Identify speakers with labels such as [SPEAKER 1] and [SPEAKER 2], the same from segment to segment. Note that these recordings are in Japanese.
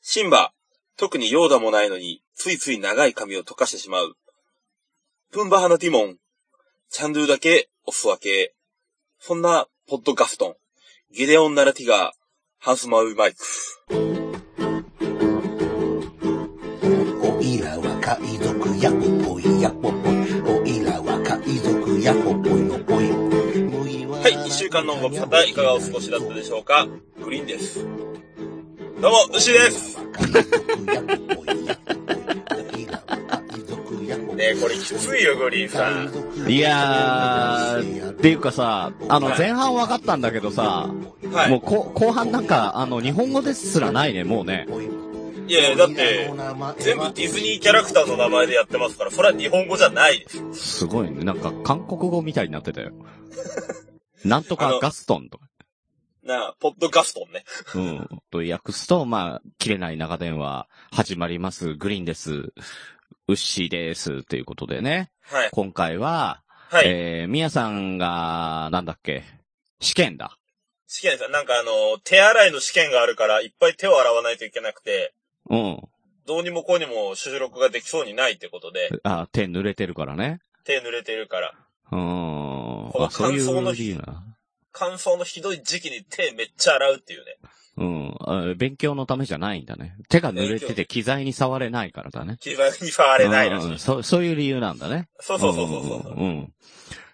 [SPEAKER 1] シンバ、特に用だもないのに、ついつい長い髪を溶かしてしまう。プンバ派のティモン、チャンドゥだけおすわけ。そんな、ポッドガストン、ギデオンならティガー、ハンスマウマイク。
[SPEAKER 2] おいらは海賊やっほぽいやっほぽいおいらは海賊やっほぽいのぽい
[SPEAKER 1] はい、一週間のご無沙汰、いかがお過ごしだったでしょうかグリーンです。どうも、牛です。ねえ、これきついよ、グリーンさん。
[SPEAKER 3] いやー、っていうかさ、あの、
[SPEAKER 1] はい
[SPEAKER 3] 前半分かったんだけどさ、
[SPEAKER 1] はい
[SPEAKER 3] もうこ後半なんか、あの、日本語ですらないね、もうね。
[SPEAKER 1] いやいや、だって、全部ディズニーキャラクターの名前でやってますから、それは日本語じゃないです。
[SPEAKER 3] すごいね。なんか、韓国語みたいに なってたよ。なんとかガストンとか。
[SPEAKER 1] なあ、ポッドガストンね。
[SPEAKER 3] うん。と訳すと、まあ、切れない長電話、始まります。グリーンです。ウッシーです。ということでね。
[SPEAKER 1] はい。
[SPEAKER 3] 今回は、
[SPEAKER 1] はい。
[SPEAKER 3] えー、みやさんが、なんだっけ、試験だ。
[SPEAKER 1] 試験さん、なんかあの、手洗いの試験があるから、いっぱい手を洗わないといけなくて、
[SPEAKER 3] うん。
[SPEAKER 1] どうにもこうにも収録ができそうにないってことで、
[SPEAKER 3] あ、手濡れてるからね。
[SPEAKER 1] 手濡れてるから、
[SPEAKER 3] うーん。
[SPEAKER 1] この
[SPEAKER 3] あ、そういう
[SPEAKER 1] 乾燥の日
[SPEAKER 3] 理由な。
[SPEAKER 1] 乾燥のひどい時期に手めっちゃ洗うっていうね。
[SPEAKER 3] うんあ。勉強のためじゃないんだね。手が濡れてて機材に触れないからだね。
[SPEAKER 1] 膝に触れないらし
[SPEAKER 3] う
[SPEAKER 1] い
[SPEAKER 3] ん。そう、そういう理由なんだね。
[SPEAKER 1] そうそうそうそうそう。
[SPEAKER 3] うんうん。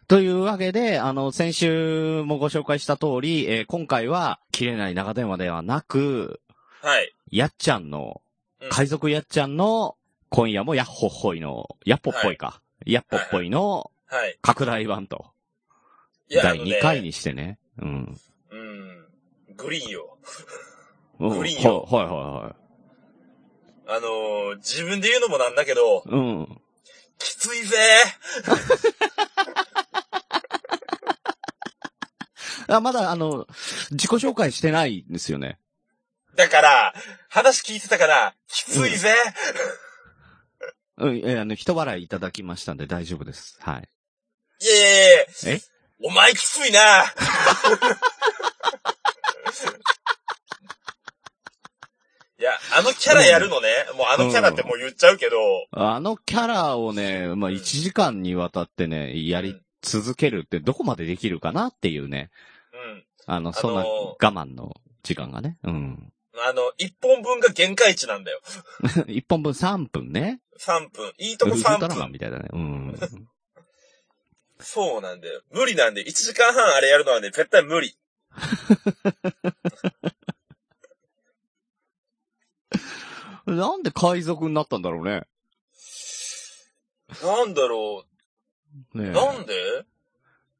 [SPEAKER 3] というわけで、あの、先週もご紹介した通り、えー今回は、切れない長電話ではなく、
[SPEAKER 1] はい。
[SPEAKER 3] やっちゃんの
[SPEAKER 1] うん、
[SPEAKER 3] 海賊やっちゃんの、今夜もやっほっほいの、やっぽっぽいか。やっぽっぽいの
[SPEAKER 1] はい。
[SPEAKER 3] 拡大版と、
[SPEAKER 1] いや、あ
[SPEAKER 3] 第
[SPEAKER 1] のね
[SPEAKER 3] 2回にしてね。うん。
[SPEAKER 1] うん。グリーンよ。
[SPEAKER 3] うん
[SPEAKER 1] グ
[SPEAKER 3] はい
[SPEAKER 1] リーン
[SPEAKER 3] はい
[SPEAKER 1] よ
[SPEAKER 3] は
[SPEAKER 1] あのー、自分で言うのもなんだけど、
[SPEAKER 3] いはい。うん。
[SPEAKER 1] きついぜ
[SPEAKER 3] あ、まだあの、自己紹介してないんですよね。
[SPEAKER 1] だから、話聞いてたから、きついぜ、
[SPEAKER 3] うん、えーあの、人笑いいただきましたんで大丈夫です。はい。
[SPEAKER 1] いやいやいや
[SPEAKER 3] え
[SPEAKER 1] お前きついな いや、あのキャラやるのね、もうあのキャラってもう言っちゃうけど、
[SPEAKER 3] あのキャラをね、まあ、
[SPEAKER 1] うん
[SPEAKER 3] 1時間にわたってね、やり続けるってどこまでできるかなっていうね。
[SPEAKER 1] うん。
[SPEAKER 3] あの、そんな
[SPEAKER 1] あのー
[SPEAKER 3] 我慢の時間がね。うん。
[SPEAKER 1] あの、一本分が限界値なんだよ。
[SPEAKER 3] 1本分3分ね。
[SPEAKER 1] 3分。いいと
[SPEAKER 3] ウ
[SPEAKER 1] こ
[SPEAKER 3] ルト
[SPEAKER 1] 3
[SPEAKER 3] ラマン
[SPEAKER 1] 分。
[SPEAKER 3] みたいだね。うん。
[SPEAKER 1] そうなんだよ。無理なんで、1時間半あれやるのはね、絶対無理。
[SPEAKER 3] なんで海賊になったんだろうね。
[SPEAKER 1] なんだろ
[SPEAKER 3] ね
[SPEAKER 1] う。
[SPEAKER 3] え
[SPEAKER 1] なんで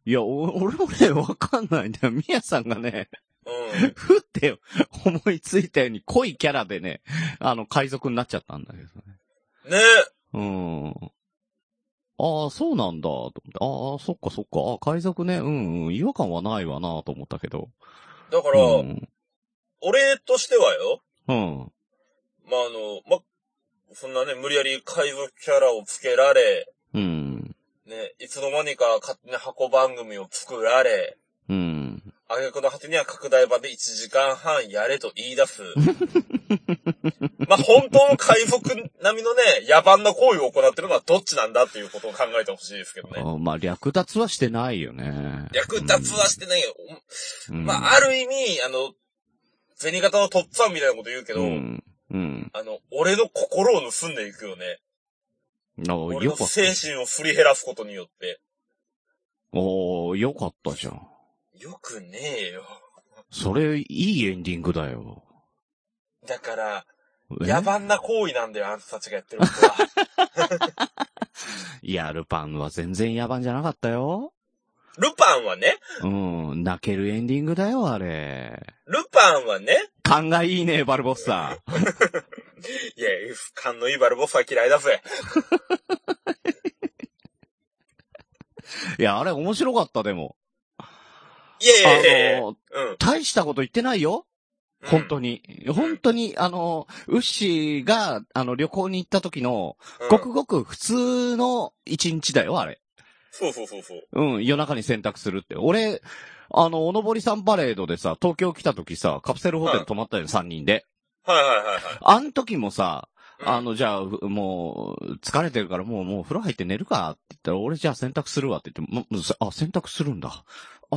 [SPEAKER 3] いや、お俺もね、わかんないんだよ。みやさんがね、
[SPEAKER 1] うん。
[SPEAKER 3] ふって思いついたように濃いキャラでね、あの、海賊になっちゃったんだけどね。
[SPEAKER 1] ね
[SPEAKER 3] うん。ああ、そうなんだ、と思って。ああ、そっかそっか。ああ、海賊ね。うん、うん。違和感はないわな、と思ったけど。
[SPEAKER 1] だから、
[SPEAKER 3] うん。
[SPEAKER 1] 俺としてはよ、
[SPEAKER 3] うん。
[SPEAKER 1] まあ、あの、ま、そんなね、無理やり海賊キャラをつけられ、
[SPEAKER 3] うん。
[SPEAKER 1] ね、いつの間にか勝手に箱番組を作られ、
[SPEAKER 3] うん。
[SPEAKER 1] 挙句の果てには拡大版で1時間半やれと言い出 す。まあ、本当の海賊並みのね、野蛮な行為を行ってるのはどっちなんだっていうことを考えてほしいですけど
[SPEAKER 3] あ
[SPEAKER 1] ね。
[SPEAKER 3] ーまあ、略奪はしてないよね。
[SPEAKER 1] 略奪はしてないよ。
[SPEAKER 3] うん、
[SPEAKER 1] まあ、ある意味、あの、銭形のとっつぁんみたいなこと言うけ
[SPEAKER 3] け
[SPEAKER 1] ど、
[SPEAKER 3] うん。うん。
[SPEAKER 1] あの、俺の心を盗んでいくよね。
[SPEAKER 3] あ
[SPEAKER 1] 俺
[SPEAKER 3] よ
[SPEAKER 1] の
[SPEAKER 3] かっ
[SPEAKER 1] 精神を振り減らすことによって。
[SPEAKER 3] た。おー、よかったじゃん。
[SPEAKER 1] よくねえよ。
[SPEAKER 3] それ、いいエンディングだよ。
[SPEAKER 1] だから、
[SPEAKER 3] え
[SPEAKER 1] 野蛮な行為なんだよ、あんたたちがやってること は。
[SPEAKER 3] いや、ルパンは全然野蛮じゃなかったよ。
[SPEAKER 1] ルパンはね、
[SPEAKER 3] うん。泣けるエンディングだよ、あれ。
[SPEAKER 1] ルパンはね、
[SPEAKER 3] 勘がいいね、バルボッサ。
[SPEAKER 1] いや、勘のいいバルボスは嫌いだぜ。
[SPEAKER 3] いや、あれ面白かった、でも。
[SPEAKER 1] いやい
[SPEAKER 3] あ
[SPEAKER 1] やいやいや
[SPEAKER 3] の、
[SPEAKER 1] うん。
[SPEAKER 3] 大したこと言ってないよ。本当
[SPEAKER 1] に。
[SPEAKER 3] に。本当に、あの、ウッシーが、あの、旅行に行った時の、
[SPEAKER 1] うん
[SPEAKER 3] ごくごく普通の一日だよ、あれ。
[SPEAKER 1] そうそうそうそう。
[SPEAKER 3] うん、夜中に洗濯するって。俺、あの、おのぼりさんパレードでさ、東京来た時さ、カプセルホテル泊まったよ、3人で。
[SPEAKER 1] はいはいはいはい。
[SPEAKER 3] あん時もさ、
[SPEAKER 1] うん
[SPEAKER 3] あの、じゃあ、ふもう、疲れてるからもう、もう風呂入って寝るかって言ったら、俺じゃあ洗濯するわって言っても、もうあ、洗濯するんだ。あ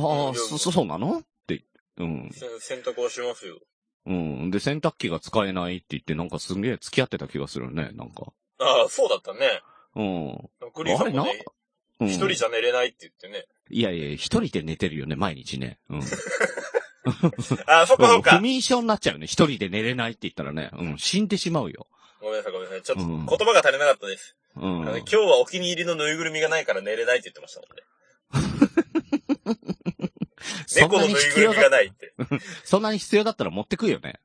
[SPEAKER 1] う
[SPEAKER 3] あ、
[SPEAKER 1] ん
[SPEAKER 3] そ、そうなのって、うん。
[SPEAKER 1] せ洗濯はしますよ。
[SPEAKER 3] うん。で、洗濯機が使えないって言って、なんかすんげえ付き合ってた気がするね、なんか。
[SPEAKER 1] ああ、そうだったね。
[SPEAKER 3] うん。
[SPEAKER 1] グリーンさんも
[SPEAKER 3] あれ
[SPEAKER 1] ね、
[SPEAKER 3] うん
[SPEAKER 1] 一、人じゃ寝れないって言ってね。
[SPEAKER 3] いやいや、一人で寝てるよね、毎日ね。うん。
[SPEAKER 1] ああ、そっかそっ
[SPEAKER 3] 不
[SPEAKER 1] か。
[SPEAKER 3] 眠症になっちゃうね。一人で寝れないって言ったらね。うん、死んでしまうよ。
[SPEAKER 1] ごめんなさいごめんなさい。ちょっと
[SPEAKER 3] う
[SPEAKER 1] 言
[SPEAKER 3] ん
[SPEAKER 1] 葉が足りなかったです。あ
[SPEAKER 3] うん
[SPEAKER 1] の。今日はお気に入りのぬいぐるみがないから寝れないって言ってましたもんね。
[SPEAKER 3] そん
[SPEAKER 1] 猫
[SPEAKER 3] な
[SPEAKER 1] の
[SPEAKER 3] に
[SPEAKER 1] ぬい
[SPEAKER 3] 必
[SPEAKER 1] ぐる
[SPEAKER 3] 要
[SPEAKER 1] みが
[SPEAKER 3] だ、
[SPEAKER 1] ないって。
[SPEAKER 3] そんなに必要だったら持ってくよ ね。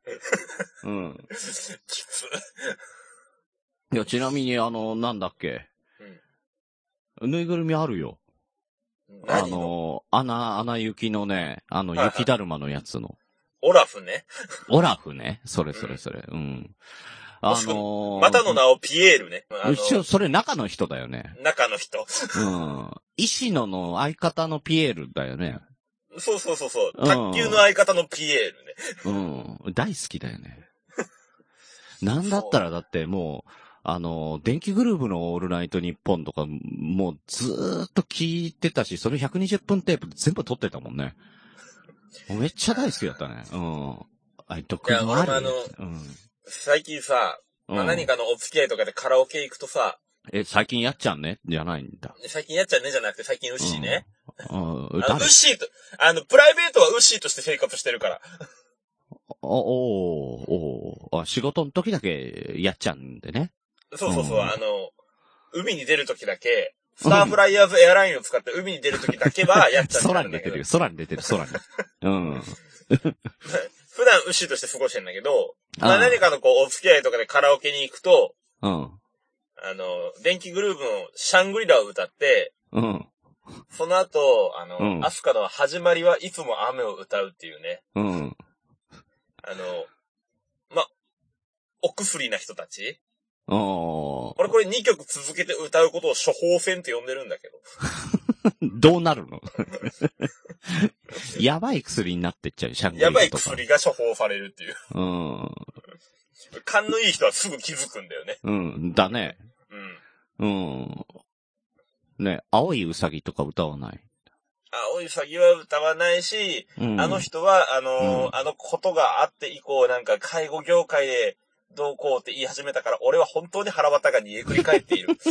[SPEAKER 3] うん。
[SPEAKER 1] きつ。
[SPEAKER 3] いや、ちなみに、あの、なんだっけ。ぬいぐるみあるよ。あ
[SPEAKER 1] 何の
[SPEAKER 3] の、穴、穴雪のね、あの、
[SPEAKER 1] はいはい
[SPEAKER 3] 雪だるまのやつの。
[SPEAKER 1] オラフね。
[SPEAKER 3] オラフね。それそれそれ。うん。あ
[SPEAKER 1] もしく
[SPEAKER 3] のー、
[SPEAKER 1] またの名をピエールね。あ
[SPEAKER 3] 一応、
[SPEAKER 1] の、
[SPEAKER 3] それ中の人だよね。
[SPEAKER 1] 中の人。
[SPEAKER 3] うん。石野の相方のピエールだよね。
[SPEAKER 1] そうそうそうそう。
[SPEAKER 3] うん
[SPEAKER 1] 卓球の相方のピエールね。
[SPEAKER 3] うん。大好きだよね。なんだったらだってもう、あの、電気グルーヴのオールナイトニッポンとか、もうずーっと聞いてたし、それ120分テープで全部撮ってたもんね。めっちゃ大好きだったね。うん。あ、毒もある、ね。
[SPEAKER 1] いや俺も
[SPEAKER 3] うん
[SPEAKER 1] 最近さ、ま
[SPEAKER 3] う
[SPEAKER 1] あ、
[SPEAKER 3] ん
[SPEAKER 1] 何かのお付き合いとかでカラオケ行くとさ、
[SPEAKER 3] え、最近やっちゃんねじゃないんだ。
[SPEAKER 1] 最近やっちゃうねじゃなくて最近ウッシーね。
[SPEAKER 3] うん。
[SPEAKER 1] あのウッ
[SPEAKER 3] 誰
[SPEAKER 1] シーと、あの、プライベートはウッシーとして生活してるから。
[SPEAKER 3] おおーおーあ仕事の時だけやっちゃうんでね。
[SPEAKER 1] そうそうそう、
[SPEAKER 3] うん
[SPEAKER 1] あの、海に出るときだけ、スターフライヤーズエアラインを使って海に出るときだけ はやっちゃう。
[SPEAKER 3] 空に出てるよ。。空に出てる、空 に。うん。
[SPEAKER 1] 普段ウッシーとして過ごしてんだけど、まあ
[SPEAKER 3] あー
[SPEAKER 1] 何かのこう、お付き合いとかでカラオケに行くと、
[SPEAKER 3] うん。
[SPEAKER 1] あの、電気グルーヴのシャングリラを歌って、
[SPEAKER 3] うん。
[SPEAKER 1] その後、あの、
[SPEAKER 3] うん
[SPEAKER 1] アスカの始まりはいつも雨を歌うっていうね、
[SPEAKER 3] うん。
[SPEAKER 1] あの、ま、お薬な人たち
[SPEAKER 3] おー
[SPEAKER 1] 俺これ2曲続けて歌うことを処方箋って呼んでるんだけど。
[SPEAKER 3] どうなるの やばい薬になってっちゃう、シャングリ
[SPEAKER 1] や
[SPEAKER 3] ラ
[SPEAKER 1] ばい
[SPEAKER 3] とか。
[SPEAKER 1] 薬が処方されるっていう。
[SPEAKER 3] うん。
[SPEAKER 1] 勘のいい人はすぐ気づくんだよね。
[SPEAKER 3] うん。だね。
[SPEAKER 1] うん。
[SPEAKER 3] うん。ね、青いウサギとか歌わない。
[SPEAKER 1] 青いウサギは歌わないし、
[SPEAKER 3] うん。
[SPEAKER 1] あの人は、あのー
[SPEAKER 3] うん
[SPEAKER 1] あのことがあって以降、なんか介護業界でどうこうって言い始めたから、俺は本当に腹渡が煮えくり返っている。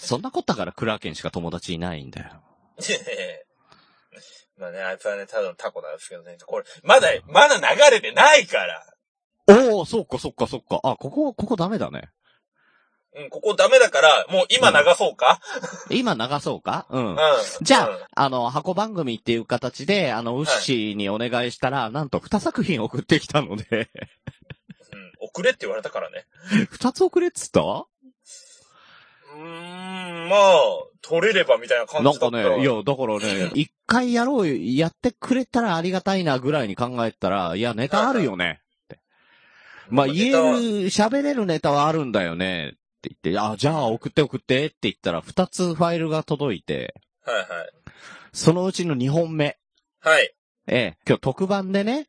[SPEAKER 3] そんなことだからクラーケンしか友達いないんだよ。
[SPEAKER 1] まあね、あいつはね、ただのタコなんですけどね。これ、まだ、まだ流れてないから。
[SPEAKER 3] おおそっかそっかそっか。あ、ここ、ここダメだね。
[SPEAKER 1] うん、ここダメだから、もう今流そうか、
[SPEAKER 3] 今流そうかうん
[SPEAKER 1] うん、。
[SPEAKER 3] じゃ
[SPEAKER 1] う
[SPEAKER 3] あ、あの、箱番組っていう形で、あの、ウッシーにお願いしたら、なんと2作品送ってきたので、
[SPEAKER 1] ん、うん遅れって言われたからね。
[SPEAKER 3] 2つ送れっつった
[SPEAKER 1] うーん、まあ、取れればみたいな感
[SPEAKER 3] なん
[SPEAKER 1] じだ
[SPEAKER 3] か
[SPEAKER 1] ったわ
[SPEAKER 3] ね、いや、だからね、一回やろうよ、やってくれたらありがたいなぐらいに考えたら、いや、ネタあるよね。まあ、言え
[SPEAKER 1] ネタは
[SPEAKER 3] る、喋れるネタはあるんだよね。って言って、あ、じゃあ送って送ってって言ったら、二つファイルが届いて、
[SPEAKER 1] はいはい。
[SPEAKER 3] そのうちの二本目。
[SPEAKER 1] はい。
[SPEAKER 3] ええ、今日特番でね、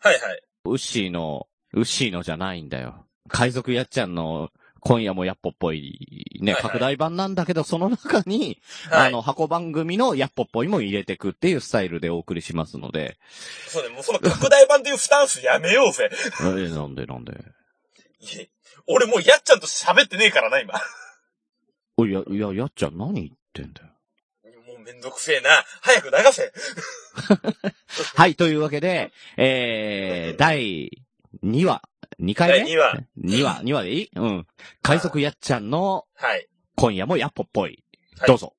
[SPEAKER 1] はいはい。
[SPEAKER 3] ウッシーの、ウッシーのじゃないんだよ。海賊やっちゃんの、今夜もやっぽっぽい、ね、
[SPEAKER 1] はいはい
[SPEAKER 3] 拡大版なんだけど、その中に、
[SPEAKER 1] はい、
[SPEAKER 3] あの、箱番組のやっぽっぽいも入れてくっていうスタイルでお送りしますので。
[SPEAKER 1] そうね、もうその拡大版というスタンスやめようぜ。
[SPEAKER 3] えーなんでなんで。
[SPEAKER 1] いえ俺もうやっちゃんと喋ってねえからな、今。
[SPEAKER 3] おいや、いや、やっちゃん何言ってんだよ。
[SPEAKER 1] もうめんどくせえな。早く流せ。
[SPEAKER 3] はい、というわけで、えー、第2話、2回
[SPEAKER 1] 第
[SPEAKER 3] 目
[SPEAKER 1] 2話。
[SPEAKER 3] 2話、2話でいいうん。海賊やっちゃんの
[SPEAKER 1] はい。
[SPEAKER 3] 今夜もやっぽっぽい。
[SPEAKER 1] はい
[SPEAKER 3] どうぞ。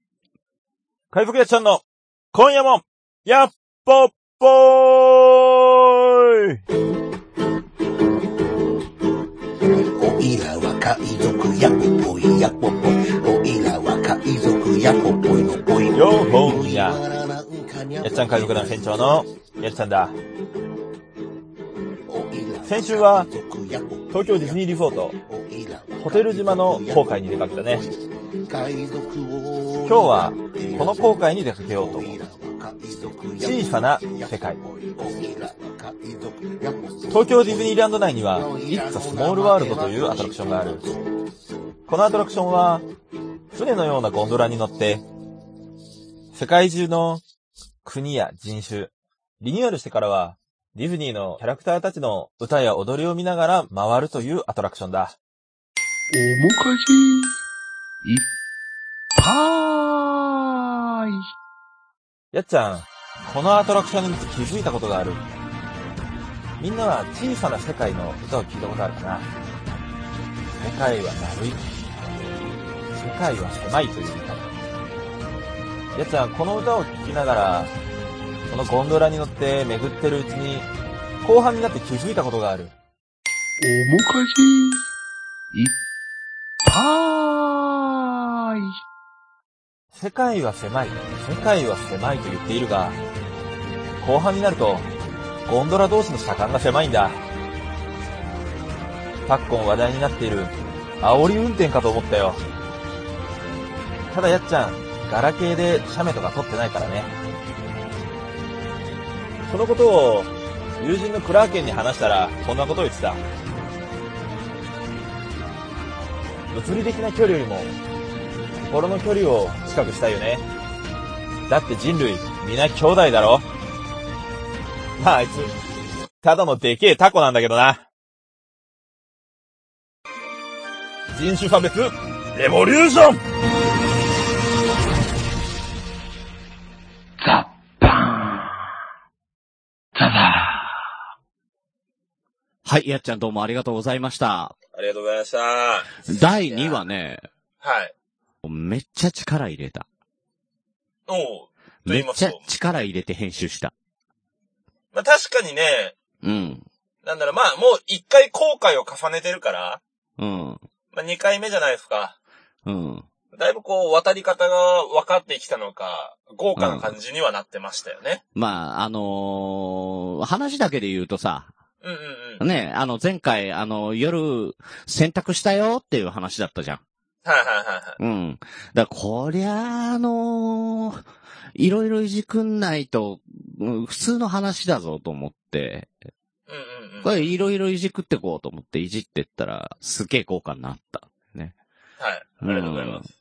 [SPEAKER 1] 海賊やっちゃんの、今夜も、やっぽっぽーい
[SPEAKER 2] おいらは海賊やっぽいやっぽっぽいおいらは海賊やっぽっぽいのぽい
[SPEAKER 4] よーほーや
[SPEAKER 2] や
[SPEAKER 4] やっちゃん海賊団船長のやっちゃんだ先
[SPEAKER 2] 先週
[SPEAKER 4] 週
[SPEAKER 2] は
[SPEAKER 4] は
[SPEAKER 2] 東
[SPEAKER 4] 東
[SPEAKER 2] 京
[SPEAKER 4] 京ディ
[SPEAKER 2] ディズ
[SPEAKER 4] ズ
[SPEAKER 2] ニ
[SPEAKER 4] ニーリ
[SPEAKER 2] ーリゾ
[SPEAKER 4] ゾ
[SPEAKER 2] ー
[SPEAKER 4] ー
[SPEAKER 2] ト
[SPEAKER 4] ト
[SPEAKER 2] ホ
[SPEAKER 4] ホ
[SPEAKER 2] テ
[SPEAKER 4] テ
[SPEAKER 2] ル
[SPEAKER 4] ル
[SPEAKER 2] 島
[SPEAKER 4] 島
[SPEAKER 2] の
[SPEAKER 4] の
[SPEAKER 2] 航
[SPEAKER 4] 航海
[SPEAKER 2] 海に
[SPEAKER 4] に出かけ
[SPEAKER 2] 出かけた
[SPEAKER 4] た
[SPEAKER 2] ね
[SPEAKER 4] ね今日
[SPEAKER 2] 今日
[SPEAKER 4] は
[SPEAKER 2] はこ
[SPEAKER 4] こ
[SPEAKER 2] の
[SPEAKER 4] の
[SPEAKER 2] 航
[SPEAKER 4] 航
[SPEAKER 2] 海
[SPEAKER 4] 海
[SPEAKER 2] に
[SPEAKER 4] に
[SPEAKER 2] 出
[SPEAKER 4] 出
[SPEAKER 2] か
[SPEAKER 4] か
[SPEAKER 2] け
[SPEAKER 4] け
[SPEAKER 2] よ
[SPEAKER 4] よ
[SPEAKER 2] う
[SPEAKER 4] うと
[SPEAKER 2] と思
[SPEAKER 4] 思
[SPEAKER 2] う
[SPEAKER 4] う
[SPEAKER 2] 小さな世界
[SPEAKER 5] 東京ディズニーランド内には、It's a Small World というアトラクションがある。このアトラクションは、船のようなゴンドラに乗って、世界中の国や人種、リニューアルしてからは、ディズニーのキャラクターたちの歌や踊りを見ながら回るというアトラクション
[SPEAKER 2] お
[SPEAKER 5] だ。
[SPEAKER 2] もかじ、いっぱーい。
[SPEAKER 5] やっちゃん、このアトラクションに気づいたことがある。みんなは小さな世界の歌を聞いたことあるかな世界は丸い。世界は狭いという歌。やっちゃん、この歌を聴きながら、このゴンドラに乗って巡ってるうちに、後半になって気づいたことがある。
[SPEAKER 2] おもかじ、いっぱーい。
[SPEAKER 5] 世界は狭い、世界は狭いと言っているが、後半になると、ゴンドラ同士の車間が狭いんだ。昨今話題になっている、煽り運転かと思ったよ。ただやっちゃん、ガラケーで写メとか撮ってないからね。そのことを、友人のクラーケンに話したら、こんなことを言ってた。物理的な距離よりも、心の距離を近くしたいよね。だって人類、皆兄弟だろ まああいつ、ただのでけえタコなんだけどな。人種差別、レボリューション
[SPEAKER 2] ザッパーン。ザザ
[SPEAKER 3] はい、やっちゃんどうもありがとうございました。
[SPEAKER 1] ありがとうございました。は
[SPEAKER 3] 第2話ね、
[SPEAKER 1] い。
[SPEAKER 3] めっちゃ力入れた。
[SPEAKER 1] おう。と言
[SPEAKER 3] め
[SPEAKER 1] い
[SPEAKER 3] っ
[SPEAKER 1] ます
[SPEAKER 3] ち
[SPEAKER 1] と
[SPEAKER 3] ゃ力入れて編集した。
[SPEAKER 1] まあ、確かにね、
[SPEAKER 3] うん。
[SPEAKER 1] なんだろう、まあ、もう一回後悔を重ねてるから、
[SPEAKER 3] うん。
[SPEAKER 1] まあ、二回目じゃないですか。
[SPEAKER 3] うん。
[SPEAKER 1] だいぶこう、渡り方が分かってきたのか、豪華な感じにはなってましたよね。
[SPEAKER 3] まあ、あのー話だけで言うとさ、
[SPEAKER 1] うんうんうん。
[SPEAKER 3] ね、あの、前回、あの、夜、洗濯したよっていう話だったじゃん。
[SPEAKER 1] はいはいはいはい。
[SPEAKER 3] うん。だからこりゃ、あのーいろいろいじくんないと、うん普通の話だぞと思って、
[SPEAKER 1] うんうんうん。
[SPEAKER 3] こ
[SPEAKER 1] はい。
[SPEAKER 3] れいろいろいじくってこうと思っていじってったら、すげえ豪華になった。
[SPEAKER 1] ありがとうございます。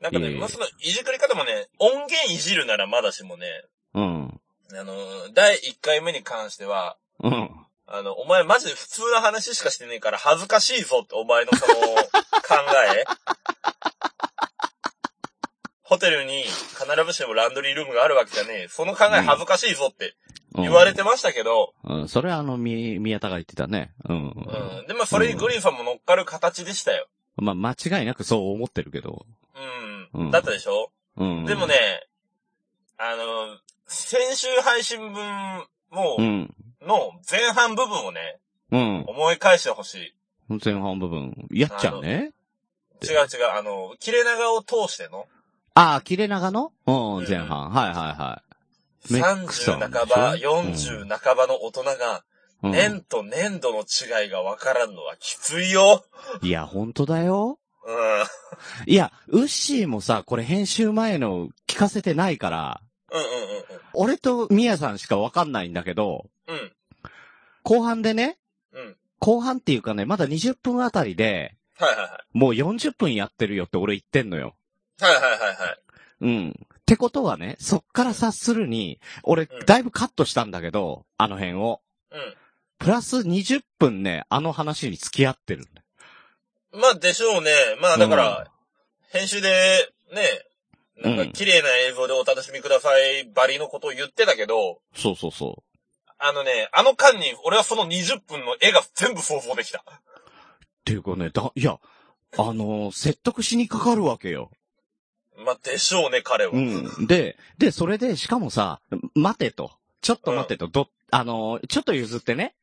[SPEAKER 1] なんか
[SPEAKER 3] いえい
[SPEAKER 1] ね、
[SPEAKER 3] え
[SPEAKER 1] まあ、その、いじくり方もね、音源いじるならまだしもね、
[SPEAKER 3] うん。
[SPEAKER 1] あのー、第一回目に関しては、
[SPEAKER 3] うん。
[SPEAKER 1] あの、お前マジで普通の話しかしてねえから恥ずかしいぞってお前のその考え。ホテルに必ずしもランドリールームがあるわけじゃねえ。その考え恥ずかしいぞって
[SPEAKER 3] うん
[SPEAKER 1] 言われてましたけど、
[SPEAKER 3] うん、それはあの、み、宮田が言ってたね。うん。
[SPEAKER 1] うん。で、まあそれにグリーンさんも乗っかる形でしたよ。
[SPEAKER 3] まあ、間違いなくそう思ってるけど。
[SPEAKER 1] う。
[SPEAKER 3] うんん
[SPEAKER 1] だったでしょ
[SPEAKER 3] うん。
[SPEAKER 1] でも。ね、あの、先週配信分も
[SPEAKER 3] う、ん。
[SPEAKER 1] の前半部分をね、
[SPEAKER 3] うん。
[SPEAKER 1] 思い返してほしい。
[SPEAKER 3] 前半部分。やっちゃうね。
[SPEAKER 1] 違う違う、あの、切れ長を通しての、
[SPEAKER 3] ああ、切れ長の
[SPEAKER 1] う
[SPEAKER 3] う
[SPEAKER 1] ん
[SPEAKER 3] ん、前半。はいはいはメックさ
[SPEAKER 1] 30
[SPEAKER 3] ん
[SPEAKER 1] 半
[SPEAKER 3] でしょ
[SPEAKER 1] ば、
[SPEAKER 3] う
[SPEAKER 1] 40半ばの大人が、
[SPEAKER 3] い。うん
[SPEAKER 1] 年と年度の違いがわからんのはきついよ。
[SPEAKER 3] いや、本当だよ。
[SPEAKER 1] うん。うん
[SPEAKER 3] いや、ウッシーもさ、これ編集前の聞かせてないから、
[SPEAKER 1] うんうん
[SPEAKER 3] 俺とミヤさんしかわかんないんだけど、
[SPEAKER 1] うん。うん。
[SPEAKER 3] 後半でね、
[SPEAKER 1] うん。
[SPEAKER 3] 後半っていうかね、まだ20分あたりで、
[SPEAKER 1] はいは
[SPEAKER 3] もう40分やってるよって俺言ってんのよ。
[SPEAKER 1] いはい。はいはいはいはい。
[SPEAKER 3] うん。ってことはね、そっから察するに、俺
[SPEAKER 1] うん、
[SPEAKER 3] だいぶカットしたんだけど、あの辺を。プラス20分ね、あの話に付き合ってるんだよ。
[SPEAKER 1] うん。まあでしょうね。まあだから、編集で、ね、なん
[SPEAKER 3] う
[SPEAKER 1] か
[SPEAKER 3] ん
[SPEAKER 1] 綺麗な映像でお楽しみくださいばりのことを言ってたけど、
[SPEAKER 3] そうそうそ
[SPEAKER 1] あのね、あの間に俺はその20分の絵が全部想像できた。
[SPEAKER 3] う。っていうかね、だ、いや、あのー説得しにかかるわけよ。
[SPEAKER 1] まあでしょうね、彼は。
[SPEAKER 3] うん。で、で、それで、しかもさ、待てと。ちょっと待てと、ど、あのー、ちょっと譲ってね。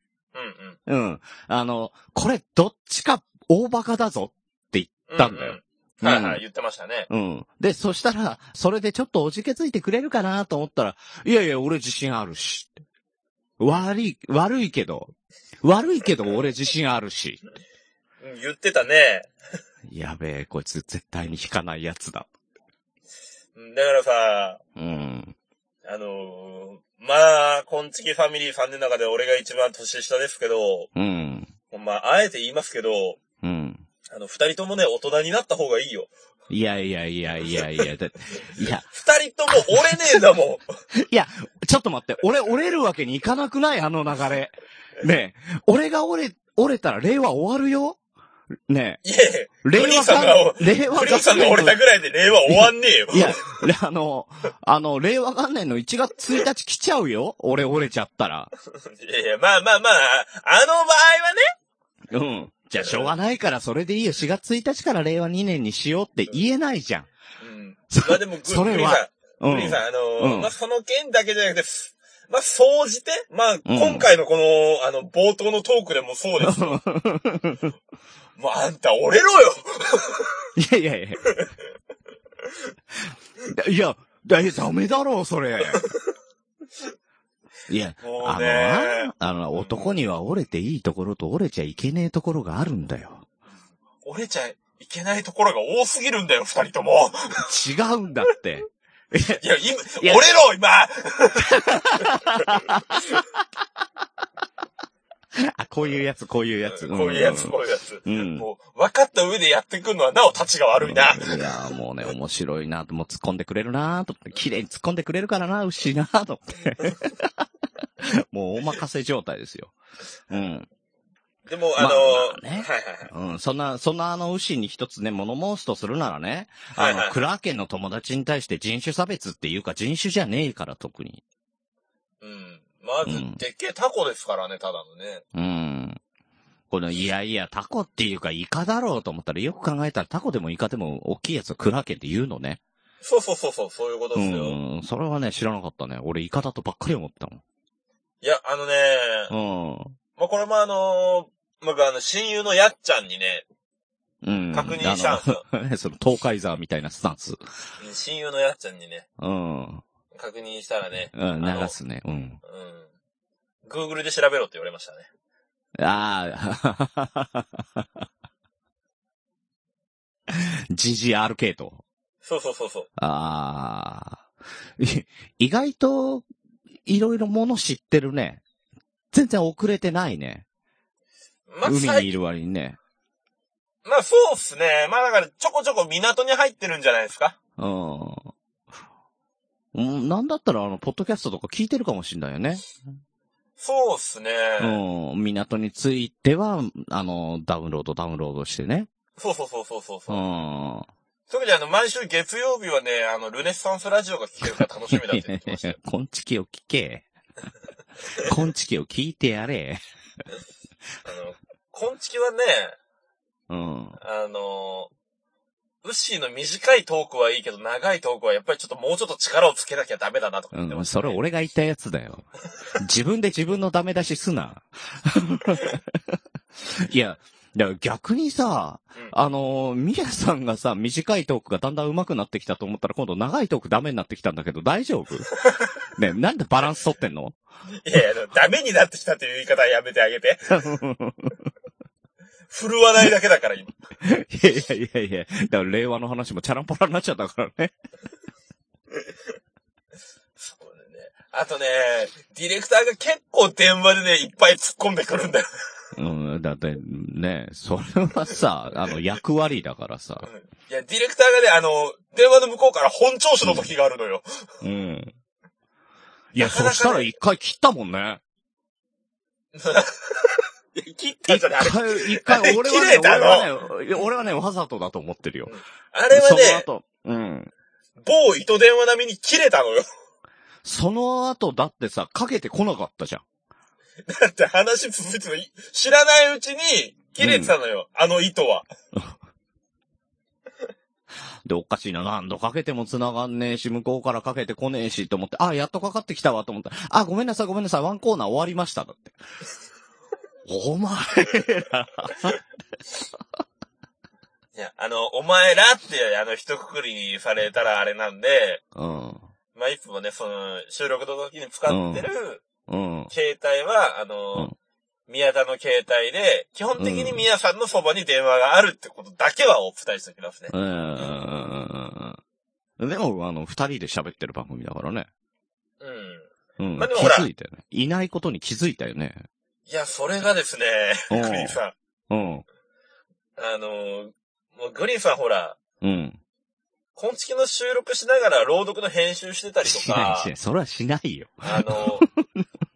[SPEAKER 1] うんうん。
[SPEAKER 3] うん。あの、これ、どっちか、大バカだぞ。
[SPEAKER 1] う
[SPEAKER 3] たんだよ
[SPEAKER 1] うんはいは
[SPEAKER 3] う
[SPEAKER 1] い、
[SPEAKER 3] ん
[SPEAKER 1] 言ってましたね。
[SPEAKER 3] うん。で、そしたら、それでちょっとおじけづいてくれるかなと思ったら、いやいや、俺自信あるし。悪い、悪いけど。悪いけど、俺自信あるし。
[SPEAKER 1] うん言ってたね。
[SPEAKER 3] やべえ、こいつ絶対に引かないやつだ。
[SPEAKER 1] うんだからさ、
[SPEAKER 3] うん。
[SPEAKER 1] あのー、まあ、こんちきファミリーさんの中で俺が一番年下ですけど、
[SPEAKER 3] うん。
[SPEAKER 1] まあ、あえて言いますけど、
[SPEAKER 3] うん。
[SPEAKER 1] あの、二人ともね、大人になった方がいいよ。
[SPEAKER 3] いやいやいやいやいや、だいや、
[SPEAKER 1] 二人とも折れねえん だもん。
[SPEAKER 3] いや、ちょっと待って、俺折れるわけにいかなくないあの流れ。ねえ、俺が折れ、折れたら令和終わるよね
[SPEAKER 1] いえ、
[SPEAKER 3] え、令和
[SPEAKER 1] さんが、
[SPEAKER 3] 令和
[SPEAKER 1] クリンさんが
[SPEAKER 3] 元
[SPEAKER 1] 折れ
[SPEAKER 3] 年
[SPEAKER 1] たぐらいで令和終わんねえよ。
[SPEAKER 3] いや、れあの、あの、令和元年の1月1日来ちゃうよ俺折れちゃったら。
[SPEAKER 1] いやいや、まあまあまあ、あの場合はね、
[SPEAKER 3] うん。じゃあ、しょうがないから、それでいいよ。4月1日から令和2年にしようって言えないじゃん。
[SPEAKER 1] うん。
[SPEAKER 3] そ
[SPEAKER 1] まあでも、グ
[SPEAKER 3] それ
[SPEAKER 1] グリーンさん
[SPEAKER 3] は、う
[SPEAKER 1] グリーン
[SPEAKER 3] ん
[SPEAKER 1] さ。ん、あのー
[SPEAKER 3] うん
[SPEAKER 1] まあその件だけじゃなくて、すまあ総じて、まあ今回のこの、あの、冒頭のトークでもそうです。 もうあんた折れろよ
[SPEAKER 3] いやいやいや。いや、だいダメだろう、それ。いや、
[SPEAKER 1] も
[SPEAKER 3] あ
[SPEAKER 1] う
[SPEAKER 3] の
[SPEAKER 1] ね
[SPEAKER 3] な、あの、男には折れていいところと折れちゃいけねえところがあるんだよ。
[SPEAKER 1] 折れちゃいけないところが多すぎるんだよ、二人と も。
[SPEAKER 3] 違うんだって。
[SPEAKER 1] いや、今、
[SPEAKER 3] いや
[SPEAKER 1] 折れろ、今
[SPEAKER 3] あ、 こういうやつ、こういうやつ。ん
[SPEAKER 1] こういうやつ、こういうやつ。
[SPEAKER 3] うん
[SPEAKER 1] もう、分かった上でやってくんのはなお立ちが悪いな。
[SPEAKER 3] いやーもうね、面白いなと、もう突っ込んでくれるなと思って、綺麗に突っ込んでくれるからな、牛なと思って。 もうお任せ状態ですよ。うん。
[SPEAKER 1] でも、あ
[SPEAKER 3] まあ
[SPEAKER 1] のー
[SPEAKER 3] まあね
[SPEAKER 1] はいはいはい。
[SPEAKER 3] うん、そんな、そんなあの牛に一つね、物申すとするならね、
[SPEAKER 1] は
[SPEAKER 3] あ
[SPEAKER 1] いはい
[SPEAKER 3] の、クラーケンの友達に対して人種差別っていうか人種じゃねえから特に。
[SPEAKER 1] うん。まず、
[SPEAKER 3] うん
[SPEAKER 1] でっけえタコですからね、ただのね。
[SPEAKER 3] うん。この、いやいや、タコっていうかイカだろうと思ったら、よく考えたらタコでもイカでも大きいやつをクラーケンって言うのね。
[SPEAKER 1] そうそうそうそう、そういうこと
[SPEAKER 3] う
[SPEAKER 1] ですよ。
[SPEAKER 3] ん、それはね、知らなかったね。俺イカだとばっかり思ってたもん。
[SPEAKER 1] いや、あのね、
[SPEAKER 3] うん。
[SPEAKER 1] まあ、これもあのー僕あの、親友のやっちゃんにね、
[SPEAKER 3] うん
[SPEAKER 1] 確認したんですよ。
[SPEAKER 3] あのその、東海座みたいなスタンス。
[SPEAKER 1] 親友のやっちゃんにね、
[SPEAKER 3] うん。
[SPEAKER 1] 確認したらね、
[SPEAKER 3] うん、
[SPEAKER 1] あの
[SPEAKER 3] 流すね。うん。
[SPEAKER 1] うん。Google で調べろって言われましたね。
[SPEAKER 3] ああ、GGRK と。
[SPEAKER 1] そうそうそうそう。
[SPEAKER 3] ああ。い意外と、いろいろもの知ってるね。全然遅れてないね。
[SPEAKER 1] まあ、
[SPEAKER 3] 海
[SPEAKER 1] さ
[SPEAKER 3] に
[SPEAKER 1] い
[SPEAKER 3] いる割にね。
[SPEAKER 1] まあ、そうっすね。まあ、だから、ちょこちょこ港に入ってるんじゃないですか。
[SPEAKER 3] うん。うんなんだったら、あの、ポッドキャストとか聞いてるかもしんないよね。
[SPEAKER 1] そうっすね。
[SPEAKER 3] うん。港については、あの、ダウンロード、ダウンロードしてね。
[SPEAKER 1] そうそうそうそうそう
[SPEAKER 3] う
[SPEAKER 1] そう。
[SPEAKER 3] ん。
[SPEAKER 1] 特にあの、毎週月曜日はね、あの、ルネッサンスラジオが聞けるから楽しみだって言ってま したよ。
[SPEAKER 3] こんちきを聞け。 こんちきを聞いてやれ。
[SPEAKER 1] あの、こんちきはね、
[SPEAKER 3] うん。
[SPEAKER 1] あの、ウッシーの短いトークはいいけど、長いトークはやっぱりちょっともうちょっと力をつけなきゃダメだなとか言って
[SPEAKER 3] う
[SPEAKER 1] ま
[SPEAKER 3] ん、
[SPEAKER 1] した、
[SPEAKER 3] そ
[SPEAKER 1] ね
[SPEAKER 3] れ俺が言ったやつだよ。自分で自分のダメ出しす な。いや、だから逆にさ、
[SPEAKER 1] うん
[SPEAKER 3] あのー、ミヤさんがさ、短いトークがだんだん上手くなってきたと思ったら、今度長いトークダメになってきたんだけど、大 丈夫ね、なんでバランス取ってんの
[SPEAKER 1] いやいや、ダメになってきたという言い方はやめ てあげて。振るわないだけだから、今。
[SPEAKER 3] いやいやいやいや、だから令和の話もチャランポラになっちゃったからね。
[SPEAKER 1] そうだね。あとね、ディレクターが結構電話でね、いっぱい突っ込んでくるんだよ。
[SPEAKER 3] うん、だってね、それはさ、あの、役割だからさ。
[SPEAKER 1] いや、ディレクターがね、あの、電話の向こうから本調子の時があるのよ。
[SPEAKER 3] うん。いや、
[SPEAKER 1] なかなか
[SPEAKER 3] そ
[SPEAKER 1] ね
[SPEAKER 3] したら一回切ったもんね。
[SPEAKER 1] いや 切った
[SPEAKER 3] 一
[SPEAKER 1] じゃない。
[SPEAKER 3] 回、一回、俺は
[SPEAKER 1] 切れ
[SPEAKER 3] ね、
[SPEAKER 1] た
[SPEAKER 3] 俺
[SPEAKER 1] の
[SPEAKER 3] はね、いや俺はね、わざとだと思ってるよ。
[SPEAKER 1] あれはね、
[SPEAKER 3] その後、うん。
[SPEAKER 1] 某糸電話並みに切れたのよ。
[SPEAKER 3] その後、だってさ、かけてこなかったじゃん。
[SPEAKER 1] だって話続いてもい、知らないうちに切れてたのよ、あの糸は。
[SPEAKER 3] で、おかしいな、何度かけても繋がんねえし、向こうからかけてこねえし、と思って、あ、やっとかかってきたわ、と思ったらあ、ごめんなさい、ごめんなさい、ワンコーナー終わりました、だ って。お前ら。
[SPEAKER 1] いや、あの、お前らって、あの、一括りにされたらあれなんで、
[SPEAKER 3] うん。
[SPEAKER 1] まあ、いつもね、その、収録の時に使ってる
[SPEAKER 3] うん。
[SPEAKER 1] 携帯は、あの、宮田の携帯で、基本的に宮さんのそばに電話があるってことだけはお伝えしておきますね。
[SPEAKER 3] うんうんうんうんうんうんでも、あの、二人で喋ってる番組だからね。
[SPEAKER 1] うん。
[SPEAKER 3] うん。
[SPEAKER 1] まあでも
[SPEAKER 3] 気
[SPEAKER 1] ほら
[SPEAKER 3] づいたよね。いないことに気づいたよね。
[SPEAKER 1] いや、それがですね、
[SPEAKER 3] う
[SPEAKER 1] グ
[SPEAKER 3] ん
[SPEAKER 1] リーンさん。
[SPEAKER 3] うん。
[SPEAKER 1] あのー、もうグリーンさんほら、
[SPEAKER 3] うん。
[SPEAKER 1] 今月の収録しながら朗読の編集してたりと
[SPEAKER 3] しない
[SPEAKER 1] か
[SPEAKER 3] しな、い。それはしないよ。
[SPEAKER 1] あのー、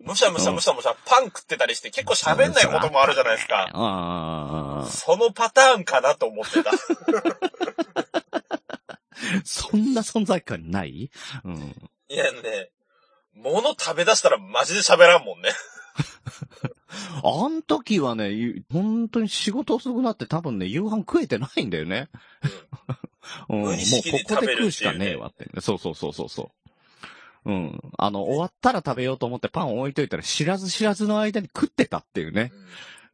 [SPEAKER 1] むしゃむしゃむしゃむしゃパン食ってたりして結構喋んないこともあるじゃないですか。
[SPEAKER 3] ああ。
[SPEAKER 1] そのパターンかなと思ってた。
[SPEAKER 3] そんな存在感ないうん。
[SPEAKER 1] いやね、物食べ出したらマジで喋らんもんね。
[SPEAKER 3] あん時はね、ゆ本当に仕事遅くなって多分ね、夕飯食えてないんだよね。うん、もう
[SPEAKER 1] 無
[SPEAKER 3] こ
[SPEAKER 1] 意識に
[SPEAKER 3] こ
[SPEAKER 1] 食
[SPEAKER 3] で
[SPEAKER 1] べ
[SPEAKER 3] 食
[SPEAKER 1] る
[SPEAKER 3] う
[SPEAKER 1] っ
[SPEAKER 3] して
[SPEAKER 1] いうね
[SPEAKER 3] かねえわって。そうそうそうそうそう。うん。あの、終わったら食べようと思ってパン置いといたら知らず知らずの間に食ってたっていうね。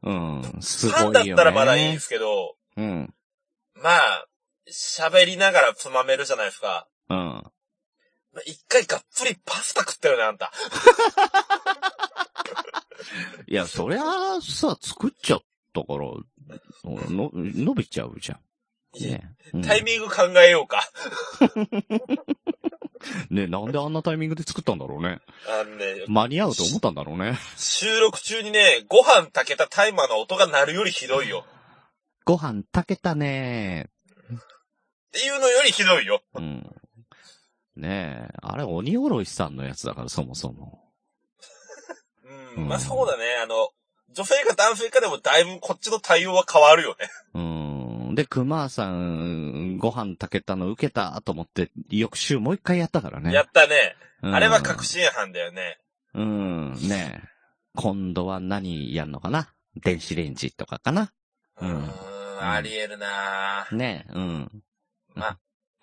[SPEAKER 3] うん。すごい
[SPEAKER 1] パ
[SPEAKER 3] よ
[SPEAKER 1] ン
[SPEAKER 3] ね。
[SPEAKER 1] だったらまだいいんですけど、
[SPEAKER 3] うん。
[SPEAKER 1] まあ、喋りながらつまめるじゃないですか。
[SPEAKER 3] うん。
[SPEAKER 1] まあ一回がっつりパスタ食ったよね、あんた。
[SPEAKER 3] いや、そりゃあさ、作っちゃったから、の、伸びちゃうじゃん。ね。うん
[SPEAKER 1] タイミング考えようか。
[SPEAKER 3] ね、なんであんなタイミングで作ったんだろうね。
[SPEAKER 1] あのね、
[SPEAKER 3] 間に合うと思ったんだろうね。
[SPEAKER 1] 収録中にね、ご飯炊けたタイマーの音が鳴るよりひどいよ。
[SPEAKER 3] ご飯炊けたね
[SPEAKER 1] っていうのよりひどいよ。
[SPEAKER 3] うん。ねえ、あれ鬼おろしさんのやつだから、そもそも。
[SPEAKER 1] う、
[SPEAKER 3] うんん
[SPEAKER 1] まあそうだね、あの、女性か男性かでもだいぶこっちの対応は変わるよね。
[SPEAKER 3] うん。で、熊さん、ご飯炊けたの受けたと思って、翌週もう一回やったからね。
[SPEAKER 1] やったね。
[SPEAKER 3] うん
[SPEAKER 1] あれは確信犯だよね。
[SPEAKER 3] うん、ねえ。今度は何やんのかな電子レンジとかかな
[SPEAKER 1] う、
[SPEAKER 3] うんん
[SPEAKER 1] んありえるなぁ
[SPEAKER 3] ねえ、うん。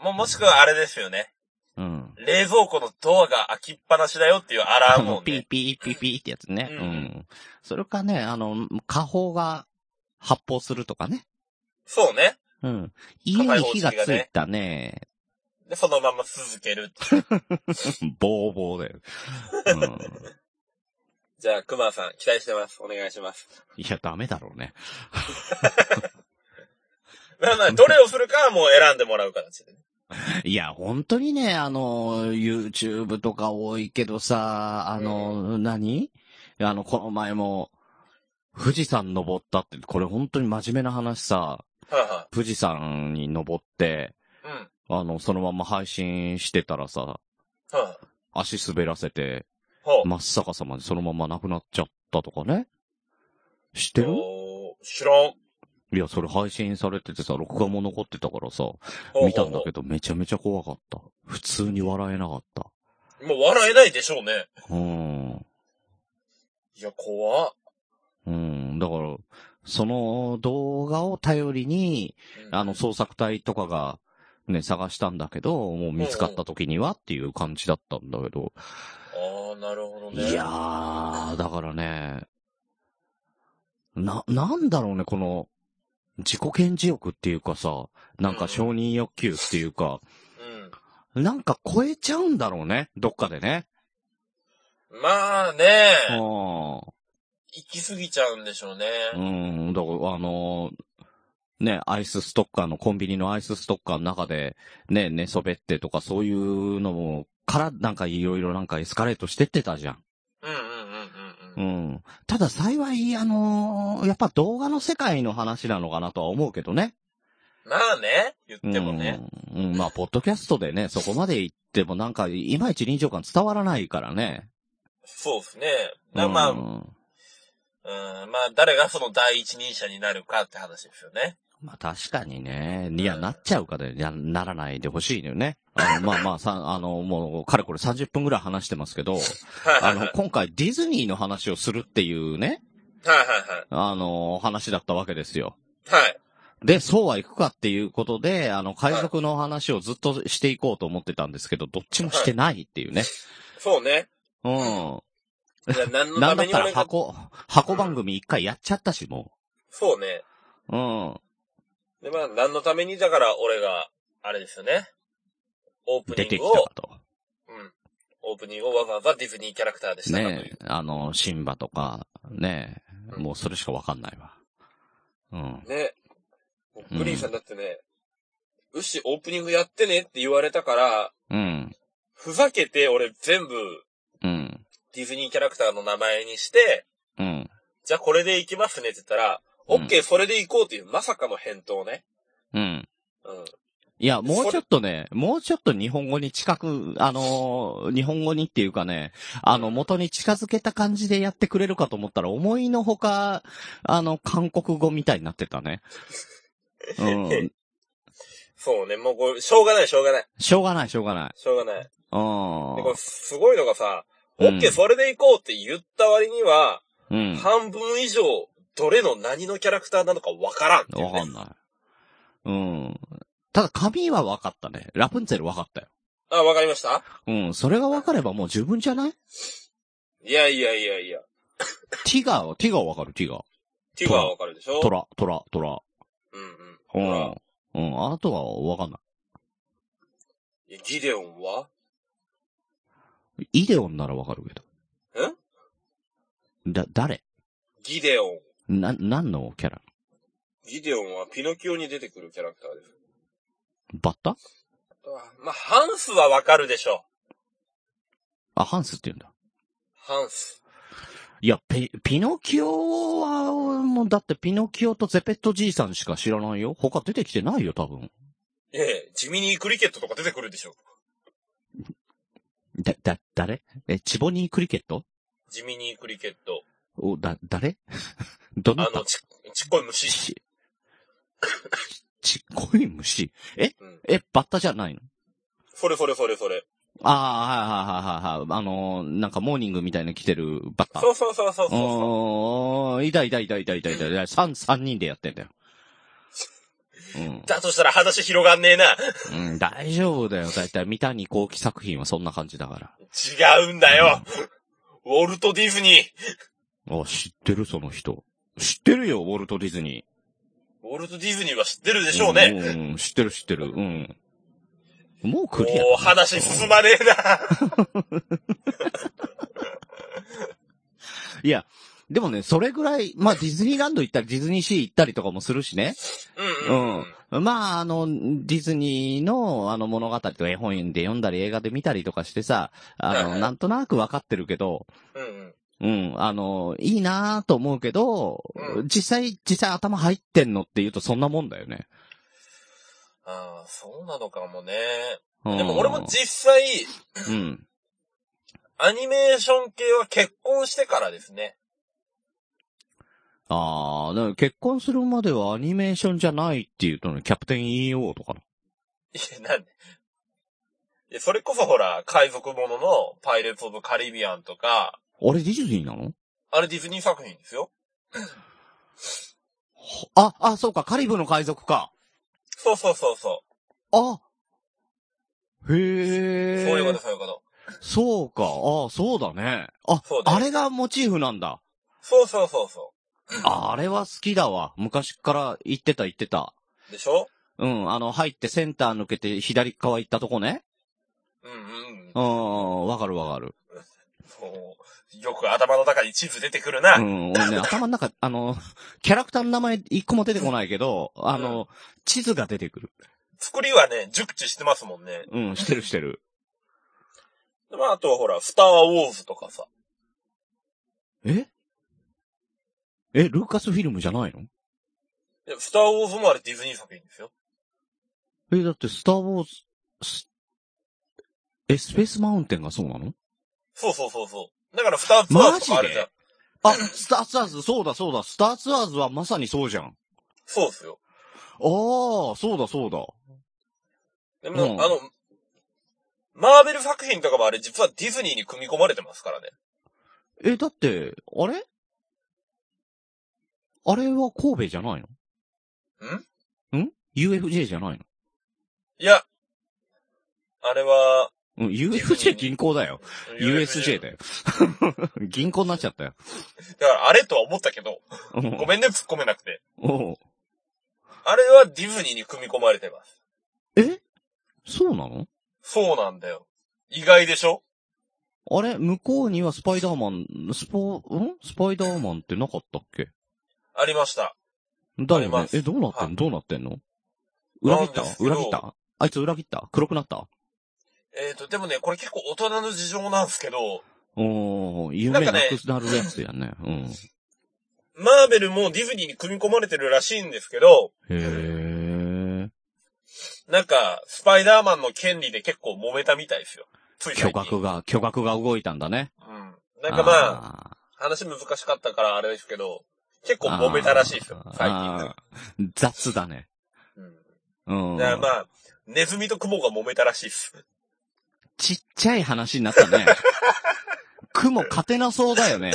[SPEAKER 1] もうもしくはあれですよね。
[SPEAKER 3] うん。
[SPEAKER 1] 冷蔵庫のドアが開きっぱなしだよっていうアラーム
[SPEAKER 3] の
[SPEAKER 1] 音
[SPEAKER 3] ピー
[SPEAKER 1] ね。
[SPEAKER 3] ピーピーピーってやつね。
[SPEAKER 1] う
[SPEAKER 3] うんん。それかね、あの、火砲が発砲するとかね。
[SPEAKER 1] そうね。
[SPEAKER 3] うん。家に火がついたね。
[SPEAKER 1] で、そのまま続ける っていう。
[SPEAKER 3] ボーボーだよ。うん。
[SPEAKER 1] じゃあ、熊さん、期待してます。お願いします。
[SPEAKER 3] いや、ダメだろうね。
[SPEAKER 1] まあまあ、どれをするかはもう選んでもらう形でね。
[SPEAKER 3] いや、本当にね、あの、YouTube とか多いけどさ、あの、何あの、この前も、富士山登ったって、これ本当に真面目な話さ、
[SPEAKER 1] は
[SPEAKER 3] 富士山に登って、
[SPEAKER 1] いはい。
[SPEAKER 3] あの、そのまま配信してたらさ、
[SPEAKER 1] うん。はい。
[SPEAKER 3] 足滑らせて、
[SPEAKER 1] ほう。
[SPEAKER 3] 真っ逆さまでそのまま亡くなっちゃったとかね。知ってる
[SPEAKER 1] おー知らん。
[SPEAKER 3] いや、それ配信されててさ、録画も残ってたからさ、
[SPEAKER 1] ほう
[SPEAKER 3] 見たんだけ
[SPEAKER 1] ど。
[SPEAKER 3] ど、めちゃめちゃ怖かった。普通に笑えなかった。
[SPEAKER 1] もう笑えないでしょうね。
[SPEAKER 3] うん。
[SPEAKER 1] いや、怖っ。
[SPEAKER 3] うん。だから、その動画を頼りに、
[SPEAKER 1] うん
[SPEAKER 3] あの、捜索隊とかが、ね、探したんだけど、もう見つかった時にはっていう感じだったんだけど。
[SPEAKER 1] ああ、なるほどね。
[SPEAKER 3] いやー、だからね、な、なんだろうね、この、自己顕示欲っていうかさ、なんか承認欲求っていうか、なんか超えちゃうんだろうね、どっかでね。
[SPEAKER 1] うん。まあね
[SPEAKER 3] うん。
[SPEAKER 1] 行き過ぎちゃうんでしょうね。
[SPEAKER 3] うん、だから、あのーね、アイスストッカーの、コンビニのアイスストッカーの中で、ね、寝そべってとかそういうのも、から、なんかいろいろなんかエスカレートしてってたじゃん。
[SPEAKER 1] うんうんうんう
[SPEAKER 3] うん
[SPEAKER 1] うん。
[SPEAKER 3] ん。ただ幸い、あのーやっぱ動画の世界の話なのかなとは思うけどね。
[SPEAKER 1] まあね、言ってもね。
[SPEAKER 3] うん。うん、まあ、ポッドキャストでね、そこまで言ってもなんか、いまいち臨場感伝わらないからね。
[SPEAKER 1] そうですね。だからまあ、
[SPEAKER 3] う
[SPEAKER 1] うん、
[SPEAKER 3] ん
[SPEAKER 1] まあ、誰がその第一人者になるかって話ですよね。
[SPEAKER 3] まあ確かにね。いや、なっちゃうかで、いやならないでほしいのよね。あの、まあまあ、さ、あの、もう、かれこれ30分ぐらい話してますけど、
[SPEAKER 1] はいは
[SPEAKER 3] あ
[SPEAKER 1] いは
[SPEAKER 3] の
[SPEAKER 1] い。、
[SPEAKER 3] 今回ディズニーの話をするっていうね、
[SPEAKER 1] はいはい
[SPEAKER 3] あの、話だったわけですよ。
[SPEAKER 1] はい。はい。
[SPEAKER 3] で、そうはいくかっていうことで、あの、海賊の話をずっとしていこうと思ってたんですけど、どっちもしてないっていうね。
[SPEAKER 1] そうね。
[SPEAKER 3] う
[SPEAKER 1] いや、 何の
[SPEAKER 3] ん。な
[SPEAKER 1] た
[SPEAKER 3] ん
[SPEAKER 1] め
[SPEAKER 3] だっ
[SPEAKER 1] に
[SPEAKER 3] たら
[SPEAKER 1] 俺が、
[SPEAKER 3] 箱、箱番組一回やっちゃったし、も
[SPEAKER 1] そうね。
[SPEAKER 3] う。うん。
[SPEAKER 1] で、まあ、何のために、だから俺が、あれですよね。オープ
[SPEAKER 3] 出
[SPEAKER 1] ニ
[SPEAKER 3] て
[SPEAKER 1] ン
[SPEAKER 3] き
[SPEAKER 1] グ
[SPEAKER 3] た
[SPEAKER 1] を
[SPEAKER 3] か、と。
[SPEAKER 1] うん。オープニングをわざわざディズニーキャラクターでしたかという。
[SPEAKER 3] ねえ、あの、シンバとか、ね
[SPEAKER 1] う
[SPEAKER 3] え、
[SPEAKER 1] ん
[SPEAKER 3] もうそれしかわかんないわ。うん。
[SPEAKER 1] ね。
[SPEAKER 3] うん
[SPEAKER 1] グリーンさんだってね、うし、オープニングやってねって言われたから、
[SPEAKER 3] うん。
[SPEAKER 1] ふざけて俺全部
[SPEAKER 3] うん。
[SPEAKER 1] ディズニーキャラクターの名前にして、
[SPEAKER 3] うん。
[SPEAKER 1] じゃあこれで行きますねって言ったら、
[SPEAKER 3] うん
[SPEAKER 1] OK、それで行こうっていうまさかの返答ね。
[SPEAKER 3] うん。
[SPEAKER 1] うん。
[SPEAKER 3] いや、もうちょっとね、もうちょっと日本語に近く、あのー日本語にっていうかね、あの、元に近づけた感じでやってくれるかと思ったら、思いのほか、あの、韓国語みたいになってたね。うん。
[SPEAKER 1] そうね、もうこれ、しょうがない、しょうがない。
[SPEAKER 3] しょうがない、しょうがない。
[SPEAKER 1] しょうがない。で、これ
[SPEAKER 3] う
[SPEAKER 1] すごいのがさ、
[SPEAKER 3] うん
[SPEAKER 1] OK、それで行こうって言った割には、
[SPEAKER 3] ん。うん。
[SPEAKER 1] 半分以上、どれの何のキャラクターなのかわからんっていうね
[SPEAKER 3] わかんない。うん。ただ、髪はわかったね。ラプンツェルわかったよ。
[SPEAKER 1] あ、わかりました
[SPEAKER 3] うん。それがわかればもう十分じゃない
[SPEAKER 1] いやいやいやいや。
[SPEAKER 3] ティガーは、ティガーわかる、ティガー。
[SPEAKER 1] ティガーはわかるでしょ
[SPEAKER 3] ト。ラ、トラ、トラ。
[SPEAKER 1] うんうん。
[SPEAKER 3] う
[SPEAKER 1] ト
[SPEAKER 3] ん
[SPEAKER 1] ラ。
[SPEAKER 3] うん。あとはわかんない。
[SPEAKER 1] ギデオンは
[SPEAKER 3] イデオンならわかるけど。んだ、誰
[SPEAKER 1] ギデオン。
[SPEAKER 3] な、何のキャラ
[SPEAKER 1] ギデオンはピノキオに出てくるキャラクターです。
[SPEAKER 3] バッタ
[SPEAKER 1] あとはまあ、ハンスはわかるでしょ
[SPEAKER 3] あ、ハンスって言うんだ。
[SPEAKER 1] ハンス。
[SPEAKER 3] いや、ピ、ピノキオは、もうだってピノキオとゼペットじいさんしか知らないよ。他出てきてないよ、多分。
[SPEAKER 1] いやいや地味にクリケットとか出てくるでしょ
[SPEAKER 3] だ、だ、誰え、チボニークリケット
[SPEAKER 1] 地味にクリケット。
[SPEAKER 3] お、だ、誰 どな
[SPEAKER 1] あ
[SPEAKER 3] た
[SPEAKER 1] の、ち、ちっこい虫。
[SPEAKER 3] ち、ちっこい虫。え
[SPEAKER 1] うん
[SPEAKER 3] え、バッタじゃないの
[SPEAKER 1] それそれそれそれ。
[SPEAKER 3] ああ、はいはいはいはいはい。あのー、なんかモーニングみたいなの着てるバッタ。
[SPEAKER 1] そうそうそうそうそう。
[SPEAKER 3] おー、いたいたいたいたいたいたいた。三、三人でやってんだよ。
[SPEAKER 1] だとしたら話広がんねえな。
[SPEAKER 3] うん。うん、大丈夫だよ。だいたい三谷幸喜作品はそんな感じだから。
[SPEAKER 1] 違うんだよ。ウォルト・ディズニー。
[SPEAKER 3] あ、知ってるその人。知ってるよ、ウォルト・ディズニ
[SPEAKER 1] ウォルト・ディズニーは知ってる
[SPEAKER 3] ー。
[SPEAKER 1] でしょうね。
[SPEAKER 3] うん、知ってる知ってる。うん。もうクリア。
[SPEAKER 1] もう話進まねえな。
[SPEAKER 3] いや、でもね、それぐらい、まあディズニーランド行ったり、ディズニーシー行ったりとかもするしね。
[SPEAKER 1] う
[SPEAKER 3] うん
[SPEAKER 1] うん
[SPEAKER 3] ん。まあ、あの、ディズニーの、あの、物語と絵本で読んだり、映画で見たりとかしてさ、あ
[SPEAKER 1] はいは
[SPEAKER 3] の、
[SPEAKER 1] い
[SPEAKER 3] なんとなくわかってるけど、
[SPEAKER 1] うんうん。
[SPEAKER 3] うん、あの、いいなぁと思うけど、
[SPEAKER 1] う
[SPEAKER 3] 実際、実際頭入ってんのって言うとそんなもんだよね。
[SPEAKER 1] ああ、そうなのかもね。
[SPEAKER 3] うん
[SPEAKER 1] でも俺も実際、
[SPEAKER 3] うん。
[SPEAKER 1] アニメーション系は結婚してからですね。
[SPEAKER 3] ああ、だから結婚するまではアニメーションじゃないっていうとね、キャプテン EO とかの。
[SPEAKER 1] いや、なんで。いや、それこそほら、海賊もののパイレーツ・オブ・カリビアンとか、
[SPEAKER 3] あれディズニーなの
[SPEAKER 1] あれディズニー作品ですよ。
[SPEAKER 3] あ、あ、そうか、カリブの海賊か。
[SPEAKER 1] そうそうそうそ
[SPEAKER 3] あ
[SPEAKER 1] う。
[SPEAKER 3] へえ。
[SPEAKER 1] そういうこと、そういうこと。
[SPEAKER 3] そうか。ああ、そうだね。あ
[SPEAKER 1] そう、だよ
[SPEAKER 3] あれがモチーフなんだ。
[SPEAKER 1] そうそうそうそ
[SPEAKER 3] ああれは好きだわ。昔から言ってた言ってた。
[SPEAKER 1] う。でしょ
[SPEAKER 3] うん、あの、入ってセンター抜けて左側行ったとこね。
[SPEAKER 1] うんうん。
[SPEAKER 3] うん、わかるわかる。
[SPEAKER 1] そう。よく頭の中に地図出てくるな。
[SPEAKER 3] うん、俺 ね、頭の中、あの、キャラクターの名前一個も出てこないけど、あの、地図が出てくる。
[SPEAKER 1] 作りはね、熟知してますもんね。
[SPEAKER 3] うん、してるしてる。
[SPEAKER 1] まあ、あとはほら、スター・ウォーズとかさ。
[SPEAKER 3] ええ、ルーカスフィルムじゃないの
[SPEAKER 1] いやスター・ウォーズもあれディズニー作品ですよ。
[SPEAKER 3] え、だってスターウォーズ、スえ、スペースマウンテンがそうなの
[SPEAKER 1] そうそうそうそう。だからスター・ツアーズとかあるじゃん
[SPEAKER 3] マ。あ、スターツアーズ、そうだそうだ、スターツアーズはまさにそうじゃん。
[SPEAKER 1] そうですよ。
[SPEAKER 3] ああ、そうだそうだ。
[SPEAKER 1] でも、
[SPEAKER 3] うん
[SPEAKER 1] あの、マーベル作品とかもあれ実はディズニーに組み込まれてますからね。
[SPEAKER 3] え、だって、あれあれは神戸じゃないのんん ?UFJ じゃない
[SPEAKER 1] いや、あれは、
[SPEAKER 3] のうん、UFJ 銀行だよ。USJ だよ。 銀行になっちゃったよ。
[SPEAKER 1] だからあれとは思ったけど、
[SPEAKER 3] うん
[SPEAKER 1] ごめんね、突っ込めなくて。
[SPEAKER 3] おう
[SPEAKER 1] あれはディズニーに組み込まれてます。
[SPEAKER 3] えそうなの
[SPEAKER 1] そうなんだよ。意外でしょ
[SPEAKER 3] あれ向こうにはスパイダーマン、スポ、んスパイダーマンってなかったっけ
[SPEAKER 1] ありました。
[SPEAKER 3] だ
[SPEAKER 1] あり
[SPEAKER 3] よ
[SPEAKER 1] ま
[SPEAKER 3] ね。
[SPEAKER 1] す
[SPEAKER 3] え、どうなってん
[SPEAKER 1] は
[SPEAKER 3] の
[SPEAKER 1] い
[SPEAKER 3] どうなってんの裏切っ
[SPEAKER 1] なんです
[SPEAKER 3] た
[SPEAKER 1] けど
[SPEAKER 3] 裏切ったあいつ裏切った黒くなった
[SPEAKER 1] えっ、と、でもね、これ結構大人の事情なんですけど、
[SPEAKER 3] おー、夢なくなるやつやね。うん。
[SPEAKER 1] マーベルもディズニーに組み込まれてるらしいんですけど、
[SPEAKER 3] へ
[SPEAKER 1] なんか、スパイダーマンの権利で結構揉めたみたいですよ。つ
[SPEAKER 3] え。
[SPEAKER 1] い最
[SPEAKER 3] 巨
[SPEAKER 1] 近。
[SPEAKER 3] 額が、巨額が動いたんだね。
[SPEAKER 1] うん。なんかまあ、
[SPEAKER 3] あ
[SPEAKER 1] 話難しかったからあれですけど、結構
[SPEAKER 3] ー、
[SPEAKER 1] 揉めたらしいですよ、最近
[SPEAKER 3] あ。ー雑だね。
[SPEAKER 1] うん。
[SPEAKER 3] うん。
[SPEAKER 1] だからまあ、ネズミとクモが揉めたらしいっす。
[SPEAKER 3] ちっちゃい話になったね。 雲勝てなそうだよね。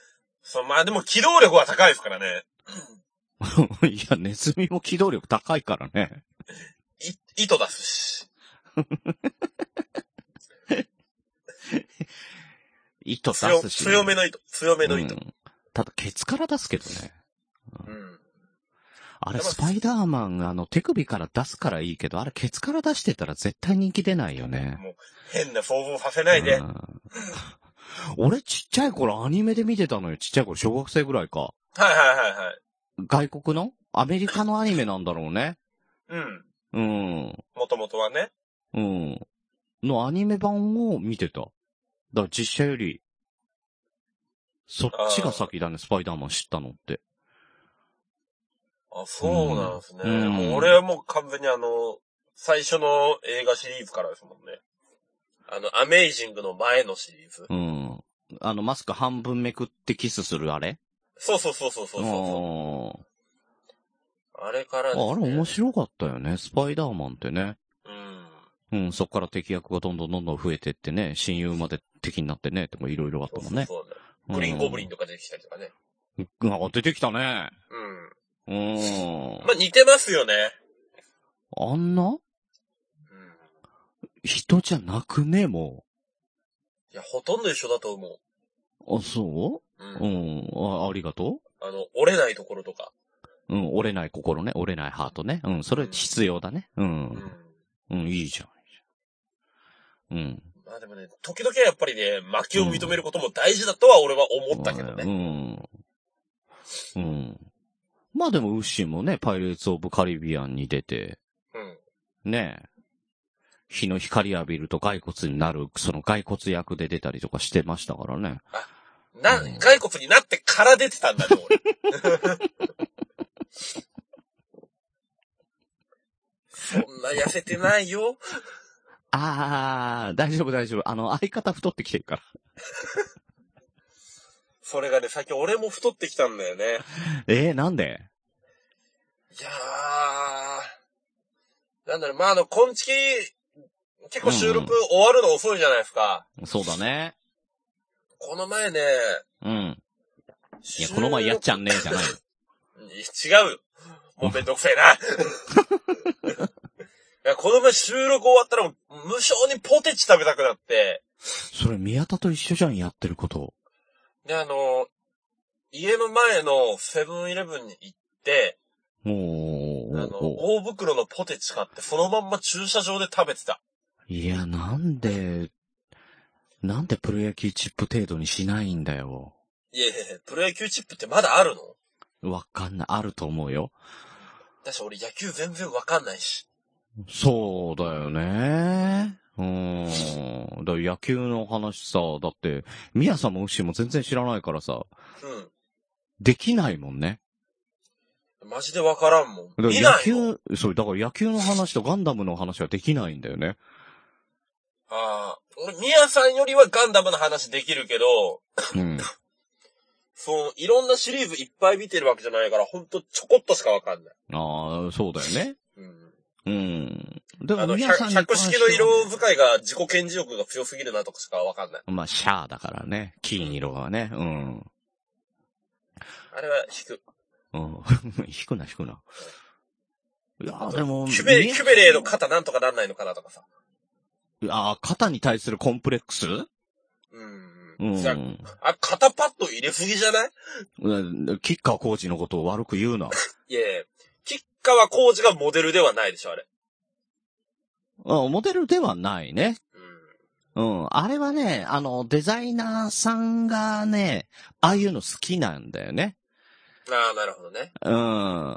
[SPEAKER 1] そう、まあでも機動力は高いですからね。
[SPEAKER 3] いや、ネズミも機動力高いからね。
[SPEAKER 1] い、糸出すし。
[SPEAKER 3] 糸出
[SPEAKER 1] 強、
[SPEAKER 3] すし、
[SPEAKER 1] 強めの糸。強めの糸
[SPEAKER 3] う。んただ、ケツから出すけどね。
[SPEAKER 1] うん。
[SPEAKER 3] あれ、
[SPEAKER 1] でも
[SPEAKER 3] スパイダーマン、あの、手首から出すからいいけど、あれ、ケツから出してたら絶対人気出ないよね。
[SPEAKER 1] もう、変な想像させないで。
[SPEAKER 3] う
[SPEAKER 1] は
[SPEAKER 3] ん俺、ちっちゃい頃アニメで見てたのよ。ちっちゃい頃、小学生ぐらいか。
[SPEAKER 1] いはいはいはい。
[SPEAKER 3] 外国のアメリカのアニメなんだろうね。
[SPEAKER 1] うん。
[SPEAKER 3] うん。
[SPEAKER 1] もともとはね。
[SPEAKER 3] うん。のアニメ版を見てた。だから実写より、そっちが先だね、スパイダーマン知ったのって。
[SPEAKER 1] あ、そうなんですね。
[SPEAKER 3] うん
[SPEAKER 1] もう俺はもう完全にあの、最初の映画シリーズからですもんね。あの、アメイジングの前のシリーズ。
[SPEAKER 3] うん。あの、マスク半分めくってキスするあれ
[SPEAKER 1] そうそうそうそうそうそう。あれからで
[SPEAKER 3] あ
[SPEAKER 1] す、
[SPEAKER 3] ー
[SPEAKER 1] ね。
[SPEAKER 3] あれ面白かったよね、スパイダーマンってね。
[SPEAKER 1] うん。
[SPEAKER 3] うん、そっから敵役がどんどんどんどん増えてってね、親友まで敵になってね、とかいろいろあっ
[SPEAKER 1] そ
[SPEAKER 3] た
[SPEAKER 1] うそ
[SPEAKER 3] も
[SPEAKER 1] うん
[SPEAKER 3] ね。
[SPEAKER 1] そうだグリーンゴブリンとか出てきたりとかね。
[SPEAKER 3] うん。あ出てきたね。
[SPEAKER 1] う
[SPEAKER 3] うん
[SPEAKER 1] ん。。まあ、似てますよね。
[SPEAKER 3] あんな
[SPEAKER 1] うん。
[SPEAKER 3] 人じゃなくね、も
[SPEAKER 1] いや、ほとんど一緒だと思う。。
[SPEAKER 3] う。あ、そうううんん。あありがとう。
[SPEAKER 1] あの、折れないところとか。
[SPEAKER 3] うん、折れない心ね、折れないハートね。うん、それ必要だね。う
[SPEAKER 1] うん
[SPEAKER 3] ん。。うん、いいじゃん。いいじゃんうん。
[SPEAKER 1] まあでもね、時々やっぱりね、負けを認めることも大事だとは俺は思ったけどね。
[SPEAKER 3] うん。うん。まあでも、ウッシーもね、パイレーツ・オブ・カリビアンに出て、
[SPEAKER 1] うん。
[SPEAKER 3] ねえ、日の光浴びると骸骨になる、その骸骨役で出たりとかしてましたからね。
[SPEAKER 1] な、
[SPEAKER 3] うん
[SPEAKER 1] 骸骨になってから出てたんだね、俺。 そんな痩せてないよ。
[SPEAKER 3] あー、大丈夫大丈夫。あの、相方太ってきてるから。
[SPEAKER 1] それがね、最近俺も太ってきたんだよね。
[SPEAKER 3] えー、なんで
[SPEAKER 1] いやー。なんだろう、まあ、あの、今月、結構収録終わるの遅いじゃないですか。
[SPEAKER 3] そうだね。
[SPEAKER 1] この前ね、
[SPEAKER 3] うん。いや、この前やっちゃんねえじゃないよ。
[SPEAKER 1] いや違うよ。もうめんどくせえな。い や、この前収録終わったらもう無性にポテチ食べたくなって、
[SPEAKER 3] それ、宮田と一緒じゃん、やってること。
[SPEAKER 1] で、あの、家の前のセブンイレブンに行って、
[SPEAKER 3] お
[SPEAKER 1] あの、
[SPEAKER 3] ーおー。
[SPEAKER 1] 大袋のポテチ買って、そのまんま駐車場で食べてた。
[SPEAKER 3] いや、なんで、なんでプロ野球チップ程度にしないんだよ。
[SPEAKER 1] いやいやいや、プロ野球チップってまだあるの
[SPEAKER 3] わかんない。あると思うよ。
[SPEAKER 1] だし俺野球全然わかんないし。
[SPEAKER 3] そうだよね。うーん。だから野球の話さ、だって、ミヤさんもウッシーも全然知らないからさ、できないもんね。
[SPEAKER 1] うん。マジでわからんもん。
[SPEAKER 3] だ
[SPEAKER 1] 見
[SPEAKER 3] から野
[SPEAKER 1] ないの
[SPEAKER 3] 球、そう、だから野球の話とガンダムの話はできないんだよね。
[SPEAKER 1] ああ。俺、ミヤさんよりはガンダムの話できるけど、
[SPEAKER 3] うん。
[SPEAKER 1] その、いろんなシリーズいっぱい見てるわけじゃないから、ほんとちょこっとしかわかんない。
[SPEAKER 3] ああ、そうだよね。
[SPEAKER 1] うん。
[SPEAKER 3] うん。で
[SPEAKER 1] あの、
[SPEAKER 3] ミヤ
[SPEAKER 1] 百
[SPEAKER 3] さんに関
[SPEAKER 1] 百
[SPEAKER 3] して
[SPEAKER 1] 式
[SPEAKER 3] は
[SPEAKER 1] の色使いが自己顕示欲が強すぎるなとかしかわかんない。
[SPEAKER 3] まあ、シャアだからね。金色はね。うん。
[SPEAKER 1] あれは引く。
[SPEAKER 3] うん。 引くな、引くな。いやーでも、
[SPEAKER 1] キュベレ、
[SPEAKER 3] み
[SPEAKER 1] キュベレーの肩なんとかなんないのかなとかさ。
[SPEAKER 3] あー肩に対するコンプレックス
[SPEAKER 1] うん。
[SPEAKER 3] う
[SPEAKER 1] じゃ
[SPEAKER 3] ん。
[SPEAKER 1] あ、あ肩パッド入れすぎじゃない
[SPEAKER 3] うんキッカーコーチのことを悪く言うな。
[SPEAKER 1] いやいや吉川浩二がモデルではないでしょ、あれ。
[SPEAKER 3] あモデルではないね。
[SPEAKER 1] うん。
[SPEAKER 3] うん。あれはね、あの、デザイナーさんがね、ああいうの好きなんだよね。
[SPEAKER 1] ああ、なるほどね。
[SPEAKER 3] うん。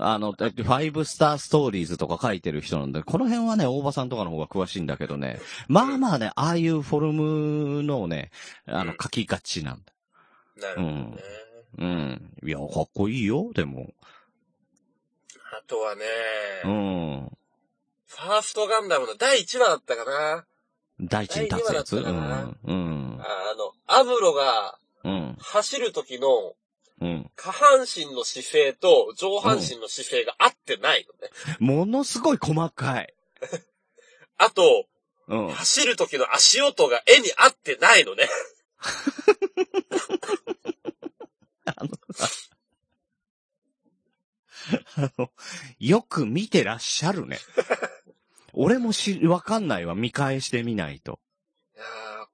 [SPEAKER 3] あの、だってファイブスターストーリーズとか書いてる人なんで、この辺はね、大場さんとかの方が詳しいんだけどね、まあまあね、ああいうフォルムのをね、あの
[SPEAKER 1] う、ん
[SPEAKER 3] 書きがちなんだ。
[SPEAKER 1] なるほどね。
[SPEAKER 3] うん。いや、かっこいいよ、でも。
[SPEAKER 1] あとはね、
[SPEAKER 3] うん。
[SPEAKER 1] ファーストガンダムの第1話だったかな。
[SPEAKER 3] 第一に立つやつう
[SPEAKER 1] 第二話だっ
[SPEAKER 3] ん。うん。
[SPEAKER 1] あの、アムロが
[SPEAKER 3] うん。
[SPEAKER 1] 走る時の
[SPEAKER 3] うん。
[SPEAKER 1] 下半身の姿勢と上半身の姿勢が合ってないのね。
[SPEAKER 3] ものすごい細かい。
[SPEAKER 1] あと、
[SPEAKER 3] うん。
[SPEAKER 1] 走る時の足音が絵に合ってないのね。
[SPEAKER 3] あの、よく見てらっし ゃるね。俺もし、わかんないわ。見返してみないと。
[SPEAKER 1] いやー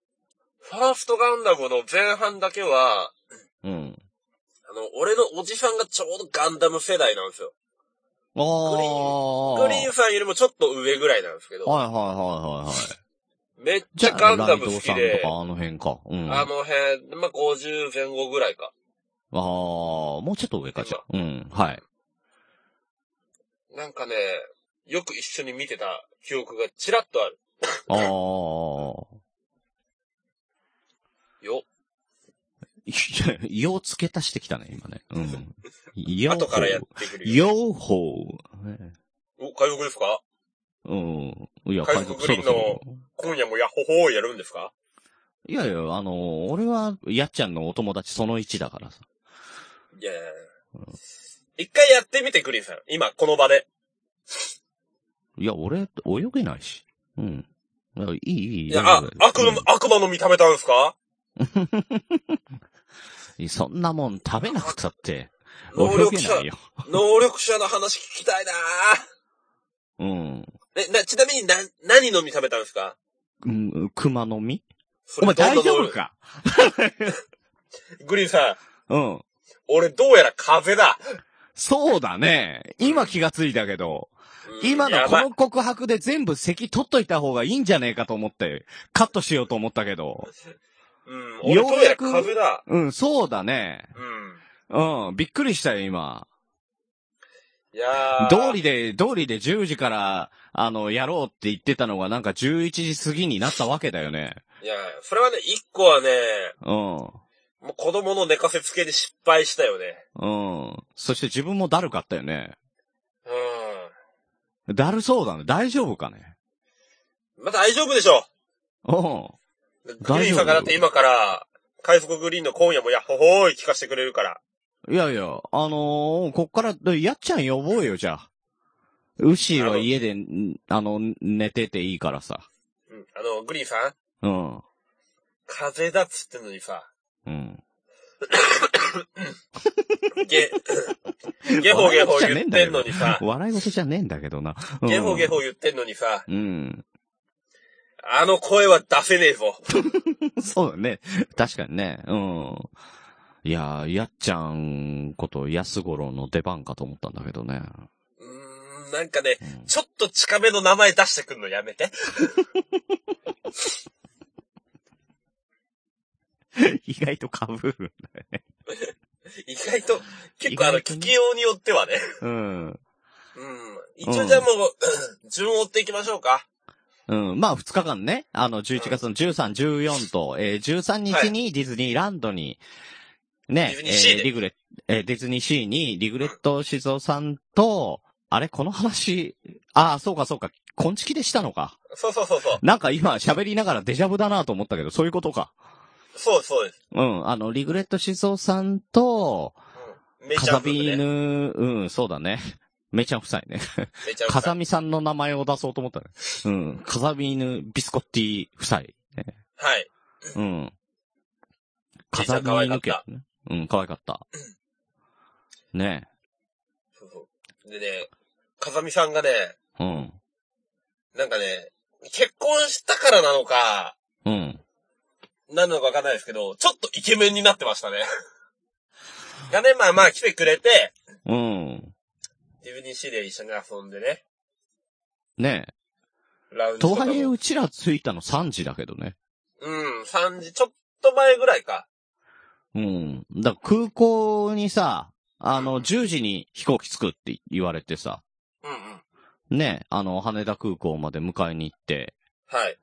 [SPEAKER 1] ファーストガンダムの前半だけは、
[SPEAKER 3] うん。
[SPEAKER 1] あの、俺のおじさんがちょうどガンダム世代なんですよ。
[SPEAKER 3] ああ。
[SPEAKER 1] グリーンさんよりもちょっと上ぐらいなんですけど、
[SPEAKER 3] はいはいはいはいはい。
[SPEAKER 1] めっ
[SPEAKER 3] じ
[SPEAKER 1] ちゃ
[SPEAKER 3] ゃあ、
[SPEAKER 1] ガンダム
[SPEAKER 3] ラ
[SPEAKER 1] 好
[SPEAKER 3] イドさ
[SPEAKER 1] き
[SPEAKER 3] んと
[SPEAKER 1] で、
[SPEAKER 3] かあの辺か。うん。
[SPEAKER 1] あ
[SPEAKER 3] あ
[SPEAKER 1] の辺、まあ、50前後ぐらいか。
[SPEAKER 3] あー、もうちょっと上かじゃあ。うん。はい。
[SPEAKER 1] なんかね、よく一緒に見てた記憶がちらっとある。
[SPEAKER 3] ああ。
[SPEAKER 1] よ。
[SPEAKER 3] いや、よう付け足してきたね、今ね。 うん。よう
[SPEAKER 1] 後からやってくるよ。
[SPEAKER 3] ようほう。ね
[SPEAKER 1] お、海賊ですか
[SPEAKER 3] うん。いや、
[SPEAKER 1] 海賊グリーンの
[SPEAKER 3] そろそろ
[SPEAKER 1] 今夜もヤッホホーやるんですか
[SPEAKER 3] いやいや、あの、俺は、やっちゃんのお友達その1だからさ。
[SPEAKER 1] いやいやいや一回やってみて、グリーンさん。今、この場で。
[SPEAKER 3] いや、俺、泳げないし。うん。いやいい、いい、
[SPEAKER 1] いや、あ、悪の、悪魔の見た目たんですか
[SPEAKER 3] うんそんなもん食べなくたって、
[SPEAKER 1] 能
[SPEAKER 3] 泳
[SPEAKER 1] 力
[SPEAKER 3] げ
[SPEAKER 1] 者
[SPEAKER 3] な、いよ。
[SPEAKER 1] 能力者の話聞きたいな
[SPEAKER 3] うん。
[SPEAKER 1] ぁ。ね、な、ちなみにな、何の見た目たんですか
[SPEAKER 3] うん熊の実
[SPEAKER 1] そ
[SPEAKER 3] お
[SPEAKER 1] れ
[SPEAKER 3] 前大
[SPEAKER 1] ど
[SPEAKER 3] 丈
[SPEAKER 1] んな
[SPEAKER 3] 夫
[SPEAKER 1] 能力
[SPEAKER 3] か
[SPEAKER 1] グリーンさん、
[SPEAKER 3] うん。
[SPEAKER 1] 俺どうやら風邪だ。
[SPEAKER 3] そうだね。今気がついたけど。
[SPEAKER 1] うん
[SPEAKER 3] 今の
[SPEAKER 1] や
[SPEAKER 3] こ
[SPEAKER 1] ばい
[SPEAKER 3] の告白で全部席取っといた方がいいんじゃねえかと思って、カットしようと思ったけど。
[SPEAKER 1] うん、俺どうやら風邪だ。
[SPEAKER 3] うん、そうだね。
[SPEAKER 1] うん。
[SPEAKER 3] うん、びっくりしたよ、今。
[SPEAKER 1] いやー
[SPEAKER 3] 道理で、道理で10時から、あの、やろうって言ってたのがなんか11時過ぎになったわけだよね。
[SPEAKER 1] いや、それはね、一個はね、
[SPEAKER 3] うん。
[SPEAKER 1] もう子供の寝かせつけに失敗したよね。
[SPEAKER 3] うん。そして自分もだるかったよね。
[SPEAKER 1] う
[SPEAKER 3] だるそうだね。大丈夫かね。
[SPEAKER 1] ん。まだ大丈夫でしょ
[SPEAKER 3] うん。
[SPEAKER 1] う。グ
[SPEAKER 3] 夫
[SPEAKER 1] リーンさんがだって今から、海賊グリーンの今夜もやっほほーい聞かせてくれるから。
[SPEAKER 3] いやいや、あのー、こっから、やっちゃん呼ぼうよ、じゃあ。ウッシーは家で、んあの、寝てていいからさ。
[SPEAKER 1] うん。あの、グリーンさん、
[SPEAKER 3] うん。
[SPEAKER 1] 風邪だっつってんのにさ、
[SPEAKER 3] うん。
[SPEAKER 1] ゲ、ゲホゲホ言ってんのにさ、
[SPEAKER 3] 笑い事じゃねえんだけどな。うん
[SPEAKER 1] ゲホゲホ言ってんのにさ、
[SPEAKER 3] うん。
[SPEAKER 1] あの声は出せねえぞ。
[SPEAKER 3] そうだね。確かにね。うん。いやー、やっちゃんこと安五郎の出番かと思ったんだけ どね。
[SPEAKER 1] うーん、なんかね、
[SPEAKER 3] うん
[SPEAKER 1] ちょっと近めの名前出してくんのやめて。
[SPEAKER 3] 意外と被る。
[SPEAKER 1] 意外と、結構あの、
[SPEAKER 3] 意外と
[SPEAKER 1] 聞
[SPEAKER 3] ね
[SPEAKER 1] きようによってはね。
[SPEAKER 3] うん。
[SPEAKER 1] うん。 一応じゃあもう、順を追っていきましょうか。
[SPEAKER 3] うん。まあ、2日間ね、あの、11月の13、14と、えー13日にディズニーランドに、ね
[SPEAKER 1] ディ、ズ
[SPEAKER 3] え
[SPEAKER 1] ニーシー
[SPEAKER 3] ー
[SPEAKER 1] で
[SPEAKER 3] リグレえーディズニーシーに、リグレット静雄さんと、あれこの話、ああ、そうかそうか、こんちきでしたのか。
[SPEAKER 1] そうそうそうそう。
[SPEAKER 3] なんか今喋りながらデジャブだなと思ったけど、そういうことか。
[SPEAKER 1] そうそうです。
[SPEAKER 3] うん、あの、リグレット静雄さんと、
[SPEAKER 1] うん。め
[SPEAKER 3] カ
[SPEAKER 1] ちゃ
[SPEAKER 3] ザ
[SPEAKER 1] ん夫婦
[SPEAKER 3] ビ
[SPEAKER 1] ね。
[SPEAKER 3] ーヌ、うん、そうだね。 めちゃん夫妻ね。
[SPEAKER 1] めちゃん夫
[SPEAKER 3] カ
[SPEAKER 1] 婦
[SPEAKER 3] ザミさんの名前を出そうと思ったね。うん、カザビーヌ・ビスコッティ夫妻。
[SPEAKER 1] はい。
[SPEAKER 3] うん。
[SPEAKER 1] じいちゃん
[SPEAKER 3] 飾り抜けね。うん、可愛かった。ね
[SPEAKER 1] そうそうでね、風見さんがね、
[SPEAKER 3] え。うん。
[SPEAKER 1] なんかね、結婚したからなのか、
[SPEAKER 3] うん。
[SPEAKER 1] 何なのかわかんないですけど、ちょっとイケメンになってましたね。がね、まあまあ来てくれて、
[SPEAKER 3] うん。
[SPEAKER 1] ディズニーシーで一緒に遊んでね、
[SPEAKER 3] ね
[SPEAKER 1] ラウン
[SPEAKER 3] え。
[SPEAKER 1] ジ
[SPEAKER 3] と
[SPEAKER 1] とか
[SPEAKER 3] はいえ、
[SPEAKER 1] も。
[SPEAKER 3] うちら着いたの3時だけどね。
[SPEAKER 1] うん、3時ちょっと前ぐらいか。
[SPEAKER 3] うん。だから空港にさ、あの、10時に飛行機着くって言われてさ、
[SPEAKER 1] うんうん。
[SPEAKER 3] ね、あの、羽田空港まで迎えに行って、
[SPEAKER 1] はい。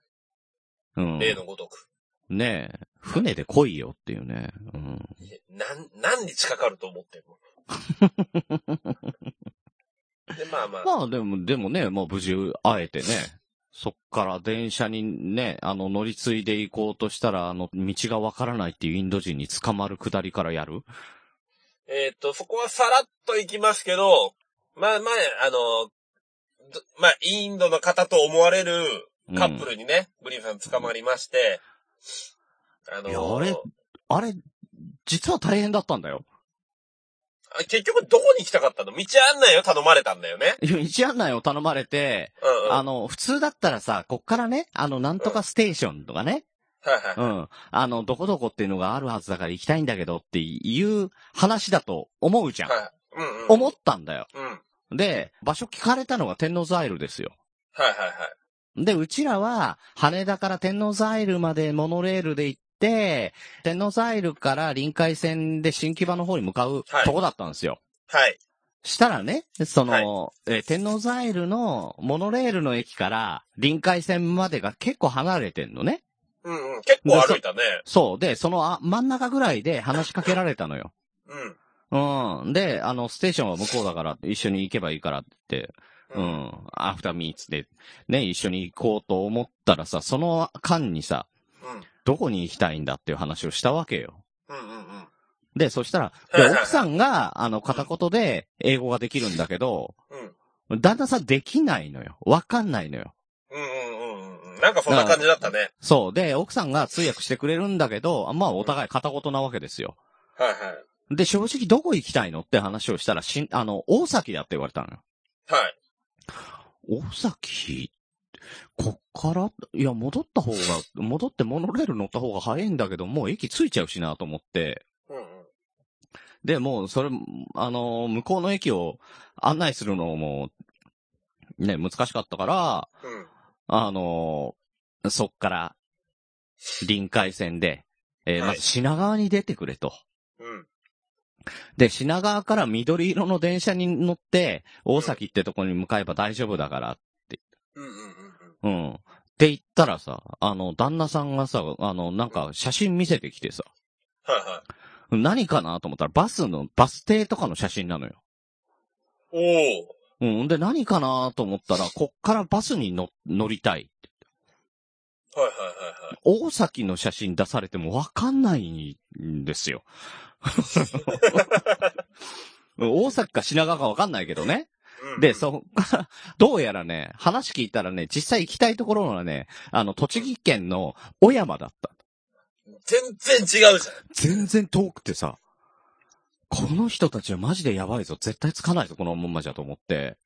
[SPEAKER 3] うん。
[SPEAKER 1] 例のごとく。
[SPEAKER 3] ね船で来いよっていうね。うん。
[SPEAKER 1] いや何、何日かかると思ってん ので、まあまあ。
[SPEAKER 3] まあでも、でもね、もう無事会えてね、そっから電車にね、あの、乗り継いで行こうとしたら、あの、道がわからないっていうインド人に捕まるくだりからやる
[SPEAKER 1] えーっと、そこはさらっと行きますけど、まあまあ、あの、どまあ、インドの方と思われるカップルにね、ブリンさん捕まりまして、あ
[SPEAKER 3] いや
[SPEAKER 1] の
[SPEAKER 3] あれあれ、実は大変だったんだよ。
[SPEAKER 1] あ結局どこに行きたかったの道案内を頼まれたんだよね。
[SPEAKER 3] いや道案内を頼まれて、
[SPEAKER 1] うんうん。
[SPEAKER 3] あ
[SPEAKER 1] はい
[SPEAKER 3] の、普通だったらさ、こっからね、あの、なんとかステーションとかね、
[SPEAKER 1] はい。
[SPEAKER 3] うん。あの、どこどこっていうのがあるはずだから行きたいんだけどっていう話だと思うじゃん。
[SPEAKER 1] はい。うんうん。
[SPEAKER 3] 思ったんだよ。
[SPEAKER 1] うん。はい
[SPEAKER 3] で、場所聞かれたのが天王ザイルですよ。
[SPEAKER 1] はいはい。
[SPEAKER 3] で、うちらは、羽田から天王ザイルまでモノレールで行って、天王ザイルから臨海線で新木場の方に向かう
[SPEAKER 1] はい
[SPEAKER 3] とこだったんですよ。
[SPEAKER 1] はい。
[SPEAKER 3] したらね、その、えー天王ザイルのモノレールの駅から臨海線までが結構離れてんのね。
[SPEAKER 1] うんうん。結構歩いたね。
[SPEAKER 3] そう。で、そのあ真ん中ぐらいで話しかけられたのよ。
[SPEAKER 1] うん。
[SPEAKER 3] うん。で、あの、ステーションは向こうだから、一緒に行けばいいからって、うん。アフターミーツで、ね、一緒に行こうと思ったらさ、その間にさ、
[SPEAKER 1] うん。
[SPEAKER 3] どこに行きたいんだっていう話をしたわけよ。
[SPEAKER 1] うんうんうん。
[SPEAKER 3] で、そした
[SPEAKER 1] は
[SPEAKER 3] ら、で
[SPEAKER 1] いはいはい
[SPEAKER 3] 奥さんが、あの、片言で英語ができるんだけど、
[SPEAKER 1] うん。
[SPEAKER 3] 旦那さんできないのよ。わかんないのよ。
[SPEAKER 1] うんうんうんうん。なんかそんな感じだったね。
[SPEAKER 3] そう。で、奥さんが通訳してくれるんだけど、あまあ、お互い片言なわけですよ。
[SPEAKER 1] はいはい。
[SPEAKER 3] で、正直どこ行きたいのって話をしたら、しん、あの、大崎だって言われたのよ。
[SPEAKER 1] はい。
[SPEAKER 3] 大崎、こっから、いや、戻った方が、戻ってモノレール乗った方が早いんだけど、もう駅着いちゃうしなと思って、
[SPEAKER 1] うんうん。
[SPEAKER 3] で、もう、それ、あの、向こうの駅を案内するのも、ね、難しかったから、
[SPEAKER 1] うん。
[SPEAKER 3] あの、そっから、臨海線で、えー
[SPEAKER 1] はい
[SPEAKER 3] まず品川に出てくれと。
[SPEAKER 1] うん。
[SPEAKER 3] で、品川から緑色の電車に乗って、大崎ってとこに向かえば大丈夫だから
[SPEAKER 1] うんうんうん
[SPEAKER 3] うん。って言ったらさ、あの、旦那さんがさ、あの、なんか写真見せてきてさ、
[SPEAKER 1] はいは
[SPEAKER 3] 何かなと思ったらバスの、バス停とかの写真なのよ。
[SPEAKER 1] い。おお。
[SPEAKER 3] うん。で、何かなと思ったら、こっからバスに乗、乗りたい。
[SPEAKER 1] はいはいはいはい。
[SPEAKER 3] 大崎の写真出されてもわかんないんですよ。 大崎か品川かわかんないけどね。
[SPEAKER 1] うん
[SPEAKER 3] で、そっから、どうやらね、話聞いたらね、実際行きたいところはね、あの、栃木県の小山だった。
[SPEAKER 1] 全然違うじゃん。
[SPEAKER 3] 全然遠くてさ、この人たちはマジでやばいぞ。絶対つかないぞ、このまんまじゃと思って。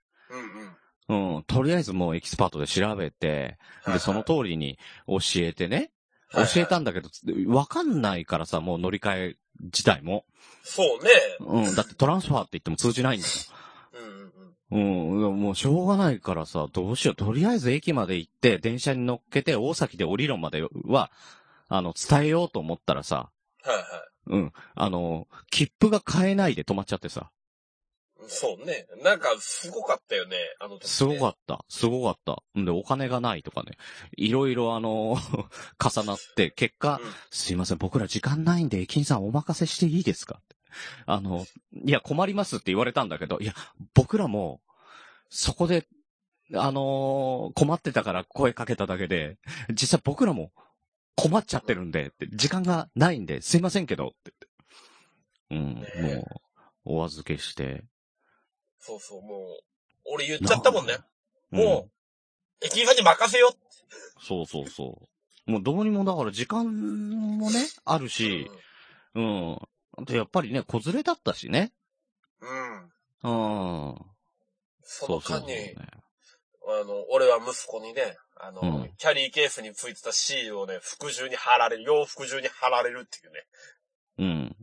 [SPEAKER 1] うんうん。
[SPEAKER 3] うん、とりあえずもうエキスパートで調べて、で、その通りに教えてね。教え
[SPEAKER 1] はいはい。
[SPEAKER 3] たんだけど、わかんないからさ、もう乗り換え自体も。
[SPEAKER 1] そうね。
[SPEAKER 3] うん、だってトランスファーって言っても通じないんだよ。
[SPEAKER 1] うんうんうん。
[SPEAKER 3] うん、もうしょうがないからさ、どうしよう。とりあえず駅まで行って、電車に乗っけて、大崎で降りろまでは、あの、伝えようと思ったらさ、
[SPEAKER 1] はいは
[SPEAKER 3] うん、あの、切符が買えないで止まっちゃってさ。
[SPEAKER 1] い。そうね。なんか、すごかったよね。あの時、ね。
[SPEAKER 3] すごか
[SPEAKER 1] っ
[SPEAKER 3] った。すごかった。んで、お金がないとかね。いろいろあの、 重なって、結果、
[SPEAKER 1] うん
[SPEAKER 3] すいません、僕ら時間ないんで、駅員さんお任せしていいですかってあの、いや、困りますって言われたんだけど、いや、僕らも、そこで、あのー困ってたから声かけただけで、実際僕らも困っちゃってるんで、って時間がないんで、すいませんけど、って言ってうん、
[SPEAKER 1] ねえ
[SPEAKER 3] もう、お預けして。
[SPEAKER 1] そうそう、もう。俺言っちゃったもんね。
[SPEAKER 3] うん
[SPEAKER 1] もう、駅員さんに任せよう。
[SPEAKER 3] そうそうそう。もうどうにもだから時間もね、あるし、うん。で、やっぱりね、子連れだったしね。
[SPEAKER 1] うん。うん。
[SPEAKER 3] うん。
[SPEAKER 1] その間に、
[SPEAKER 3] ね
[SPEAKER 1] あの、俺は息子にね、あの、
[SPEAKER 3] うん
[SPEAKER 1] キャリーケースについてたシールをね、服従に貼られる、洋服従に貼られるっていうね。
[SPEAKER 3] うん。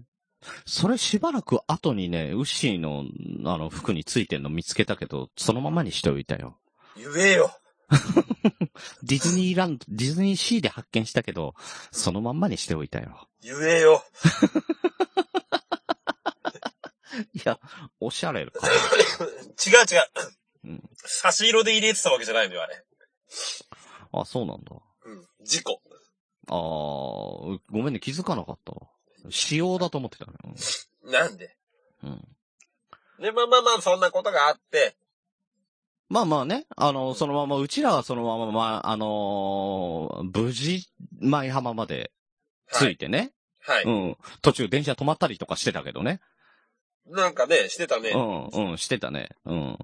[SPEAKER 3] それしばらく後にね、ウッシーの、あの、服についてんの見つけたけど、そのままにしておいたよ。
[SPEAKER 1] 言えよ
[SPEAKER 3] ディズニーランド、 ディズニーシーで発見したけど、そのまんまにしておいたよ。
[SPEAKER 1] 言えよ
[SPEAKER 3] いや、おしゃれか。
[SPEAKER 1] 違う違う。
[SPEAKER 3] うん
[SPEAKER 1] 差し色で入れてたわけじゃないのよ、あれ。
[SPEAKER 3] あ、そうなんだ。
[SPEAKER 1] うん。事故。
[SPEAKER 3] あー、うごめんね、気づかなかったわ。仕様だと思ってたね。
[SPEAKER 1] なんで。
[SPEAKER 3] うんうん。
[SPEAKER 1] で、まあまあまあ、そんなことがあって、
[SPEAKER 3] まあまあね、あの、そのまま、うちらはそのまま、まあ、あのー無事、舞浜まで
[SPEAKER 1] は
[SPEAKER 3] 着
[SPEAKER 1] い。
[SPEAKER 3] いてね、
[SPEAKER 1] はい。
[SPEAKER 3] うん。途中電車止まったりとかしてたけどね。
[SPEAKER 1] なんかね、してたね。
[SPEAKER 3] うん、うん、してたね。うん。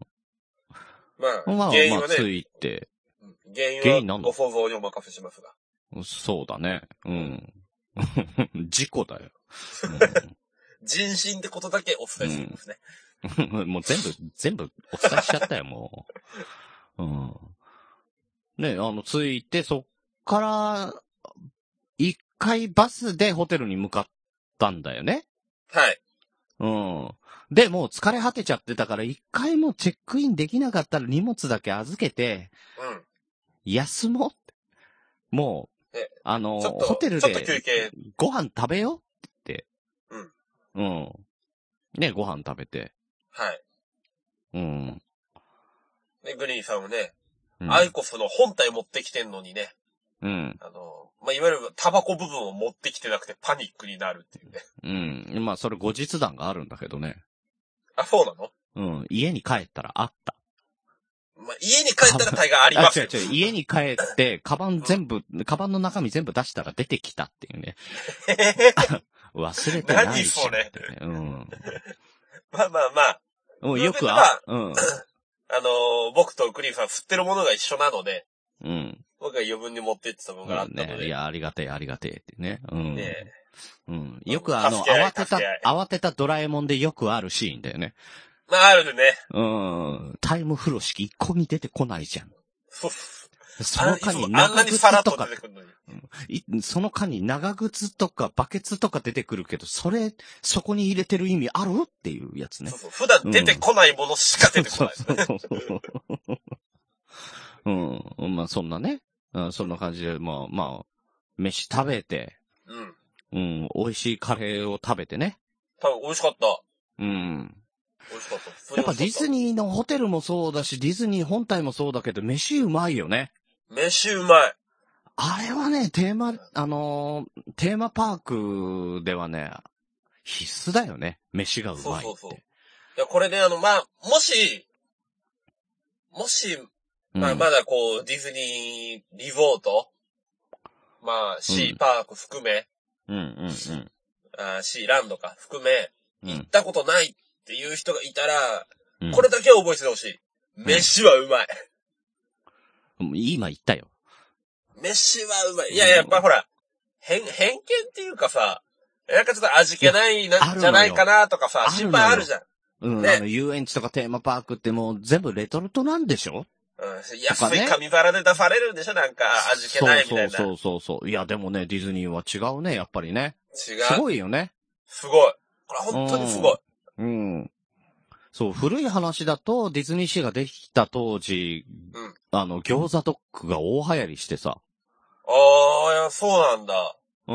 [SPEAKER 1] まあ、
[SPEAKER 3] まあ
[SPEAKER 1] 原因
[SPEAKER 3] ま
[SPEAKER 1] は
[SPEAKER 3] あ、
[SPEAKER 1] ね、
[SPEAKER 3] 着いて。
[SPEAKER 1] うん原
[SPEAKER 3] 原
[SPEAKER 1] 因
[SPEAKER 3] 因
[SPEAKER 1] は
[SPEAKER 3] 何
[SPEAKER 1] ご想像にお任せしますが。
[SPEAKER 3] そうだね。うん。 事故だよ。
[SPEAKER 1] 人心ってことだけお伝えするんですね。
[SPEAKER 3] うん、 もう全部、全部お伝えしちゃったよ、もう。うん。ね、あの、着いて、そっから、一回バスでホテルに向かったんだよね。
[SPEAKER 1] はい。
[SPEAKER 3] うん。で、もう疲れ果てちゃってたから、一回もうチェックインできなかったら荷物だけ預けて、
[SPEAKER 1] うん。
[SPEAKER 3] 休もうって。もう
[SPEAKER 1] え、
[SPEAKER 3] あの、
[SPEAKER 1] ちょっと
[SPEAKER 3] ホテル
[SPEAKER 1] ちょっと休
[SPEAKER 3] で
[SPEAKER 1] 憩。
[SPEAKER 3] ご飯食べようって言って。うん。ね、ご飯食べて。
[SPEAKER 1] はい。
[SPEAKER 3] うん。
[SPEAKER 1] で、グリーンさんはね、
[SPEAKER 3] うん
[SPEAKER 1] アイコスの本体持ってきてんのにね、
[SPEAKER 3] うん。
[SPEAKER 1] あの、まあ、いわゆるタバコ部分を持ってきてなくてパニックになるっていうね。
[SPEAKER 3] うん。まあ、それ後日談があるんだけどね。
[SPEAKER 1] あ、そうなの
[SPEAKER 3] うん。家に帰ったらあった。
[SPEAKER 1] まあ、家に帰ったら大概あります
[SPEAKER 3] 違
[SPEAKER 1] よ
[SPEAKER 3] う。違う。家に帰って、カバン全部、カバンの中身全部出したら出てきたって いうね。忘れてないし。
[SPEAKER 1] 何それ
[SPEAKER 3] ってね。
[SPEAKER 1] まあまあまあ、
[SPEAKER 3] うん。もうよくあ、うん。
[SPEAKER 1] あのー僕とグリーンさん吸ってるものが一緒なので、
[SPEAKER 3] うん。
[SPEAKER 1] 僕が余分に持ってってた分があったので。
[SPEAKER 3] ね。いや、ありがてえ、ありがてえってね。うん。
[SPEAKER 1] ねえ
[SPEAKER 3] うん。よくあの、
[SPEAKER 1] 助け合
[SPEAKER 3] 慌
[SPEAKER 1] い
[SPEAKER 3] て
[SPEAKER 1] 助
[SPEAKER 3] た
[SPEAKER 1] け合い、
[SPEAKER 3] 慌てたドラえもんでよくあるシーンだよね。
[SPEAKER 1] まあ、あるね。
[SPEAKER 3] うん。タイム風呂式一個に出てこないじゃん。
[SPEAKER 1] そうっす
[SPEAKER 3] そ
[SPEAKER 1] あ
[SPEAKER 3] の
[SPEAKER 1] いつ
[SPEAKER 3] 間
[SPEAKER 1] も
[SPEAKER 3] に
[SPEAKER 1] あんな
[SPEAKER 3] 長
[SPEAKER 1] にさらっ
[SPEAKER 3] 靴と
[SPEAKER 1] と
[SPEAKER 3] か
[SPEAKER 1] 出て、くるのに。
[SPEAKER 3] いその間に長靴とかバケツとか出てくるけど、それ、そこに入れてる意味あるっていうやつね
[SPEAKER 1] そう。そう。普段出てこないものしか出てこ
[SPEAKER 3] そ
[SPEAKER 1] な
[SPEAKER 3] う
[SPEAKER 1] い。
[SPEAKER 3] そうそうそう。うん。まあ、そんなね。うんそんな感じで、まあ、まあ、飯食べて、
[SPEAKER 1] うん。
[SPEAKER 3] うん、美味しいカレーを食べてね。
[SPEAKER 1] 多分美味しかった。
[SPEAKER 3] うん。
[SPEAKER 1] 美味しかった。普通に
[SPEAKER 3] やっぱディズニーのホテルもそうだし、ディズニー本体もそうだけど、飯うまいよね。
[SPEAKER 1] 美味しかった。飯うまい。
[SPEAKER 3] あれはね、テーマ、あのーテーマパークではね、必須だよね。飯がうまいって。
[SPEAKER 1] そうそうそういや、これね、あの、まあ、もし、もし、
[SPEAKER 3] うん
[SPEAKER 1] まあ、まだこう、ディズニーリゾート、まあ、シーパーク含め、
[SPEAKER 3] うんうん
[SPEAKER 1] あーシーランドか含め、
[SPEAKER 3] うん。う
[SPEAKER 1] 行っ
[SPEAKER 3] ん。
[SPEAKER 1] たことないっていう人がいたら、
[SPEAKER 3] うん
[SPEAKER 1] これだけは覚えててほしい。飯はうまい。
[SPEAKER 3] 今言ったよ。
[SPEAKER 1] 飯はうまい。いやいや、やっぱほら、偏、偏見っていうかさ、なんかちょっと味気ない
[SPEAKER 3] いや
[SPEAKER 1] な、
[SPEAKER 3] あるのよ
[SPEAKER 1] じゃないかなとかさ
[SPEAKER 3] あ、るのよ
[SPEAKER 1] 心配あるじゃん。
[SPEAKER 3] うん、
[SPEAKER 1] ね
[SPEAKER 3] あの、遊園地とかテーマパークってもう全部レトルトなんでしょ
[SPEAKER 1] うん、
[SPEAKER 3] とか
[SPEAKER 1] 安い
[SPEAKER 3] ね
[SPEAKER 1] 紙皿で出されるんでしょなんか、味気ないみたいな。
[SPEAKER 3] そうそうそうそう。いや、でもね、ディズニーは違うね、やっぱりね。
[SPEAKER 1] 違う。
[SPEAKER 3] すごいよね。
[SPEAKER 1] すごい。これ本当にすごい。
[SPEAKER 3] うん。そう、古い話だと、ディズニーシーができた当時、
[SPEAKER 1] うん
[SPEAKER 3] あの、餃子ドッグが大流行りしてさ。
[SPEAKER 1] ああ、いや、そうなんだ。
[SPEAKER 3] うん。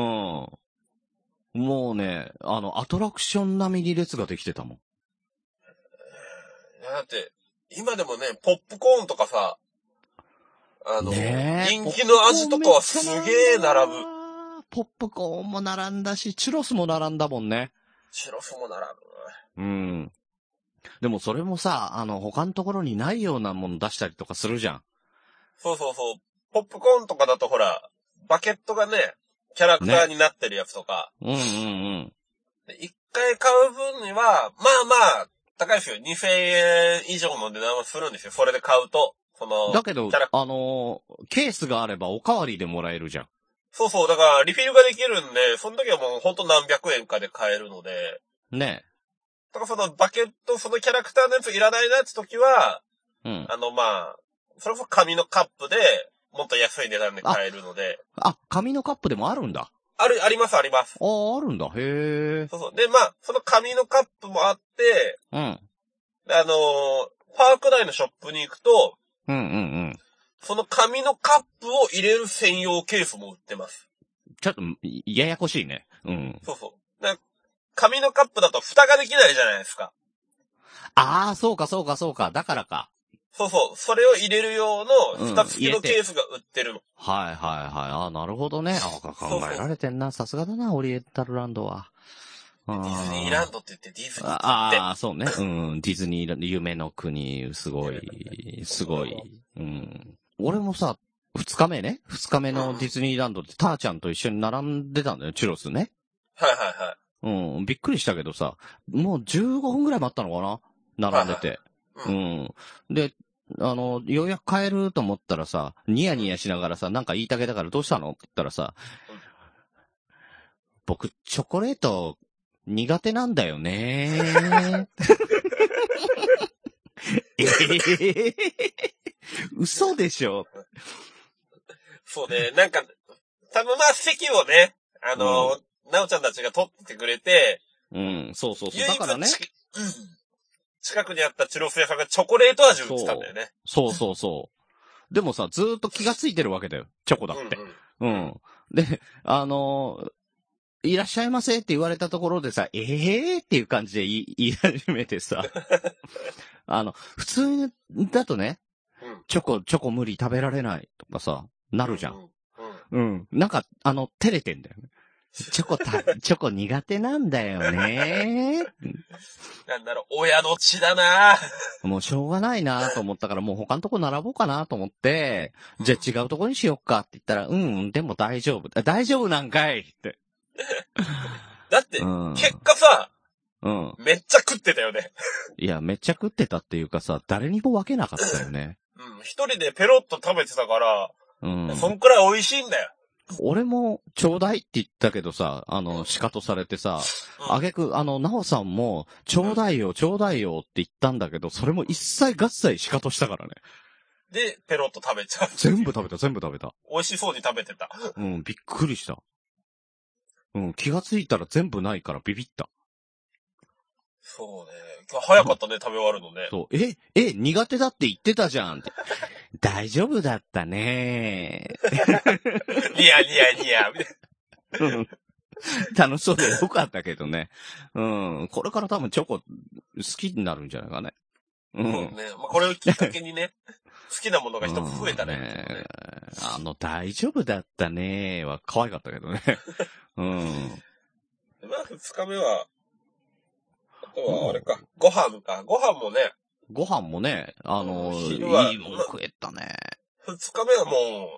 [SPEAKER 3] もうね、あの、アトラクション並みに列ができてたもん。
[SPEAKER 1] だって、今でもね、ポップコーンとかさ、あの、
[SPEAKER 3] ねえ
[SPEAKER 1] 人気の味とかはすげえ並ぶ。。
[SPEAKER 3] ポップコーンも並んだし、チュロスも並んだもんね。
[SPEAKER 1] チュロスも並ぶ。
[SPEAKER 3] うん。でもそれもさ、あの、他のところにないようなもの出したりとかするじゃん。
[SPEAKER 1] そうそうそう。ポップコーンとかだとほら、バケットがね、キャラクターになってるやつとか、
[SPEAKER 3] うんうん
[SPEAKER 1] で一回買う分には、まあまあ、高いですよ。2000円以上の値段はするんですよ。それで買うと。そ
[SPEAKER 3] うん。
[SPEAKER 1] の
[SPEAKER 3] だ、けど
[SPEAKER 1] キャラ、
[SPEAKER 3] あのーケースがあればおかわりでもらえるじゃん。
[SPEAKER 1] そうそう。だから、リフィルができるんで、その時はもうほんと何百円かで買えるので、
[SPEAKER 3] ね。
[SPEAKER 1] だからそのバケット、そのキャラクターのやついらないなって時は、
[SPEAKER 3] うん。
[SPEAKER 1] あのまあ、それこそ紙のカップで、もっと安い値段で買えるので、
[SPEAKER 3] あ、紙のカップでもあるんだ。
[SPEAKER 1] ある、ありますあります。
[SPEAKER 3] ああ、あるんだ。へえ。
[SPEAKER 1] そうそう。で、まあ、その紙のカップもあって、
[SPEAKER 3] うん。
[SPEAKER 1] あのーパーク内のショップに行くと、
[SPEAKER 3] うんうんうん。
[SPEAKER 1] その紙のカップを入れる専用ケースも売ってます。
[SPEAKER 3] ちょっと、ややこしいね。うん。
[SPEAKER 1] そうそう。だ紙のカップだと蓋ができないじゃないですか。
[SPEAKER 3] ああ、そうかそうかそうか。だからか。
[SPEAKER 1] そうそう。それを入れる用の蓋付きの
[SPEAKER 3] うん入れて
[SPEAKER 1] ケースが売ってるの。
[SPEAKER 3] はいはいはい。ああ、なるほどね。ああ、考えられてんな。さすがだな、オリエンタルランドは。デ
[SPEAKER 1] ディズニーランドって言って、ディズニーって言っ
[SPEAKER 3] ああ、そうね。うん。ディズニーランド、夢の国、すごい、すごい。うん。俺もさ、二日目ね。二日目のディズニーランドって、ターちゃんと一緒に並んでたんだよ、チュロスね。
[SPEAKER 1] て。はいはいはい。
[SPEAKER 3] うん。びっくりしたけどさ、もう15分ぐらい待ったのかな並んでて。
[SPEAKER 1] は
[SPEAKER 3] う
[SPEAKER 1] いは
[SPEAKER 3] ん。で、あの、ようやく帰ると思ったらさ、ニヤニヤしながらさ、なんか言いたげだからどうしたのって言ったらさ
[SPEAKER 1] うん、
[SPEAKER 3] 僕、チョコレート、苦手なんだ よねえー嘘でしょ
[SPEAKER 1] そう ね、なんか、多分まあ席をね、あの、なおちゃんたちが取ってくれて、
[SPEAKER 3] うん、そうそうそう。
[SPEAKER 1] 唯
[SPEAKER 3] だ
[SPEAKER 1] 一
[SPEAKER 3] からね。
[SPEAKER 1] ちうん近くにあったチュロス屋さんがチョコレート味を売ってたんだよね。
[SPEAKER 3] そうそうそう。でもさ、ずーっと気がついてるわけだよ。チョコだって。
[SPEAKER 1] うんうん
[SPEAKER 3] うん。で、 あのーいらっしゃいませって言われたところでさ、ええー、っていう感じで言い 言い始めてさ、 あの、普通だとね、
[SPEAKER 1] うん
[SPEAKER 3] チョコ、チョコ無理食べられないとかさ、なるじゃ。
[SPEAKER 1] うんんうん
[SPEAKER 3] うん。なんか、あの、照れてんだよね。チョコた、 チョコ苦手なんだよね。
[SPEAKER 1] なんだろう、親の血だな
[SPEAKER 3] もうしょうがないなと思ったから、もう他のとこ並ぼうかなと思って、じゃあ違うとこにしよっかって言ったら、うん、うんでも大丈夫。あ大丈夫なんかいって。
[SPEAKER 1] だって、
[SPEAKER 3] うん。
[SPEAKER 1] 結果さ、
[SPEAKER 3] うん。
[SPEAKER 1] めっちゃ食ってたよね。
[SPEAKER 3] いや、めっちゃ食ってたっていうかさ、誰にも分けなかったよね。
[SPEAKER 1] うん、一人でペロッと食べてたから、
[SPEAKER 3] うん。
[SPEAKER 1] そんくらい美味しいんだよ。
[SPEAKER 3] 俺も、ちょうだいって言ったけどさ、あの、仕方されてさ、
[SPEAKER 1] うん
[SPEAKER 3] あげく、あの、なおさんも、ちょうだいよ、ちょうだいよって言ったんだけど、それも一切合切仕方したからね。
[SPEAKER 1] で、ペロッと食べちゃう。
[SPEAKER 3] 全部食べた、全部食べた。
[SPEAKER 1] 美味しそうに食べてた。
[SPEAKER 3] うん、びっくりした。うん、気がついたら全部ないからビビった。
[SPEAKER 1] そうね。今日早かったね、食べ終わるのね。
[SPEAKER 3] そう、え、え、苦手だって言ってたじゃんって。大丈夫だったね
[SPEAKER 1] ニヤニヤニヤ。みたいな
[SPEAKER 3] うん楽しそうでよかったけどね。うん。これから多分チョコ好きになるんじゃないかね。う
[SPEAKER 1] そうね。まあ、これをきっかけにね、好きなものが一つ増えたね。
[SPEAKER 3] うんねあの、大丈夫だったねは可愛かったけどね。うん。
[SPEAKER 1] まあ、二日目は、あとは、あれか、ご飯か。ご飯もね、
[SPEAKER 3] ご飯もね、あの、いい
[SPEAKER 1] 昼は
[SPEAKER 3] もん食えたね。
[SPEAKER 1] 二日目はも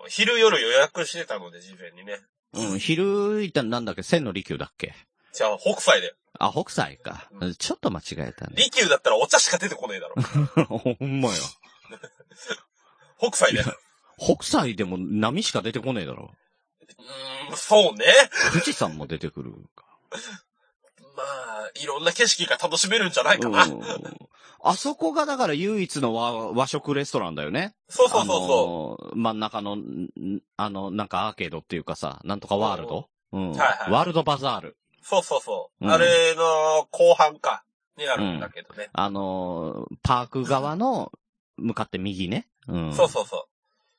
[SPEAKER 1] う、昼夜予約してたので、事前にね。
[SPEAKER 3] うん、昼いたなんだっけ千の利休だっけ
[SPEAKER 1] じゃあ、北斎で。
[SPEAKER 3] あ、北斎か。ちょっと間違えたね。
[SPEAKER 1] 利休だったらお茶しか出てこねえだろ。
[SPEAKER 3] ほんまや。
[SPEAKER 1] 北斎で。う
[SPEAKER 3] 北斎でも波しか出てこねえだろ。
[SPEAKER 1] ーん、そうね。
[SPEAKER 3] 富士山も出てくるか。
[SPEAKER 1] まあ、いろんな景色が楽しめるんじゃないかな。
[SPEAKER 3] うん あそこがだから唯一の和和食レストランだよね。
[SPEAKER 1] そうそうそうそ
[SPEAKER 3] あのー真ん中の、んあの、なんかアーケードっていうかさ、なんとかワールドうん。
[SPEAKER 1] はいはい
[SPEAKER 3] ワールドバザール。
[SPEAKER 1] う。そうそうそう。
[SPEAKER 3] うん
[SPEAKER 1] あれの後半か、にあるんだけどね。
[SPEAKER 3] あのーパーク側の、向かって右ね。うん。
[SPEAKER 1] そうそうそ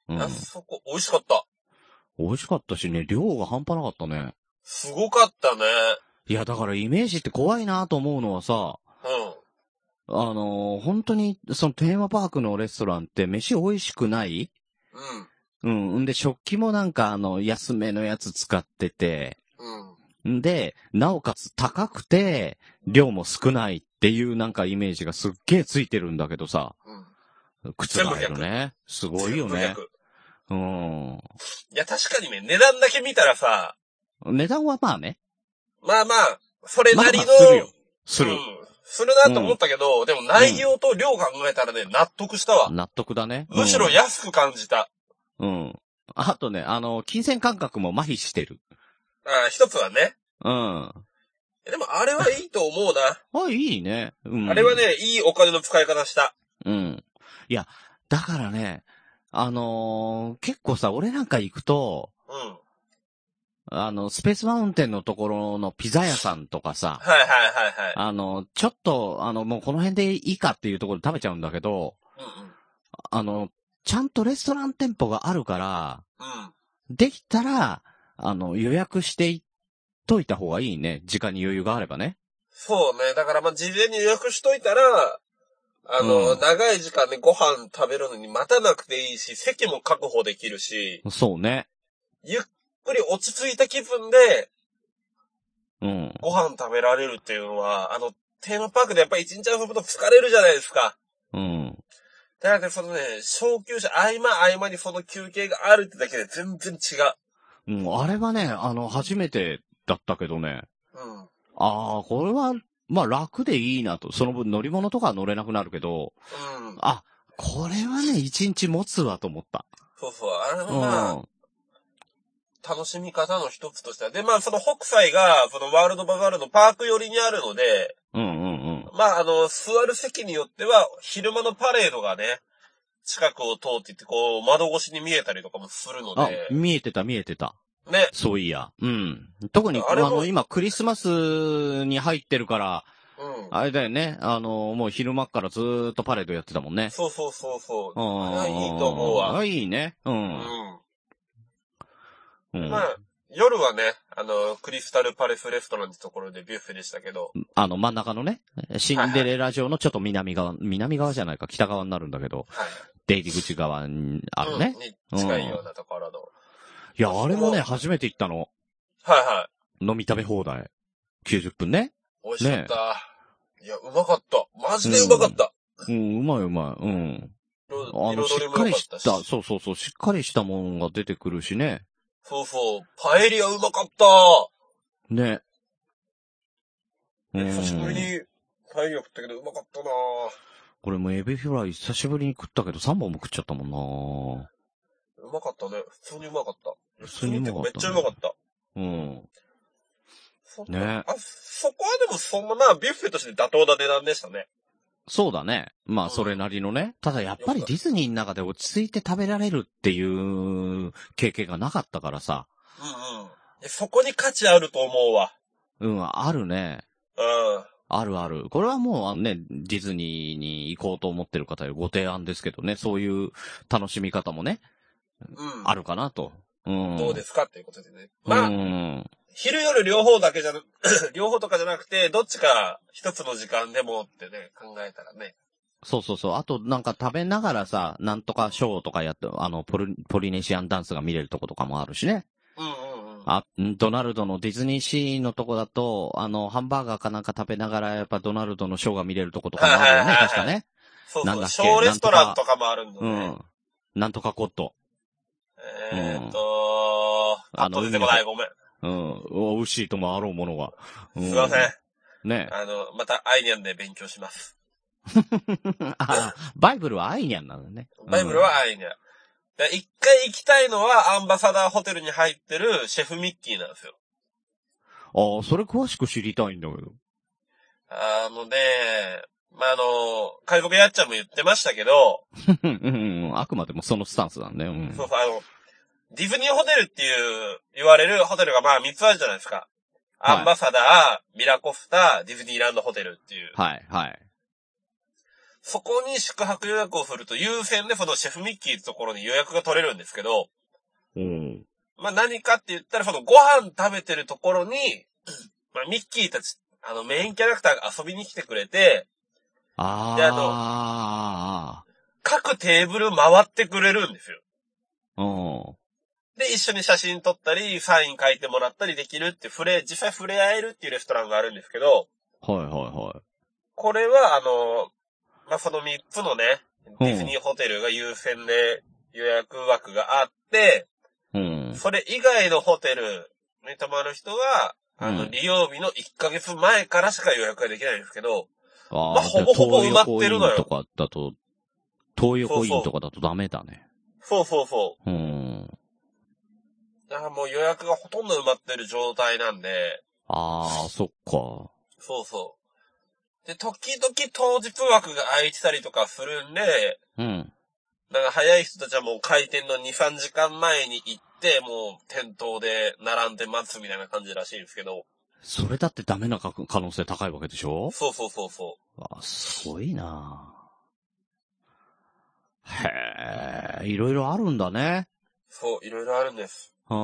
[SPEAKER 1] うう。
[SPEAKER 3] ん
[SPEAKER 1] あそこ、美味しかった。
[SPEAKER 3] 美味しかったしね、量が半端なかったね。
[SPEAKER 1] すごかったね。
[SPEAKER 3] いや、だからイメージって怖いなと思うのはさ、
[SPEAKER 1] うん。
[SPEAKER 3] あのー本当に、そのテーマパークのレストランって飯美味しくない
[SPEAKER 1] うん。
[SPEAKER 3] うん。んで、食器もなんか、あの、安めのやつ使ってて、
[SPEAKER 1] うん。
[SPEAKER 3] んで、なおかつ高くて、量も少ないっていうなんかイメージがすっげえついてるんだけどさ、
[SPEAKER 1] うん。
[SPEAKER 3] 靴がるね。すごいよね。うん。
[SPEAKER 1] いや、確かにね、値段だけ見たらさ、
[SPEAKER 3] 値段はまあね。
[SPEAKER 1] まあまあ、それ
[SPEAKER 3] まあ
[SPEAKER 1] な
[SPEAKER 3] まあ
[SPEAKER 1] りの、
[SPEAKER 3] するよ。する
[SPEAKER 1] うん。。するなと思ったけど、でも内容と量考えたらね、納得したわ。
[SPEAKER 3] 納得だね。
[SPEAKER 1] むしろ安く感じた。
[SPEAKER 3] うん。うん。あとね、あの、金銭感覚も麻痺してる。
[SPEAKER 1] あ一つはね。
[SPEAKER 3] うん。あ、
[SPEAKER 1] でもあれはいいと思うな。
[SPEAKER 3] いいね。うん。
[SPEAKER 1] あれはね、いいお金の使い方した。
[SPEAKER 3] うん。いや、だからね、あのー結構さ、俺なんか行くと、
[SPEAKER 1] うん。はい
[SPEAKER 3] あの、スペースマウンテンのところのピザ屋さんとかさ、
[SPEAKER 1] はいはいはい。
[SPEAKER 3] あの、ちょっと、あの、もうこの辺でいいかっていうところで食べちゃうんだけど、
[SPEAKER 1] う
[SPEAKER 3] あの、ちゃんとレストラン店舗があるから、
[SPEAKER 1] んうん。うん。
[SPEAKER 3] できたら、あの、予約していっといた方がいいね。時間に余裕があればね。
[SPEAKER 1] そうね。だからまあ事前に予約しといたら、あの、
[SPEAKER 3] うん
[SPEAKER 1] 長い時間でご飯食べるのに待たなくていいし、席も確保できるし、
[SPEAKER 3] そうね。
[SPEAKER 1] ゆっくり落ち着いた気分で
[SPEAKER 3] うん。
[SPEAKER 1] ご飯食べられるっていうのは、あの、テーマパークでやっぱり一日遊ぶと疲れるじゃないですか。
[SPEAKER 3] うん。
[SPEAKER 1] だからね、そのね、昇級者、合間合間にその休憩があるってだけで全然違
[SPEAKER 3] うん、あれはね、あの、初めてだったけどね。
[SPEAKER 1] う。うん。
[SPEAKER 3] ああ、これは、まあ楽でいいなと。その分乗り物とかは乗れなくなるけど、
[SPEAKER 1] うん。
[SPEAKER 3] あ、これはね、一日持つわと思った。
[SPEAKER 1] そうそう。あれ
[SPEAKER 3] う
[SPEAKER 1] は
[SPEAKER 3] ん。
[SPEAKER 1] まあ、楽しみ方の一つとしては。で、まあ、その北斎が、そのワールドバザールのパーク寄りにあるので、
[SPEAKER 3] うんうんうん。
[SPEAKER 1] まあ、あの、座る席によっては、昼間のパレードがね、近くを通っていって、こう、窓越しに見えたりとかもするの
[SPEAKER 3] あ、
[SPEAKER 1] で、
[SPEAKER 3] 見えてた見えてた。
[SPEAKER 1] ね、
[SPEAKER 3] そういや。うん。特に、あ
[SPEAKER 1] あれも
[SPEAKER 3] の、今クリスマスに入ってるから、
[SPEAKER 1] うん。
[SPEAKER 3] あれだよね。あの、もう昼間っからずーっとパレードやってたもんね。
[SPEAKER 1] そうそうそうそう。
[SPEAKER 3] うん。
[SPEAKER 1] あれはいいと思うわ
[SPEAKER 3] あいいね。う。
[SPEAKER 1] うんん。
[SPEAKER 3] うん
[SPEAKER 1] まあ、夜はね、あの、クリスタルパレスレストランってところでビュッフェでしたけど、
[SPEAKER 3] あの、真ん中のね、シンデレラ城のちょっと南側、南側じゃないか、北側になるんだけど、
[SPEAKER 1] はい。
[SPEAKER 3] 出入り口側にあるね。
[SPEAKER 1] うんに近いようなところの。
[SPEAKER 3] いや、あれもね、
[SPEAKER 1] あそこ
[SPEAKER 3] 初めて行ったの。
[SPEAKER 1] はいはい。
[SPEAKER 3] 飲み食べ放題。90分ね。
[SPEAKER 1] 美味しかった。いや、うまかった。マジでうまかった。
[SPEAKER 3] うん、うまいうまい。うん。あ
[SPEAKER 1] 彩
[SPEAKER 3] の、し
[SPEAKER 1] り
[SPEAKER 3] っ
[SPEAKER 1] も
[SPEAKER 3] か
[SPEAKER 1] 良
[SPEAKER 3] り
[SPEAKER 1] かっ
[SPEAKER 3] したた、
[SPEAKER 1] し。
[SPEAKER 3] そうそうそう、しっかりしたもんが出てくるしね。
[SPEAKER 1] そうそう。パエリアうまかった。
[SPEAKER 3] ね。うん
[SPEAKER 1] 久しぶりにパエリア食ったけどうまかったな
[SPEAKER 3] これもエビフライ久しぶりに食ったけど3本も食っちゃったもんな
[SPEAKER 1] うまかったね。普通にうまかった。
[SPEAKER 3] 普通にうまかったね
[SPEAKER 1] めっちゃうまかった。
[SPEAKER 3] うん。
[SPEAKER 1] そ
[SPEAKER 3] ね
[SPEAKER 1] あ、そこはでもそんな、まあ、ビュッフェとして妥当な値段でしたね。
[SPEAKER 3] そうだね。まあ、それなりのね。ただやっぱりディズニーの中で落ち着いて食べられるっていう経験がなかったからさ。
[SPEAKER 1] うんうん。そこに価値あると思うわ。
[SPEAKER 3] うん、あるね。
[SPEAKER 1] うん。
[SPEAKER 3] あるある。これはもうあのね、ディズニーに行こうと思ってる方へご提案ですけどね、そういう楽しみ方もね、
[SPEAKER 1] うん。
[SPEAKER 3] あるかなと。うん。
[SPEAKER 1] どうですかっていうことでね。
[SPEAKER 3] う
[SPEAKER 1] まあ、
[SPEAKER 3] ん。
[SPEAKER 1] 昼夜両方だけじゃな、 両方とかじゃなくて、どっちか一つの時間でもってね、考えたらね。
[SPEAKER 3] そうそうそう。あと、なんか食べながらさ、なんとかショーとかやって、あの、ポルポリネシアンダンスが見れるとことかもあるしね。
[SPEAKER 1] うんうんうん。
[SPEAKER 3] あ、んドナルドのディズニーシーのとこだと、あの、ハンバーガーかなんか食べながら、やっぱドナルドのショーが見れるとことかもあるよ
[SPEAKER 1] はいはい
[SPEAKER 3] ね、
[SPEAKER 1] はいはい
[SPEAKER 3] 確かね。
[SPEAKER 1] そう
[SPEAKER 3] な
[SPEAKER 1] そ
[SPEAKER 3] ん
[SPEAKER 1] う。
[SPEAKER 3] だっけ
[SPEAKER 1] 小レストランとかもあるんだ
[SPEAKER 3] う
[SPEAKER 1] ね。
[SPEAKER 3] ん。なんとかコット。
[SPEAKER 1] えーっと、
[SPEAKER 3] うん
[SPEAKER 1] あっと出てこない、ごめん。
[SPEAKER 3] うん。美味しいともあろうものが。う
[SPEAKER 1] すいません。
[SPEAKER 3] ね
[SPEAKER 1] あの、またアイニャンで勉強します。
[SPEAKER 3] あバイブルはアイニャンなんだね。
[SPEAKER 1] バイブルはアイニャン。で一回行きたいのはアンバサダーホテルに入ってるシェフミッキーなんですよ。
[SPEAKER 3] うん、ああ、それ詳しく知りたいんだけど。
[SPEAKER 1] あのね、まあ、あの、海賊やっちゃんも言ってましたけど、
[SPEAKER 3] うんうんうん。あくまでもそのスタンスだね。うん。
[SPEAKER 1] そうそう、あの、ディズニーホテルっていう、言われるホテルがまあ3つあるじゃないですか。
[SPEAKER 3] はい
[SPEAKER 1] アンバサダー、ミラコスタ、ディズニーランドホテルっていう。
[SPEAKER 3] はい、はい。
[SPEAKER 1] そこに宿泊予約をすると優先でそのシェフミッキーってところに予約が取れるんですけど、
[SPEAKER 3] うん。
[SPEAKER 1] まあ何かって言ったら、そのご飯食べてるところに、 まあミッキーたち、あのメインキャラクターが遊びに来てくれて、
[SPEAKER 3] あ
[SPEAKER 1] であの
[SPEAKER 3] あ。
[SPEAKER 1] 各テーブル回ってくれるんですよ。
[SPEAKER 3] うん。
[SPEAKER 1] で、一緒に写真撮ったり、サイン書いてもらったりできるって、触れ、実際触れ合えるっていうレストランがあるんですけど、
[SPEAKER 3] はいはいは
[SPEAKER 1] これはあの、まあその3つのね、ディズニーホテルが優先で予約枠があって、
[SPEAKER 3] い。うん。
[SPEAKER 1] それ以外のホテルに泊まる人は、あ
[SPEAKER 3] う
[SPEAKER 1] の、
[SPEAKER 3] ん
[SPEAKER 1] 利用日の1ヶ月前からしか予約ができないんですけど、
[SPEAKER 3] あ
[SPEAKER 1] まあほぼほぼ埋まってるのよ
[SPEAKER 3] 東横インとかだと、東横インとかだとダメだね。
[SPEAKER 1] そうそうそう。
[SPEAKER 3] うん。
[SPEAKER 1] だからもう予約がほとんど埋まってる状態なんで、
[SPEAKER 3] ああ、そっか。
[SPEAKER 1] そうそう。で、時々当日枠が空いてたりとかするんで、
[SPEAKER 3] うん。
[SPEAKER 1] なんか早い人たちはもう開店の2、3時間前に行って、もう店頭で並んで待つみたいな感じらしいんですけど、
[SPEAKER 3] それだってダメな可可能性高いわけでしょ
[SPEAKER 1] そうそうそうそ
[SPEAKER 3] あ、すごいなへえ、いろいろあるんだね。
[SPEAKER 1] う。そう、いろいろあるんです。
[SPEAKER 3] あ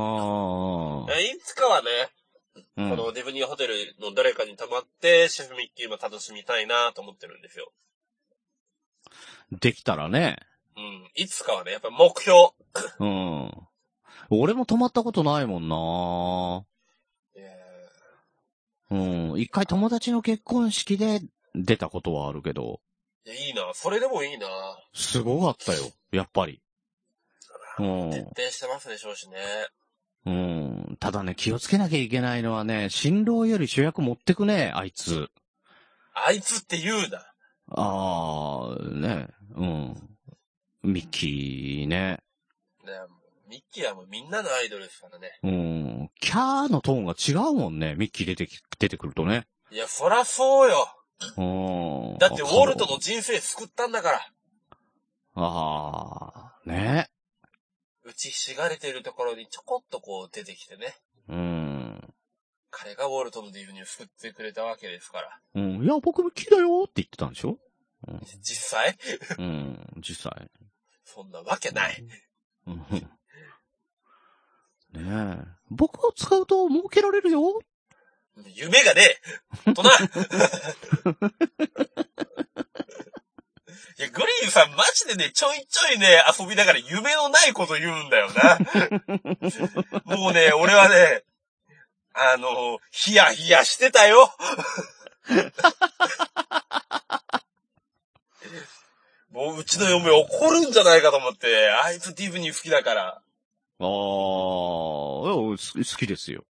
[SPEAKER 3] あ。
[SPEAKER 1] えいつかはね、
[SPEAKER 3] うん
[SPEAKER 1] このディズニーホテルの誰かに泊まって、シェフミッキーも楽しみたいなと思ってるんですよ。
[SPEAKER 3] できたらね。
[SPEAKER 1] うん。いつかはね、やっぱ目標。
[SPEAKER 3] うん。俺も泊まったことないもんなうん。一回友達の結婚式で出たことはあるけど、
[SPEAKER 1] いや、いいな。それでもいいな。
[SPEAKER 3] すごかったよ。やっぱり。
[SPEAKER 1] 徹
[SPEAKER 3] うん。
[SPEAKER 1] 底してますでしょうしね。
[SPEAKER 3] うん。ただね、気をつけなきゃいけないのはね、新郎より主役持ってくね、あいつ。
[SPEAKER 1] あいつって言うな。
[SPEAKER 3] あー、ね。うん。ミッキーね。
[SPEAKER 1] ね、ミッキーはもうみんなのアイドルですからね。
[SPEAKER 3] うん。キャーのトーンが違うもんね、ミッキー出てき、出てくるとね。
[SPEAKER 1] いや、そらそうよ。
[SPEAKER 3] うん。
[SPEAKER 1] だってウォルトの人生救ったんだから。
[SPEAKER 3] あー、ね。
[SPEAKER 1] 打ちひしがれているところにちょこっとこう出てきてね。
[SPEAKER 3] うん。
[SPEAKER 1] 彼がウォルトのディズニーを救ってくれたわけですから。
[SPEAKER 3] うん。いや、僕ミッキーだよって言ってたんでしょ
[SPEAKER 1] 実際
[SPEAKER 3] うん、実際。
[SPEAKER 1] そんなわけない。
[SPEAKER 3] うんねえ。僕を使うと儲けられるよ
[SPEAKER 1] 夢がねえ大人いや、グリーンさんマジでね、ちょいちょいね、遊びながら夢のないこと言うんだよな。もうね、俺はね、あの、ヒヤヒヤしてたよ。もううちの嫁怒るんじゃないかと思って、あいつディズニー好きだから、
[SPEAKER 3] ああ、好きですよ。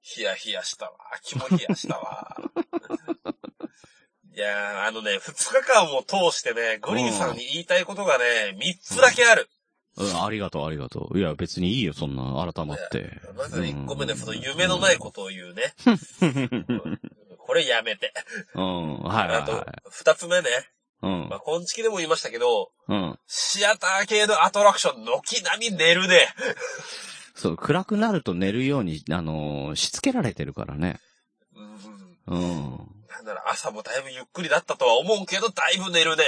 [SPEAKER 1] ヒヤヒヤしたわ。気もヒヤした わ。いやー、あのね、二日間を通してね、グリーンさんに言いたいことがね、三つだけある。
[SPEAKER 3] うん、ありがとう、ありがとう。いや、別にいいよ、そんな、改まって。
[SPEAKER 1] まず一個目で、その夢のないことを言う ね。これやめて。
[SPEAKER 3] うん、はいはい
[SPEAKER 1] あと
[SPEAKER 3] は、
[SPEAKER 1] 二つ目ね、
[SPEAKER 3] い。うん
[SPEAKER 1] まあ、、今月でも言いましたけど、
[SPEAKER 3] うん。
[SPEAKER 1] シアター系のアトラクション、軒並み寝るね。
[SPEAKER 3] そう、暗くなると寝るように、あのーしつけられてるからね。
[SPEAKER 1] うん
[SPEAKER 3] うん。
[SPEAKER 1] なんなら朝もだいぶゆっくりだったとは思うけど、だいぶ寝るね。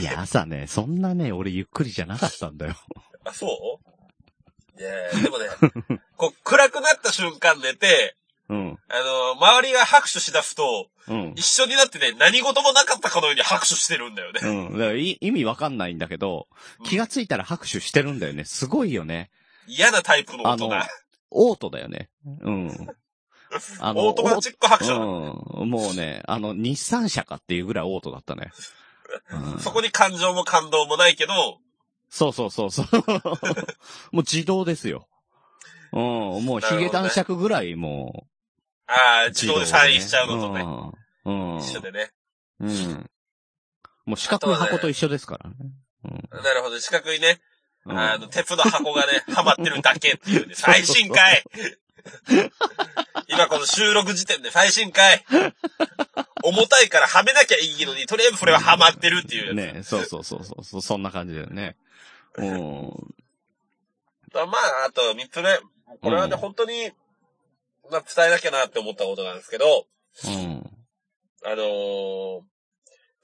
[SPEAKER 3] いや、朝ね、そんなね、俺ゆっくりじゃなかったんだよ。
[SPEAKER 1] あ、そういやでもね、 こう、暗くなった瞬間寝て、
[SPEAKER 3] うん、
[SPEAKER 1] あの周りが拍手しだすと、
[SPEAKER 3] うん。
[SPEAKER 1] 一緒になってね、何事もなかったかのように拍手してるんだよね。
[SPEAKER 3] うん。だからい意味わかんないんだけど、気がついたら拍手してるんだよね。すごいよね。
[SPEAKER 1] 嫌なタイプの大人。
[SPEAKER 3] あオートだよね。うん。あ
[SPEAKER 1] オートマチック拍手だ、
[SPEAKER 3] うん。もうね、あの、日産車かっていうぐらいオートだったね。うん
[SPEAKER 1] そこに感情も感動もないけど、
[SPEAKER 3] そうそうそうそう。もう自動ですよ。うん。もう
[SPEAKER 1] なるほどね
[SPEAKER 3] 髭男爵ぐらいも
[SPEAKER 1] ああ、
[SPEAKER 3] う
[SPEAKER 1] 自動でサインしちゃうのとね、
[SPEAKER 3] うん。うん
[SPEAKER 1] 一緒でね。
[SPEAKER 3] うん。もう四角い箱と一緒ですからね。
[SPEAKER 1] なるほど、四角いね、
[SPEAKER 3] うん
[SPEAKER 1] あの、鉄の箱が ね、はまってるだけっていうね、最新回今この収録時点で最新回重たいからはめなきゃいいのに、とりあえずそれははまってるっていうやつ。
[SPEAKER 3] ねそうそうそうそうそう、そんな感じだよね。うん。
[SPEAKER 1] まあ、あと三つ目。これはね、
[SPEAKER 3] うん
[SPEAKER 1] 本当に、まあ、伝えなきゃなって思ったことなんですけど、
[SPEAKER 3] うん。
[SPEAKER 1] あのー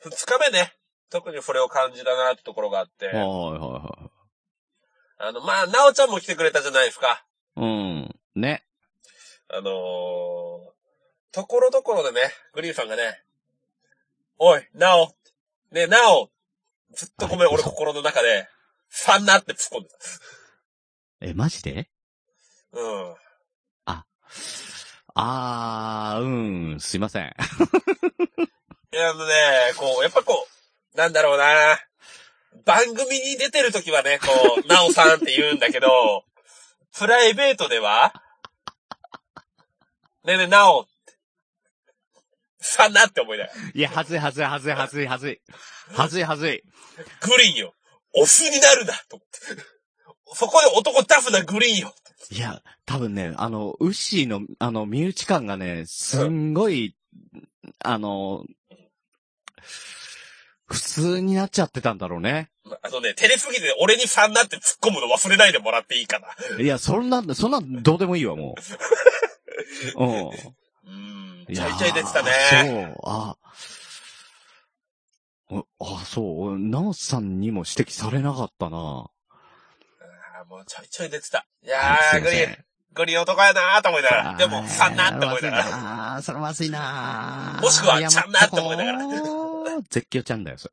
[SPEAKER 1] 二日目ね、特にそれを感じたなってところがあって、
[SPEAKER 3] はいは
[SPEAKER 1] あの、まあ、なおちゃんも来てくれたじゃないですか。
[SPEAKER 3] いはい。うん。ね。
[SPEAKER 1] あのーところどころでね、グリーンさんがね、おい、なお、ねえ、なお、ずっとごめん、俺心の中で、ファンなって突っ込んでた。
[SPEAKER 3] え、マジで
[SPEAKER 1] うん。
[SPEAKER 3] あー、うん、すいません。
[SPEAKER 1] いや、あのね、こう、やっぱこう、なんだろうな。番組に出てるときはね、こう、 なおさんって言うんだけど、プライベートでは、ねえねえ、なお、さんなって思いながら、
[SPEAKER 3] いや、はずいはずいはずいはずいはずい。はずいはずい。
[SPEAKER 1] グリーンよ、オスになるな、と思って。そこで男タフなグリーンよ。
[SPEAKER 3] いや、多分ね、あの、ウッシーの、あの、身内感がね、すんごい、あの、普通になっちゃってたんだろうね。
[SPEAKER 1] まあのね、照れすぎて俺にさんなって突っ込むの忘れないでもらっていいかな。
[SPEAKER 3] いや、そんな、そんな、どうでもいいわ、もう。うん。
[SPEAKER 1] うん。
[SPEAKER 3] い
[SPEAKER 1] ち
[SPEAKER 3] や
[SPEAKER 1] ょ
[SPEAKER 3] ー
[SPEAKER 1] いちょい出てたね。
[SPEAKER 3] そう、あ。おあ、そう、ナオさんにも指摘されなかった
[SPEAKER 1] あ
[SPEAKER 3] な。
[SPEAKER 1] ーもうちょいちょい出てた。いや
[SPEAKER 3] すい
[SPEAKER 1] ー、
[SPEAKER 3] ま
[SPEAKER 1] グリ
[SPEAKER 3] せ
[SPEAKER 1] ーン
[SPEAKER 3] ん。
[SPEAKER 1] グリ男やなーと思いなが
[SPEAKER 3] あ
[SPEAKER 1] ら、
[SPEAKER 3] ー
[SPEAKER 1] でも、さんなーって思いながら。
[SPEAKER 3] あーそれまずいなー
[SPEAKER 1] もしくはちゃんなーって思いながら
[SPEAKER 3] 謝っとこう絶叫ちゃんだよ、そ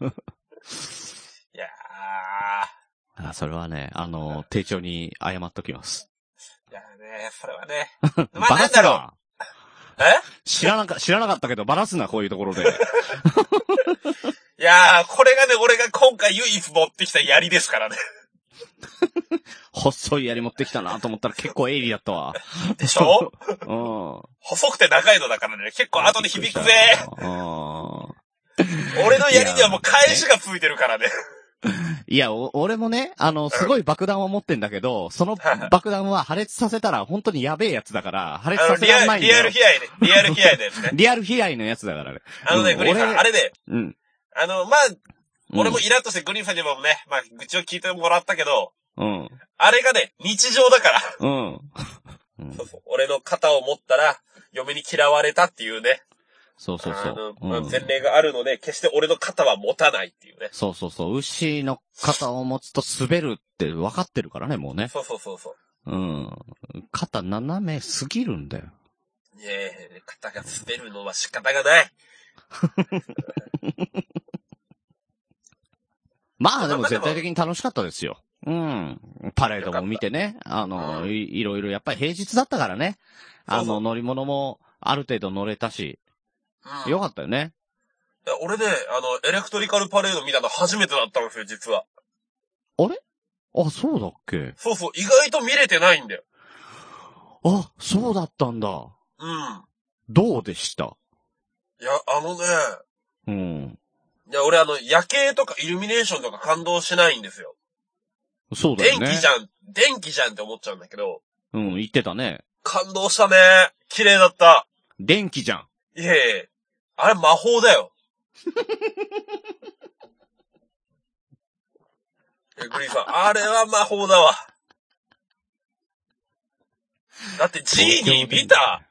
[SPEAKER 3] れ。
[SPEAKER 1] いや
[SPEAKER 3] あーそれはね、あの、丁重に謝っときます。
[SPEAKER 1] ー、いやね、それはね。
[SPEAKER 3] バ
[SPEAKER 1] まあ、な
[SPEAKER 3] ラ
[SPEAKER 1] ん
[SPEAKER 3] す
[SPEAKER 1] だろ
[SPEAKER 3] な
[SPEAKER 1] う。え
[SPEAKER 3] 知らなか、知らなかったけど、バラすな、こういうところで。
[SPEAKER 1] いやー、これがね、俺が今回唯一持ってきた槍ですからね。
[SPEAKER 3] 細い槍持ってきたなと思ったら結構鋭利だったわ。
[SPEAKER 1] でしょ
[SPEAKER 3] うん。
[SPEAKER 1] 細くて長いのだからね、結構後で響くぜ
[SPEAKER 3] うん。
[SPEAKER 1] 俺の槍にはもう返しがついてる からね。
[SPEAKER 3] いや、お俺もね、あの、すごい爆弾を持ってんだけど、その爆弾は破裂させたら本当にやべえやつだから、破裂
[SPEAKER 1] あの、
[SPEAKER 3] させ
[SPEAKER 1] リ
[SPEAKER 3] られ
[SPEAKER 1] ア
[SPEAKER 3] な
[SPEAKER 1] ル、
[SPEAKER 3] いん
[SPEAKER 1] リ
[SPEAKER 3] だ
[SPEAKER 1] アル
[SPEAKER 3] よ。
[SPEAKER 1] 被害ね。リアル被害のや つね。
[SPEAKER 3] リアル被害のやつだからね。
[SPEAKER 1] あのね、
[SPEAKER 3] うん
[SPEAKER 1] グリーンさ
[SPEAKER 3] 俺
[SPEAKER 1] ん、あれね、
[SPEAKER 3] うん。
[SPEAKER 1] あの、まあ、
[SPEAKER 3] うん
[SPEAKER 1] 俺もイラッとしてグリーンさんにもね、まあ、愚痴を聞いてもらったけど、
[SPEAKER 3] うん。
[SPEAKER 1] あれがね、日常だから。
[SPEAKER 3] うん。
[SPEAKER 1] そうそう俺の肩を持ったら、嫁に嫌われたっていうね。
[SPEAKER 3] そうそうそう。
[SPEAKER 1] あの、
[SPEAKER 3] うん
[SPEAKER 1] 前例があるので、決して俺の肩は持たないっていうね。
[SPEAKER 3] そうそうそう。牛の肩を持つと滑るって分かってるからね、もうね。
[SPEAKER 1] そうそうそうそ
[SPEAKER 3] うん。肩斜めすぎるんだよ。
[SPEAKER 1] う。ねえ、肩が滑るのは仕方がない。
[SPEAKER 3] まあでも絶対的に楽しかったですよ。うん。パレードも見てね。あの、いいろいろ、やっぱり平日だったからね。あ
[SPEAKER 1] そうそ
[SPEAKER 3] の、乗り物もある程度乗れたし、
[SPEAKER 1] うん。
[SPEAKER 3] よかったよね。
[SPEAKER 1] いや俺ね、あの、エレクトリカルパレード見たの初めてだったんですよ、実は。
[SPEAKER 3] あ、そうだっけ
[SPEAKER 1] そうそう、意外と見れてないんだよ。
[SPEAKER 3] あ、そうだったんだ。
[SPEAKER 1] うん。
[SPEAKER 3] どうでした
[SPEAKER 1] いや、あのね、
[SPEAKER 3] うん。
[SPEAKER 1] いや、俺あの、夜景とかイルミネーションとか感動しないんですよ。
[SPEAKER 3] そうだ
[SPEAKER 1] 電
[SPEAKER 3] よね。
[SPEAKER 1] 気じゃん、電気じゃんって思っちゃうんだけど、
[SPEAKER 3] うん、言ってたね。
[SPEAKER 1] 感動したね。綺麗だった。
[SPEAKER 3] 電気じゃん。
[SPEAKER 1] いえいえ、あれ魔法だよ。 え、グリーンさん、あれは魔法だわ。だってジーニー見た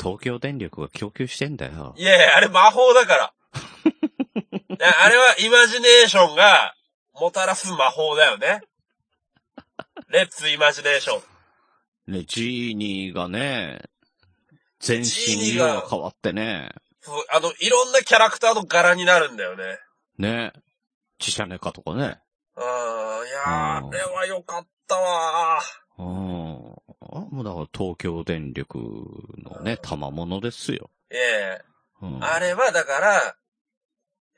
[SPEAKER 3] 東京電力が供給してんだよ。
[SPEAKER 1] いやいや、あれ魔法だから。いやあれはイマジネーションがもたらす魔法だよね。レッツイマジネーション。
[SPEAKER 3] ね、ジーニーがね、全身
[SPEAKER 1] ジーニー
[SPEAKER 3] 色
[SPEAKER 1] が
[SPEAKER 3] が変わってね、
[SPEAKER 1] そうあの、いろんなキャラクターの柄になるんだよね。
[SPEAKER 3] ね、チシャネカとかね。
[SPEAKER 1] うん、いやー、
[SPEAKER 3] うん
[SPEAKER 1] あれは良かったわ
[SPEAKER 3] うん。あもうだから東京電力のね、賜物ですよ。
[SPEAKER 1] ー。ええ
[SPEAKER 3] うん、
[SPEAKER 1] あれはだから、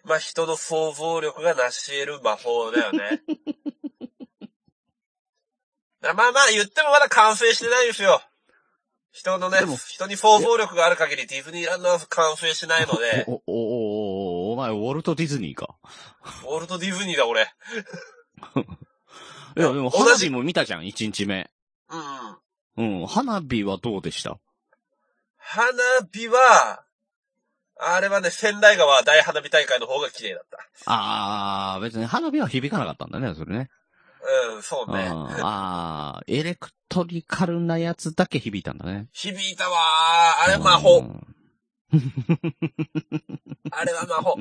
[SPEAKER 1] まあ、人の想像力が成し得る魔法だよ ね。まあまあ言ってもまだ完成してないですよ。人のね
[SPEAKER 3] でも、
[SPEAKER 1] 人に想像力がある限りディズニーランドは完成しないので、
[SPEAKER 3] お、お、お、お、お前、ウォルト・ディズニーか。
[SPEAKER 1] ウォルト・ディズニーだ俺。
[SPEAKER 3] いや、でも、
[SPEAKER 1] 同じ
[SPEAKER 3] 花火も見たじゃん、1日目。
[SPEAKER 1] うんうん。
[SPEAKER 3] うん、花火はどうでした
[SPEAKER 1] 花火は、あれはね、仙台川大花火大会の方が綺麗だった。
[SPEAKER 3] あー、別に花火は響かなかったんだね、それね。
[SPEAKER 1] うん、そう
[SPEAKER 3] うん
[SPEAKER 1] ね。
[SPEAKER 3] あー、エレクトリカルなやつだけ響いたんだね。
[SPEAKER 1] 響いたわー。あれは魔法。
[SPEAKER 3] うん
[SPEAKER 1] あれは魔法。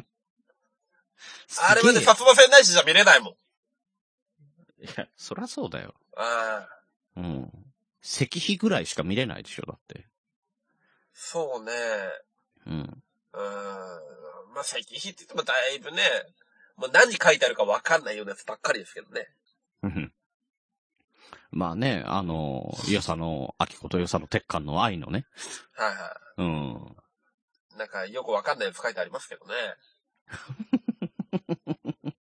[SPEAKER 1] あれはね、薩摩仙台市じゃ見れないもん。
[SPEAKER 3] いや、そりゃそうだよ。
[SPEAKER 1] ああ、
[SPEAKER 3] うん。石碑ぐらいしか見れないでしょ、だって。
[SPEAKER 1] そうね。
[SPEAKER 3] うん。
[SPEAKER 1] うーん。まあ、石碑って言ってもだいぶね、もう何書いてあるかわかんないようなやつばっかりですけどね。
[SPEAKER 3] うんまあね、あの、よさの、秋子とよさの鉄管の愛のね。
[SPEAKER 1] はいは
[SPEAKER 3] うん。
[SPEAKER 1] い。なんかよくわかんないやつ書いてありますけどね。 あと、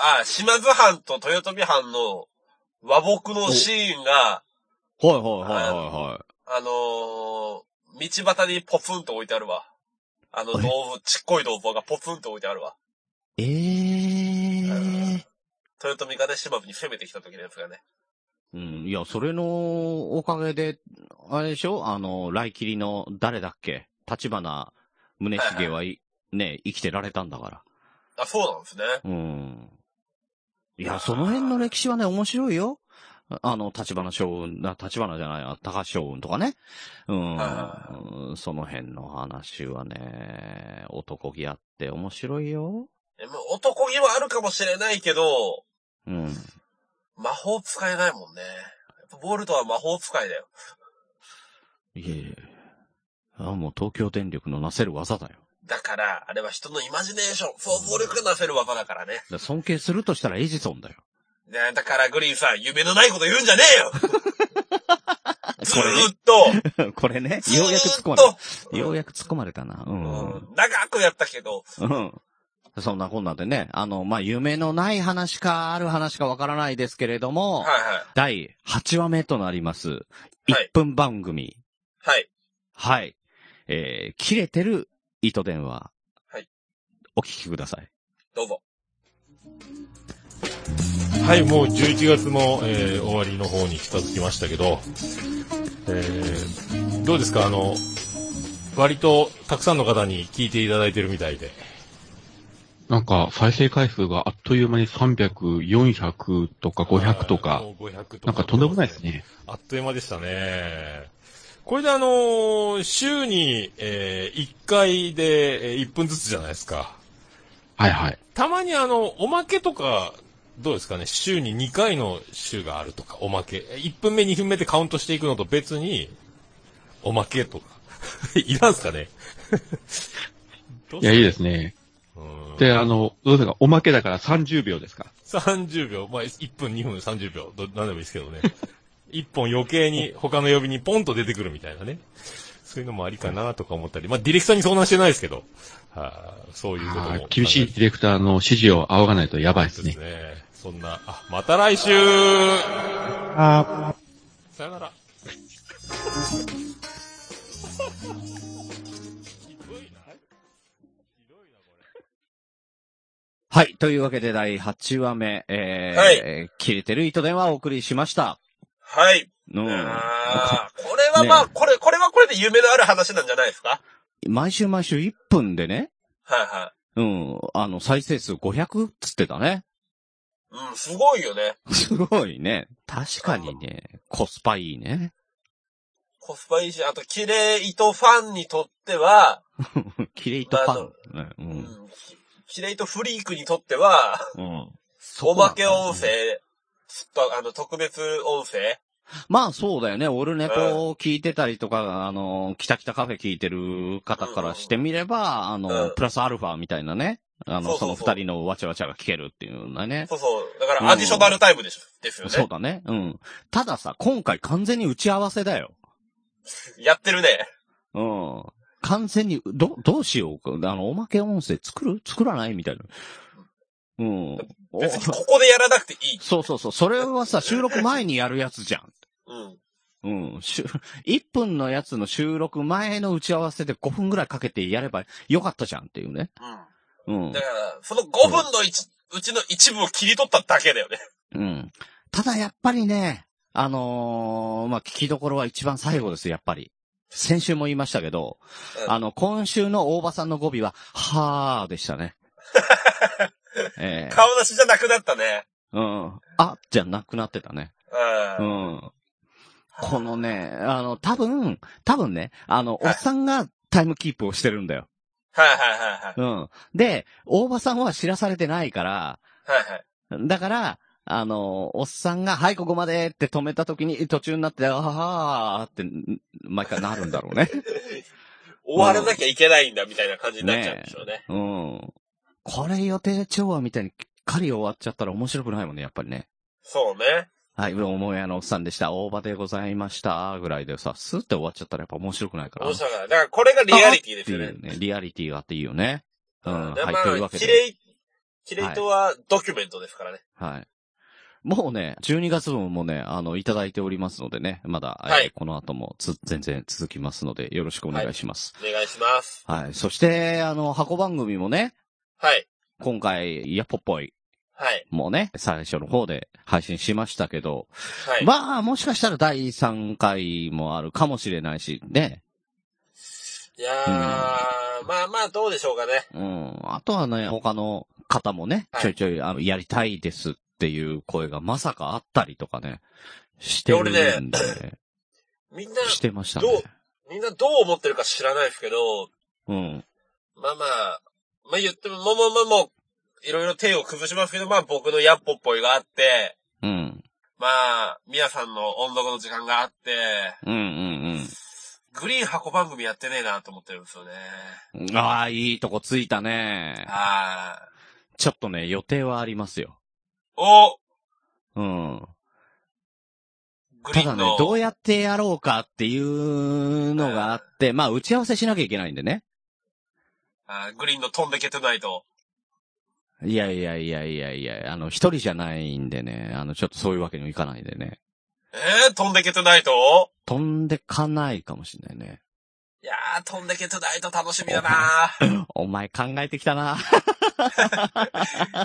[SPEAKER 1] ああ、島津藩と豊臣藩の和睦のシーンが、
[SPEAKER 3] はいはいはいはいはい。
[SPEAKER 1] あのー道端にポツンと置いてあるわ。あの、
[SPEAKER 3] あ
[SPEAKER 1] 銅
[SPEAKER 3] れ
[SPEAKER 1] 像、ちっこい銅像がポツンと置いてあるわ。
[SPEAKER 3] ええ
[SPEAKER 1] 豊臣がね、島津に攻めてきた時のやつがね。
[SPEAKER 3] ー。うん、いや、それのおかげで、あれでしょあの、来切りの誰だっけ立花宗茂 はい、ね、生きてられたんだから。
[SPEAKER 1] あ、そうなんですね。
[SPEAKER 3] うん。いや、その辺の歴史はね、面白いよ。ああの、立花将軍、な、立花じゃないな、高橋将軍とかね。うん
[SPEAKER 1] は。
[SPEAKER 3] うんその辺の話はね、男気あって面白いよ。
[SPEAKER 1] えもう男気はあるかもしれないけど、
[SPEAKER 3] うん。
[SPEAKER 1] 魔法使えないもんね。ボルトは魔法使いだよ。
[SPEAKER 3] いえいえ。あもう東京電力のなせる技だよ。
[SPEAKER 1] だから、あれは人のイマジネーション、想像力がなせる技だからね。
[SPEAKER 3] だから尊敬するとしたらエジソンだよ。
[SPEAKER 1] ねだからグリーンさん、夢のないこと言うんじゃねえよずーっと、
[SPEAKER 3] これね、
[SPEAKER 1] ず
[SPEAKER 3] ようやく突
[SPEAKER 1] ー
[SPEAKER 3] っ込
[SPEAKER 1] っ
[SPEAKER 3] まれ
[SPEAKER 1] と、
[SPEAKER 3] た。ようやく突っ込まれたな。う。
[SPEAKER 1] うんん長くやったけど、
[SPEAKER 3] うん。そんなこんなでね、あの、まあ、夢のない話か、ある話かわからないですけれども、
[SPEAKER 1] はいはい。
[SPEAKER 3] 第8話目となります。
[SPEAKER 1] はい
[SPEAKER 3] 1分番組。
[SPEAKER 1] はい。
[SPEAKER 3] はい。えー、切れてる糸電話。
[SPEAKER 1] はい。
[SPEAKER 3] お聞きください。
[SPEAKER 1] どうぞ。
[SPEAKER 6] はい、もう11月も、えー終わりの方に近づきましたけど、えーどうですかあの、割とたくさんの方に聞いていただいてるみたいで。
[SPEAKER 7] なんか、再生回数があっという間に300、400とか500と
[SPEAKER 6] あー
[SPEAKER 7] か、
[SPEAKER 6] もう500と
[SPEAKER 7] なんかとんでもないです。ね。
[SPEAKER 6] あっという間でしたね。これであのー週に、え1回で、え1分ずつじゃないですか。
[SPEAKER 7] はいはい。
[SPEAKER 6] たまにあの、おまけとか、どうですかね、週に2回の週があるとか、おまけ。1分目、2分目でカウントしていくのと別に、おまけとか。 いらんすかねどう
[SPEAKER 7] いや、いいですね。
[SPEAKER 6] うん
[SPEAKER 7] で、あの、どうですかおまけだから30秒ですか
[SPEAKER 6] 30秒、まあ、1分、2分、30秒、ど、なんでもいいですけどね。1本余計に他の曜日にポンと出てくるみたいなね。そういうのもありかなとか思ったり。まあ、ディレクターに相談してないですけど。はいそういうことも
[SPEAKER 7] あ
[SPEAKER 6] 考えて。
[SPEAKER 7] ー厳しいディレクターの指示を仰がないとやばいで
[SPEAKER 6] そ
[SPEAKER 7] す
[SPEAKER 6] うです
[SPEAKER 7] ね。
[SPEAKER 6] ね。そんな、あ、また来週
[SPEAKER 7] あ
[SPEAKER 6] さよな ら。
[SPEAKER 3] はい。というわけで第8話目、えー、
[SPEAKER 1] はい
[SPEAKER 3] 切れてる糸電話をお送りしました。
[SPEAKER 1] はい。
[SPEAKER 3] うん。
[SPEAKER 1] あーこれはまあ、
[SPEAKER 3] ね
[SPEAKER 1] これ、これはこれで夢のある話なんじゃないですか
[SPEAKER 3] 毎週毎週1分でね、
[SPEAKER 1] はいは
[SPEAKER 3] うん、あの、再生数500っつってた ね。
[SPEAKER 1] い。うん、すごいよね。
[SPEAKER 3] すごいね。確かにね、コスパいいね。
[SPEAKER 1] コスパいいし、あと、綺麗糸ファンにとっては、
[SPEAKER 3] キレイとパン。う。
[SPEAKER 1] うんん、綺麗糸フリークにとっては、
[SPEAKER 3] うん。
[SPEAKER 1] おまけ音
[SPEAKER 3] そこなんだね
[SPEAKER 1] 声、すっとあの、特別音声。
[SPEAKER 3] まあそうだよね。オルネポを聞いてたりとか、あの、キタキタカフェ聞いてる方からしてみれば、あ
[SPEAKER 1] う
[SPEAKER 3] の、
[SPEAKER 1] ん
[SPEAKER 3] プラスアルファみたいなね。
[SPEAKER 1] そ
[SPEAKER 3] あの、
[SPEAKER 1] うそ
[SPEAKER 3] そう
[SPEAKER 1] そ
[SPEAKER 3] の
[SPEAKER 1] う
[SPEAKER 3] 二人のわちゃわちゃが聞けるっていうのはね。
[SPEAKER 1] そうそう。だから、アディショナルタイムでしょ、ですよ
[SPEAKER 3] そう
[SPEAKER 1] ね。
[SPEAKER 3] だね。うん。たださ、今回完全に打ち合わせだよ。
[SPEAKER 1] やってるね。
[SPEAKER 3] うん。完全に、ど、どうしようか。あの、おまけ音声作る作らないみたいな。うん。お
[SPEAKER 1] 別にここでやらなくていい。
[SPEAKER 3] そうそうそう。それはさ、収録前にやるやつじゃん。
[SPEAKER 1] うん。
[SPEAKER 3] うん。しゅ、1分のやつの収録前の打ち合わせで5分ぐらいかけてやればよかったじゃんっていうね。うん
[SPEAKER 1] だ。から、その5分の1、うちの一部を切り取っただけだよね。
[SPEAKER 3] うん。ただやっぱりね、あのーまあ、聞きどころは一番最後です、やっぱり。先週も言いましたけど、
[SPEAKER 1] うん
[SPEAKER 3] あの、今週の大場さんの語尾は、はーでしたね。ええ
[SPEAKER 1] 顔出しじゃなくなったね。
[SPEAKER 3] うん。あ、じゃなくなってたね。
[SPEAKER 1] う。
[SPEAKER 3] うんん。このね、あの、多分、多分ね、あの、おっさんがタイムキープをしてるんだよ。
[SPEAKER 1] はいはいはいはい。
[SPEAKER 3] うん。で、大場さんは知らされてないから、
[SPEAKER 1] はいはい。
[SPEAKER 3] だから、あの、おっさんが、はい、ここまでって止めた時に、途中になって、あはーって、ん毎回なるん だろうね。
[SPEAKER 1] 終わらなきゃいけないんだみたいな感じ になっちゃうんでしょうね。
[SPEAKER 3] うん。これ予定調和みたいに、狩り終わっちゃったら面白くないもんね、やっぱりね。
[SPEAKER 1] そうね。
[SPEAKER 3] はい、思いやのおっさんでした。大場でございました。ぐらいでさ、スーって終わっちゃったらやっぱ面白くないから。
[SPEAKER 1] 面白かった。だからこれがリアリティですよ
[SPEAKER 3] あ
[SPEAKER 1] ね
[SPEAKER 3] ーっ。ていうね。リアリティがあっていいよね。うん。
[SPEAKER 1] で
[SPEAKER 3] はい、
[SPEAKER 1] ま
[SPEAKER 3] というわ
[SPEAKER 1] あ、
[SPEAKER 3] け
[SPEAKER 1] キ
[SPEAKER 3] で。
[SPEAKER 1] レイ、キレイとはドキュメントですからね。
[SPEAKER 3] はい。もうね、12月分もね、あの、いただいておりますのでね、まだ、
[SPEAKER 1] はい
[SPEAKER 3] えーこの後もつ、全然続きますので、よろしくお願いします。
[SPEAKER 1] お願いします。
[SPEAKER 3] はい。そして、あの、箱番組もね、
[SPEAKER 1] はい。
[SPEAKER 3] 今回、ヤッポっぽい
[SPEAKER 1] はい。
[SPEAKER 3] もね、最初の方で配信しましたけど、
[SPEAKER 1] はい。
[SPEAKER 3] まあ、もしかしたら第3回もあるかもしれないし、ね。
[SPEAKER 1] いやー、まあまあ、どうでしょうかね。
[SPEAKER 3] うん。あとはね、他の方もね、
[SPEAKER 1] はい
[SPEAKER 3] ちょいちょい、あの、やりたいですっていう声がまさかあったりとかね、して
[SPEAKER 1] い
[SPEAKER 3] る
[SPEAKER 1] や俺
[SPEAKER 3] んで
[SPEAKER 1] ね、みんな、
[SPEAKER 3] してました
[SPEAKER 1] ど
[SPEAKER 3] ね
[SPEAKER 1] う。みんなどう思ってるか知らないですけど、
[SPEAKER 3] うん。
[SPEAKER 1] まあまあ、まあ言っても、もうもうもうもう、いろいろ手を崩しますけど、まあ僕のヤッポっぽいがあって、
[SPEAKER 3] うん。
[SPEAKER 1] まあ、みやさんの音読の時間があって、
[SPEAKER 3] うんうん
[SPEAKER 1] グリーン箱番組やってねえなと思ってるんですよね。
[SPEAKER 3] うん。ああ、いいとこついたね。
[SPEAKER 1] は
[SPEAKER 3] ちょっとね、予定はありますよ。
[SPEAKER 1] い。お
[SPEAKER 3] うん。
[SPEAKER 1] グリ
[SPEAKER 3] た
[SPEAKER 1] ー
[SPEAKER 3] だ
[SPEAKER 1] ン
[SPEAKER 3] ね
[SPEAKER 1] の。、
[SPEAKER 3] どうやってやろうかっていうのがあって、まあ、打ち合わせしなきゃいけないんでね。
[SPEAKER 1] あーグリーンの飛んでけてないと。
[SPEAKER 3] いやいやいやいやいや、あの、一人じゃないんでね、あの、ちょっとそういうわけにもいかないんでね。
[SPEAKER 1] えー、飛んでけてないと
[SPEAKER 3] 飛んでかないかもしれないね。
[SPEAKER 1] いやー、飛んでけてないと楽しみだな
[SPEAKER 3] お前考えてきたな。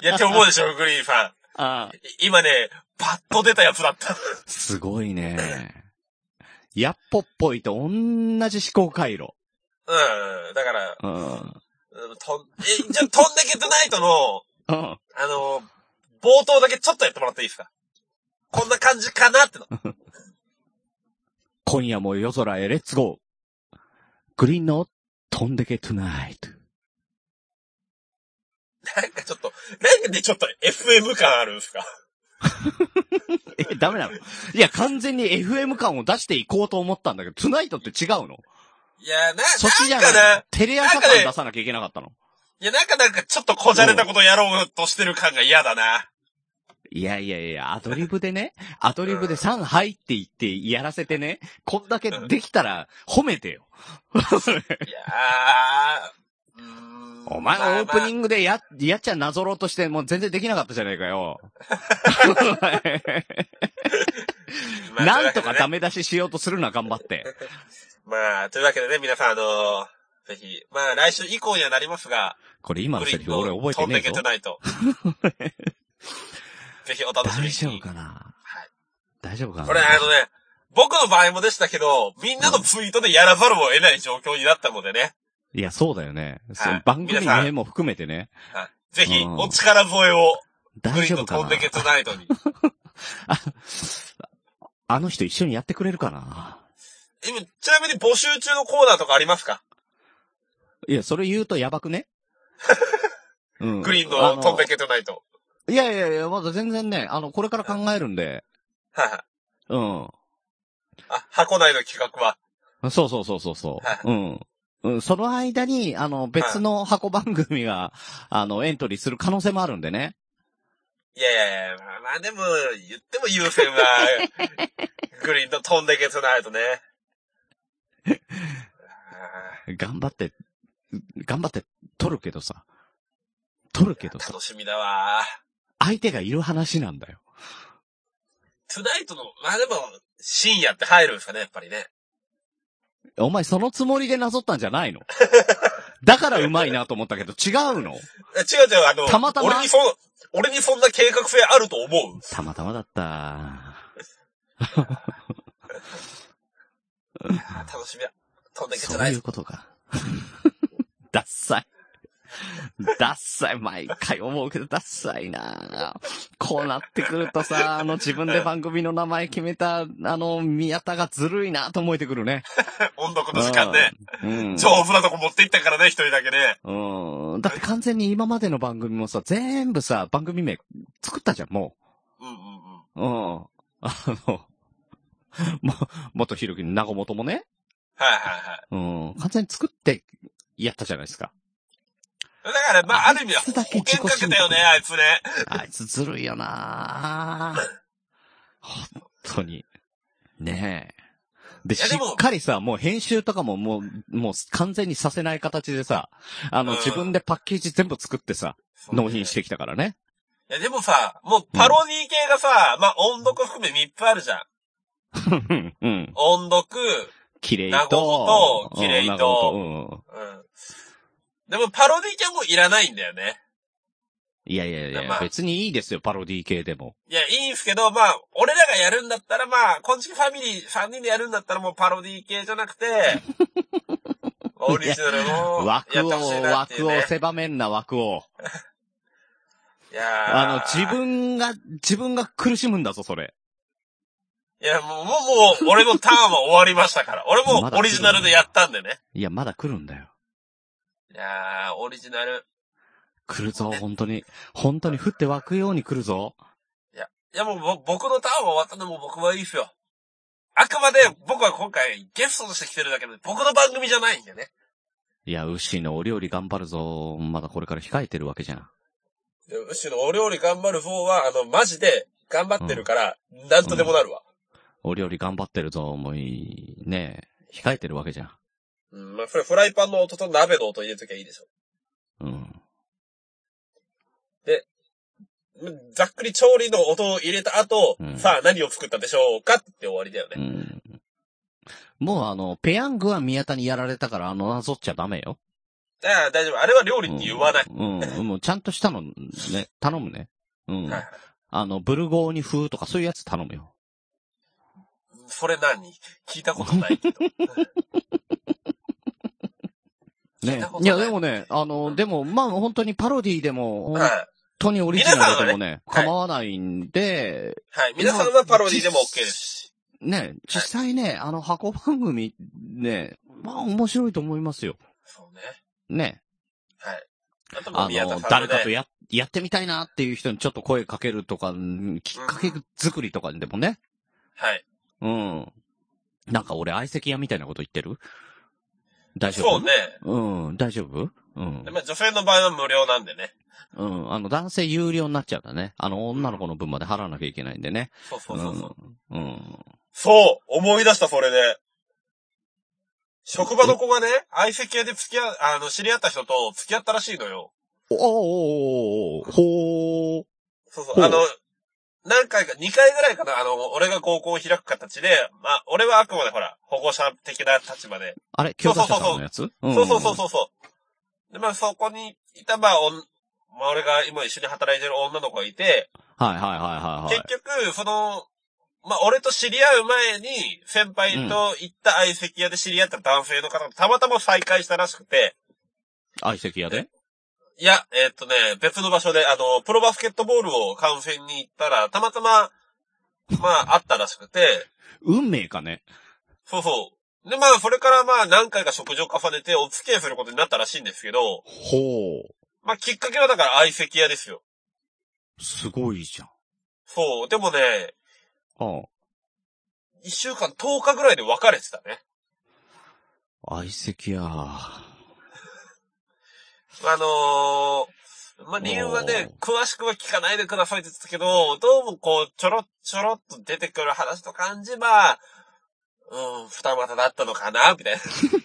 [SPEAKER 1] いやって思うでしょ、グリーンさん。
[SPEAKER 3] ああ
[SPEAKER 1] い今ね、パッと出たやつだった。
[SPEAKER 3] すごいね。やっぽっぽいと同じ思考回路。
[SPEAKER 1] うん。だから、
[SPEAKER 3] うん。
[SPEAKER 1] うんと、 え、じゃあ、飛んでけてないとの、
[SPEAKER 3] うん。
[SPEAKER 1] あの、冒頭だけちょっとやってもらっていいですかこんな感じかなっての。
[SPEAKER 3] 今夜も夜空へレッツゴー。グリーンの飛んでけトゥナイト。
[SPEAKER 1] なんかちょっと、なんかね、ちょっと FM 感あるんですか
[SPEAKER 3] え、ダメなのいや、完全に FM 感を出していこうと思ったんだけど、トゥナイトって違うの
[SPEAKER 1] いや、な、
[SPEAKER 3] そっちじゃ
[SPEAKER 1] なんか
[SPEAKER 3] な
[SPEAKER 1] ね
[SPEAKER 3] い。テレ朝
[SPEAKER 1] なんか
[SPEAKER 3] 感
[SPEAKER 1] ね
[SPEAKER 3] 出さなきゃいけなかったの。
[SPEAKER 1] いや、なんかなんかちょっとこじゃれたことやろうとしてる感が嫌だな。
[SPEAKER 3] いやいやいや、アドリブでね、アドリブで3はいって言ってやらせてね、こんだけできたら褒めてよ。
[SPEAKER 1] いやーうーん。
[SPEAKER 3] お前オープ
[SPEAKER 1] ン
[SPEAKER 3] ニ
[SPEAKER 1] グ。
[SPEAKER 3] ングでや、やっちゃなぞろうとして、もう全然できなかったじゃないかよ。
[SPEAKER 1] まあ
[SPEAKER 3] なんとかダ
[SPEAKER 1] メ。
[SPEAKER 3] メ出ししようとするな、頑張って。
[SPEAKER 1] まあ、というわけでね、皆さん、あのぜひ、まあ、来週以降にはなりますが、
[SPEAKER 3] これ今の
[SPEAKER 1] グ
[SPEAKER 3] セ
[SPEAKER 1] リ
[SPEAKER 3] リ
[SPEAKER 1] ーン
[SPEAKER 3] フ
[SPEAKER 1] の
[SPEAKER 3] 俺覚えてね
[SPEAKER 1] 飛んでけ
[SPEAKER 3] えぞ
[SPEAKER 1] て。ないと。 ぜひお楽しみに。
[SPEAKER 3] 大丈夫かな大丈夫かな
[SPEAKER 1] これあのね、僕の場合もでしたけど、みんなのツイートでやらざるを得ない状況になったのでね、
[SPEAKER 3] いや、そうだよね。そう
[SPEAKER 1] はい
[SPEAKER 3] 番組
[SPEAKER 1] 皆さん
[SPEAKER 3] 名も含めてね。
[SPEAKER 1] はいぜひ、
[SPEAKER 3] うん
[SPEAKER 1] お力添えを、グ
[SPEAKER 3] 大
[SPEAKER 1] リー
[SPEAKER 3] 丈
[SPEAKER 1] ンの
[SPEAKER 3] 夫か
[SPEAKER 1] 飛ん
[SPEAKER 3] な
[SPEAKER 1] でけトゥナイトに。
[SPEAKER 3] あの人一緒にやってくれるかな
[SPEAKER 1] 今、ちなみに募集中のコーナーとかありますか
[SPEAKER 3] いや、それ言うとやば くねうん
[SPEAKER 1] グリーンの飛んでけトゥナイト。
[SPEAKER 3] あのいやいやいや、まだ全然ね、あの、これから考えるんで。
[SPEAKER 1] はいはい。
[SPEAKER 3] うん。
[SPEAKER 1] あ、箱内の企画は。
[SPEAKER 3] そうそうそうそうそう。うん。うん、その間に、あの、別の箱番組が、あの、エントリーする可能性もあるんでね。
[SPEAKER 1] いやいやいや、まあまあでも、言っても優先は、 グリーンの飛んでけトゥナイトね。あ
[SPEAKER 3] 頑張って、頑張って、取るけどさ。取るけど
[SPEAKER 1] ー
[SPEAKER 3] さ。
[SPEAKER 1] 楽しみだわ。
[SPEAKER 3] 相手がいる話なんだよ。
[SPEAKER 1] トゥナイトの、まあでも、深夜って入るんですかね、やっぱりね。
[SPEAKER 3] お前そのつもりでなぞったんじゃないの だからうまいなと思ったけど、違うの
[SPEAKER 1] え違う違う、あの、
[SPEAKER 3] たまたま
[SPEAKER 1] 俺にそん、俺にそんな計画性あると思う
[SPEAKER 3] たまたまだった。
[SPEAKER 1] あー楽しみだ。飛んでけトゥ
[SPEAKER 3] そう
[SPEAKER 1] ナイ
[SPEAKER 3] い
[SPEAKER 1] ト
[SPEAKER 3] う。こと か。ダッサい。ダッサい。毎回思うけど、ダッサいなこうなってくるとさ、あの自分で番組の名前決めた、あの、宮田がずるいなと思えてくるね。
[SPEAKER 1] 音読の時間ね。
[SPEAKER 3] うん。
[SPEAKER 1] 上手なとこ持っていったからね、一人だけね。
[SPEAKER 3] うん。だって完全に今までの番組もさ、全部さ、番組名作ったじゃん、もう。
[SPEAKER 1] うんうんうん。
[SPEAKER 3] うん。あの、も、元ひろきの名古元もね、
[SPEAKER 1] はいはいはい。
[SPEAKER 3] うん、完全に作ってやったじゃないですか。
[SPEAKER 1] だから、まあ、ある意味は
[SPEAKER 3] あいつ
[SPEAKER 1] 保
[SPEAKER 3] だけ
[SPEAKER 1] 険
[SPEAKER 3] 自己申
[SPEAKER 1] かけ
[SPEAKER 3] 告
[SPEAKER 1] たよね、あいつね。
[SPEAKER 3] あいつずるいよな本当に。ねえ。で、
[SPEAKER 1] いや
[SPEAKER 3] し
[SPEAKER 1] でも
[SPEAKER 3] っかりさ、もう編集とかももう、もう完全にさせない形でさ、あの、
[SPEAKER 1] うん
[SPEAKER 3] 自分でパッケージ全部作ってさ、納品してきたからね。
[SPEAKER 1] いや、でもさ、もうパロディ系がさ、まあ、音読含め3つあるじゃん。
[SPEAKER 3] うん、うん。
[SPEAKER 1] 音読、
[SPEAKER 3] 綺麗
[SPEAKER 1] 名古
[SPEAKER 3] と
[SPEAKER 1] 屋と、綺麗と
[SPEAKER 3] うん名古屋と、
[SPEAKER 1] うん。でも、パロディ系はもういらないんだよね。
[SPEAKER 3] うん。いやいやいや、
[SPEAKER 1] まあ
[SPEAKER 3] 別にいいですよ、パロディ系でも。
[SPEAKER 1] いや、いいんすけど、まあ、俺らがやるんだったら、まあ、こんちきファミリー3人でやるんだったらもうパロディ系じゃなくて、 オリジナルも、やって
[SPEAKER 3] 枠
[SPEAKER 1] ほしい
[SPEAKER 3] を、
[SPEAKER 1] なってい
[SPEAKER 3] 枠
[SPEAKER 1] う、
[SPEAKER 3] を
[SPEAKER 1] ね。
[SPEAKER 3] 狭めんな、枠を。
[SPEAKER 1] いやー
[SPEAKER 3] あの、自。分が、自分が苦しむんだぞ、それ。
[SPEAKER 1] いや、もう、もう、もう俺のターンは終わりましたから。俺も
[SPEAKER 3] まだ
[SPEAKER 1] オリジナルでやったんでね。
[SPEAKER 3] いや、まだ来るんだよ。
[SPEAKER 1] いやー、オリジナル。
[SPEAKER 3] 来るぞ、本当に。本当に降って湧くように来るぞ。
[SPEAKER 1] いやもうぼ僕のターンは終わったのも僕はいいっすよ。あくまで僕は今回ゲストとして来てるだけで僕の番組じゃないんでね。
[SPEAKER 3] いや、牛のお料理頑張るぞ。まだこれから控えてるわけじゃん。
[SPEAKER 1] でむしろお料理頑張る方は、あの、マジで頑張ってるから、なんとでもなるわ。
[SPEAKER 3] お料理頑張ってるぞ。もういい。ねえ。控えてるわけじゃん。
[SPEAKER 1] うん、まあ、それフライパンの音と鍋の音入れときゃいいでしょ。
[SPEAKER 3] うん。
[SPEAKER 1] うんざっくり調理の音を入れた後、
[SPEAKER 3] うん
[SPEAKER 1] さあ何を作ったでしょうかって終わりだよ
[SPEAKER 3] う
[SPEAKER 1] ね。
[SPEAKER 3] ん。もうあの、ペヤングは宮田にやられたから、あの、なぞっちゃダメよ。
[SPEAKER 1] だから大丈夫。あれは料理
[SPEAKER 3] う
[SPEAKER 1] っ
[SPEAKER 3] ん
[SPEAKER 1] て言わない。
[SPEAKER 3] うん。もうちゃんとしたの、 ね、頼むね。うん
[SPEAKER 1] はい。
[SPEAKER 3] あの、ブルゴーニュ風とかそういうやつ頼むよ。
[SPEAKER 1] それ何聞いたことないけど。聞い
[SPEAKER 3] ね
[SPEAKER 1] たこ。と
[SPEAKER 3] い
[SPEAKER 1] ない
[SPEAKER 3] や、でもね、あの、でも、まあ、本当にパロディでも、本
[SPEAKER 1] はい。
[SPEAKER 3] 当にオリジナルでもね、
[SPEAKER 1] 皆さんはねはい
[SPEAKER 3] 構わないんで、
[SPEAKER 1] はい。皆さんはパロディでも OK ですし。
[SPEAKER 3] ね、実際ね、あの、箱番組、ね、まあ、面白いと思いますよ。
[SPEAKER 1] そうね。
[SPEAKER 3] ね。
[SPEAKER 1] はい。あとも
[SPEAKER 3] あ
[SPEAKER 1] う宮田
[SPEAKER 3] の、
[SPEAKER 1] さん
[SPEAKER 3] 誰
[SPEAKER 1] の
[SPEAKER 3] かと
[SPEAKER 1] ね、
[SPEAKER 3] や、やってみたいなっていう人にちょっと声かけるとか、うんきっかけ作りとかでもね。
[SPEAKER 1] はい。
[SPEAKER 3] うん。なんか俺、相席屋みたいなこと言ってる大丈夫
[SPEAKER 1] そうね。
[SPEAKER 3] うん、大丈夫うん
[SPEAKER 1] で。まあ女性の場合は無料なんでね。
[SPEAKER 3] うん。あの、男性有料になっちゃうんだね。あの、女の子の分まで払わなきゃいけないんでね。
[SPEAKER 1] そうそうそうそう。
[SPEAKER 3] うん。うん。
[SPEAKER 1] そう思い出した、それで。職場の子がね、相席屋で付き合う、あの、知り合った人と付き合ったらしいのよ。
[SPEAKER 3] おーおーおーおーほー。
[SPEAKER 1] そうそ
[SPEAKER 3] ほ
[SPEAKER 1] う、
[SPEAKER 3] う
[SPEAKER 1] あの、何回か、2回ぐらいかな、あの、俺が高校を開く形で、まあ、俺はあくまでほら、保護者的な立場で。
[SPEAKER 3] あれ教科者さんのやつうん
[SPEAKER 1] そうそうそうそうそう。で、まあ、そこにいた、まあ、おんまあ、俺が今一緒に働いてる女の子がいて、
[SPEAKER 3] はいはいはいはいはい
[SPEAKER 1] 結。局、その、まあ、俺と知り合う前に、先輩と行った相席屋で知り合った男性の方とたまたま再会したらしくて、
[SPEAKER 3] 相席屋で
[SPEAKER 1] いや、えーっとね、別の場所で、あの、プロバスケットボールを観戦に行ったら、たまたま、まあ、あったらしくて、
[SPEAKER 3] 運命かね
[SPEAKER 1] そうそう。で、まあ、それからまあ、何回か食事を重ねてお付き合いすることになったらしいんですけど、
[SPEAKER 3] ほう。
[SPEAKER 1] まあ、きっかけはだから相席屋ですよ。
[SPEAKER 3] すごいじゃん。
[SPEAKER 1] そう。でもね、
[SPEAKER 3] あ
[SPEAKER 1] 一週間10日ぐらいで別れてたね。
[SPEAKER 3] あ。相席屋。
[SPEAKER 1] あのー、まあ、理由はね、詳しくは聞かないでくださいって言ってたけど、どうもこう、ちょろちょろっと出てくる話と感じ、まあ、うん、二股だったのかな、みたい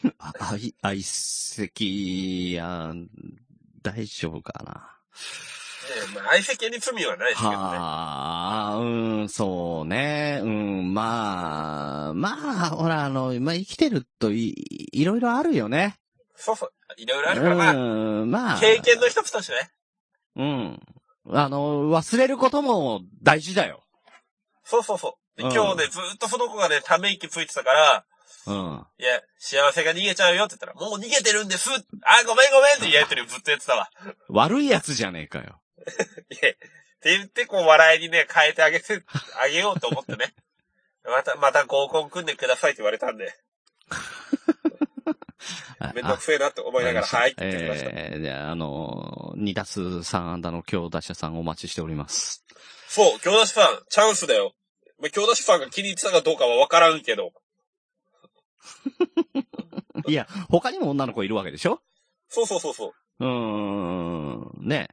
[SPEAKER 1] な。
[SPEAKER 3] あ、相、相席屋、大丈夫かな。
[SPEAKER 1] ねまあ、相席に罪はないですけどね。
[SPEAKER 3] はあ、うん、そうね。うん、まあ、まあ、ほら、あの、まあ、生きてるとい、いろいろあるよ ね。
[SPEAKER 1] そうそう。いろいろあるから、ま
[SPEAKER 3] うん、ま
[SPEAKER 1] あ、
[SPEAKER 3] あ。
[SPEAKER 1] 経験の一つとしてね。
[SPEAKER 3] うん。あの、忘れることも大事だよ。
[SPEAKER 1] そうそうそう。で
[SPEAKER 3] うん
[SPEAKER 1] 今日ね、ずっとその子がね、ため息ついてたから、
[SPEAKER 3] うん。
[SPEAKER 1] いや、幸せが逃げちゃうよって言ったら、もう逃げてるんですあ、ごめんごめんって言えてるずっとやってたわ。
[SPEAKER 3] 悪いやつじゃねえかよ。
[SPEAKER 1] いやって言って、こう、笑いにね、変えてあげ て、あげようと思ってね。また、また合コン組んでくださいって言われたんで、
[SPEAKER 3] あ
[SPEAKER 1] めんどくせえなって思いながら、はいって言ってきました。
[SPEAKER 3] えー、じゃあ、あのー、2打数3安打の強打者さんお待ちしております。
[SPEAKER 1] そう、京出しさん、チャンスだよ。まあ、京出しさんが気に入ってたかどうかはわからんけど。
[SPEAKER 3] いや、他にも女の子いるわけでしょ
[SPEAKER 1] そうそうそうそう
[SPEAKER 3] ーん、ね。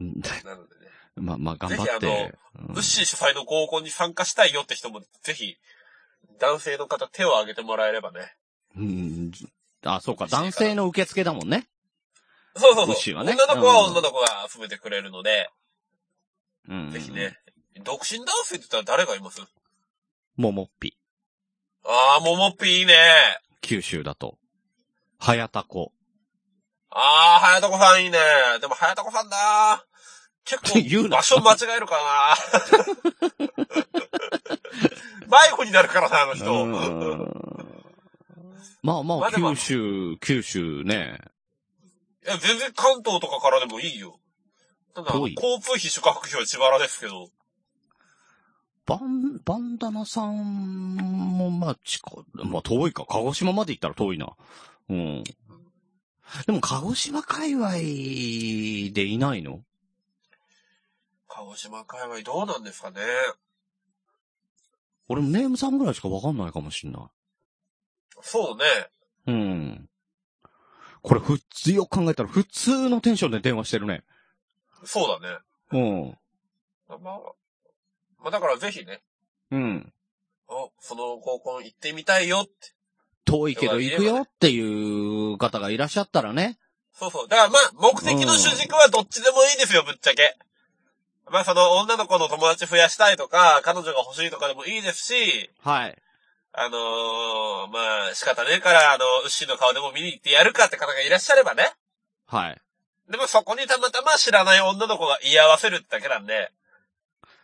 [SPEAKER 3] うん
[SPEAKER 1] う。なのでね。
[SPEAKER 3] ま、まあ、頑張っ
[SPEAKER 1] ぜひ
[SPEAKER 3] て。
[SPEAKER 1] ウッシー主催の合コンに参加したいよって人も、ぜひ、男性の方手を挙げてもらえればね。
[SPEAKER 3] うんうん。あ、そうか、男性の受付だもんね。
[SPEAKER 1] そうそう
[SPEAKER 3] ウッ
[SPEAKER 1] そ
[SPEAKER 3] シー
[SPEAKER 1] う。
[SPEAKER 3] はね
[SPEAKER 1] 女の子は女の子が集めてくれるので、
[SPEAKER 3] うん。
[SPEAKER 1] ぜひね。。独身男性って言ったら誰がいます
[SPEAKER 3] ももっぴ。
[SPEAKER 1] あー、ももっぴいいね。
[SPEAKER 3] 九州だと。はやたこ。
[SPEAKER 1] あー、はやたこさんいいね。でも、はやたこさんだ結
[SPEAKER 3] 言う
[SPEAKER 1] 構、
[SPEAKER 3] な
[SPEAKER 1] 場所間違えるから な迷子になるからな、あの
[SPEAKER 3] う
[SPEAKER 1] 人。
[SPEAKER 3] ーん。 まあま
[SPEAKER 1] ま
[SPEAKER 3] あ、
[SPEAKER 1] あでも
[SPEAKER 3] 九州、九州ね。
[SPEAKER 1] いや、全然関東とかからでもいいよ。ただ、
[SPEAKER 3] 遠い
[SPEAKER 1] 交通費、宿泊費は自腹ですけど。
[SPEAKER 3] バン、バンダナさんも、まあ、近い、まあ、遠いか。鹿児島まで行ったら遠いな。うん。でも、鹿児島界隈でいないの
[SPEAKER 1] 鹿鹿児島界隈どうなんですかね。
[SPEAKER 3] 俺もネームさんぐらいしかわかんないかもしんな
[SPEAKER 1] そうね。
[SPEAKER 3] い。うん。これ普通、よく考えたら普通のテンションで電話してるね。
[SPEAKER 1] そうだね。
[SPEAKER 3] うん。
[SPEAKER 1] まあ、まあだからぜひね、
[SPEAKER 3] うん。
[SPEAKER 1] お、その高校行ってみたいよって。
[SPEAKER 3] 遠いけど行くよっていう方がいらっしゃったらね。
[SPEAKER 1] そうそう。だからまあ、目的の主軸はどっちでもいいですよ、ぶっちゃけ。まあその女の子の友達増やしたいとか、彼女が欲しいとかでもいいですし、
[SPEAKER 3] はい。
[SPEAKER 1] あのーまあ仕方ねえから、あの、ウッシーの顔でも見に行ってやるかって方がいらっしゃればね。
[SPEAKER 3] はい。
[SPEAKER 1] でもそこにたまたま知らない女の子が居合わせるだけなんで、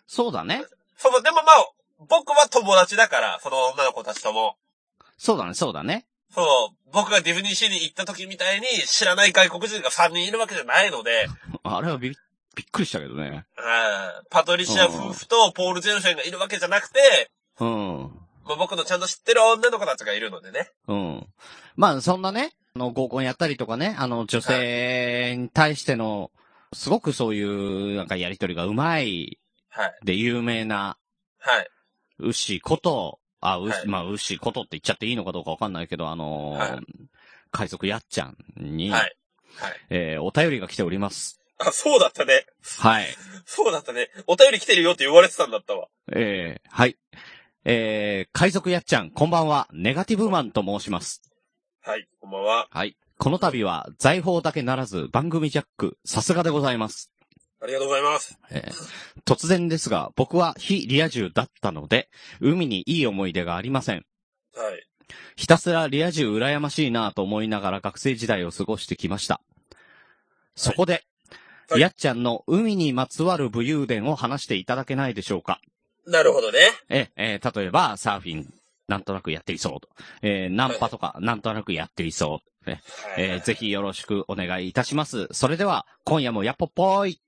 [SPEAKER 3] そうだね。
[SPEAKER 1] その、でもまあ、僕は友達だから、その女の子たちとも。
[SPEAKER 3] そうだね、そうだね。
[SPEAKER 1] そう、僕がディズニーシーに行った時みたいに知らない外国人が3人いるわけじゃないので、
[SPEAKER 3] あれはびっびっくりしたけどね。
[SPEAKER 1] うんパトリシア夫婦とポール・ジェンセンがいるわけじゃなくて、
[SPEAKER 3] うん。
[SPEAKER 1] まあ、僕のちゃんと知ってる女の子たちがいるのでね。
[SPEAKER 3] うん。まあ、そんなね、あの、合コンやったりとかね、あの、女性に対しての、すごくそういう、なんかやりとりがうまい
[SPEAKER 1] はい。
[SPEAKER 3] で有名な、
[SPEAKER 1] はい。
[SPEAKER 3] ウッシーこと、あ、ウッシー
[SPEAKER 1] はい
[SPEAKER 3] まあ、ウッシーことって言っちゃっていいのかどうかわかんないけど、あのー
[SPEAKER 1] はい
[SPEAKER 3] 海賊やっちゃんに、
[SPEAKER 1] はい。はい。
[SPEAKER 3] えーお便りが来ております。
[SPEAKER 1] あ、そうだったね。
[SPEAKER 3] はい。
[SPEAKER 1] そうだったね。お便り来てるよって言われてたんだったわ。
[SPEAKER 3] えーはい。えー海賊やっちゃん、こんばんは、ネガティブマンと申します。
[SPEAKER 1] はい。こんばんは。
[SPEAKER 3] はい。この度は、財宝だけならず、番組ジャック、さすがでございます。
[SPEAKER 1] ありがとうございます。
[SPEAKER 3] えー突然ですが、僕は非リア充だったので、海にいい思い出がありません。
[SPEAKER 1] はい。
[SPEAKER 3] ひたすらリア充羨ましいなぁと思いながら学生時代を過ごしてきました。そこで、
[SPEAKER 1] はい
[SPEAKER 3] やっちゃんの海にまつわる武勇伝を話していただけないでしょうか。
[SPEAKER 1] なるほどね。
[SPEAKER 3] え、えー例えば、サーフィン、なんとなくやっていそうと。えーナンパとか、なんとなくやっていそう。ね
[SPEAKER 1] はい。
[SPEAKER 3] えーぜひよろしくお願いいたします。それでは、今夜もやっぽっぽい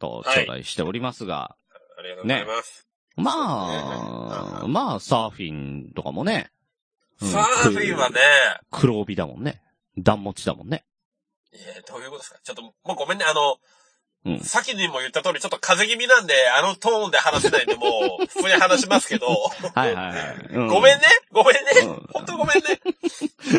[SPEAKER 3] と頂戴しておりますが、
[SPEAKER 1] ありがとうございます。
[SPEAKER 3] まあ、まあ、サーフィンとかもね、うん
[SPEAKER 1] サーフィンはね、
[SPEAKER 3] 黒帯だもんね。段持ちだもんね。
[SPEAKER 1] いや、どういうことですかちょっと、もうごめんね、あの、
[SPEAKER 3] うん
[SPEAKER 1] 先にも言った通り、ちょっと風邪気味なんで、あのトーンで話せないんで、もう、普通に話しますけど、
[SPEAKER 3] はいはいはい。う
[SPEAKER 1] ごめんねごめんね、
[SPEAKER 3] うん
[SPEAKER 1] ほんとごめんね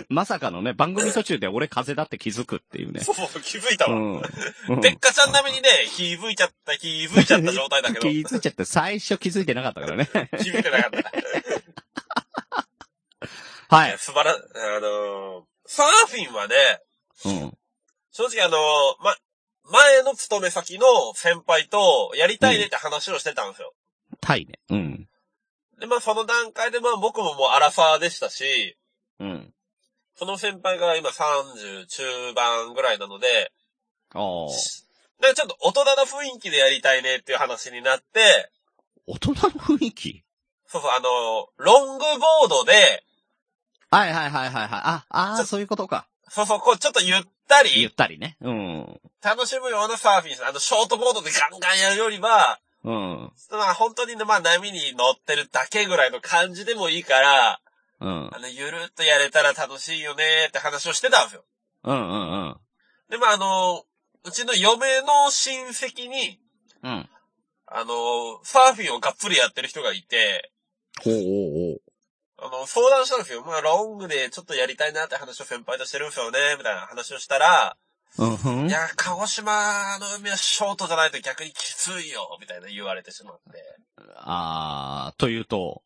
[SPEAKER 3] まさかのね、番組途中で俺風邪だって気づくっていうね。
[SPEAKER 1] そうそう、気づいた
[SPEAKER 3] う
[SPEAKER 1] わ。
[SPEAKER 3] ん。うん
[SPEAKER 1] でっかちゃん並みにね、気づいちゃった、気づいちゃった状態だけど、
[SPEAKER 3] 気
[SPEAKER 1] 気
[SPEAKER 3] づいちゃって、最初気づいてなかったからね。
[SPEAKER 1] づいてなかった。
[SPEAKER 3] はい。
[SPEAKER 1] 素晴ら、あのーサーフィンはね、
[SPEAKER 3] うん。
[SPEAKER 1] 正直あのーま、前の勤め先の先輩とやりたいねって話をしてたんですよ。
[SPEAKER 3] タイね。うん。
[SPEAKER 1] で、まあその段階でまあ僕ももうアラファーでしたし、
[SPEAKER 3] うん。
[SPEAKER 1] その先輩が今30中盤ぐらいなので、
[SPEAKER 3] ああ。
[SPEAKER 1] なんかちょっと大人な雰囲気でやりたいねっていう話になって、
[SPEAKER 3] 大人の雰囲気
[SPEAKER 1] そうそう、あのーロングボードで、
[SPEAKER 3] はいはいはいはいはい。あ、あ
[SPEAKER 1] ち
[SPEAKER 3] あ、
[SPEAKER 1] ょ
[SPEAKER 3] そういうことか。
[SPEAKER 1] そうそう、こうちょっとゆった
[SPEAKER 3] ゆっ
[SPEAKER 1] り、
[SPEAKER 3] たりね。うん。
[SPEAKER 1] 楽しむようなサーフィンですあの、ショートボードでガンガンやるよりは、
[SPEAKER 3] うん。
[SPEAKER 1] まあ本当にね、まあ波に乗ってるだけぐらいの感じでもいいから、
[SPEAKER 3] うん。
[SPEAKER 1] あの、ゆるっとやれたら楽しいよねって話をしてたんですよ。
[SPEAKER 3] うんうんうん。
[SPEAKER 1] で、まああの、うちの嫁の親戚に、
[SPEAKER 3] うん。
[SPEAKER 1] あの、サーフィンをがっつりやってる人がいて、
[SPEAKER 3] ほうほうほう。
[SPEAKER 1] あの、相談したんですよ。まあ、ロングでちょっとやりたいなって話を先輩としてるんですよね、みたいな話をしたら、
[SPEAKER 3] うんふん
[SPEAKER 1] い。や、鹿児島の海はショートじゃないと逆にきついよ、みたいな言われてしまって。
[SPEAKER 3] ああ、というと、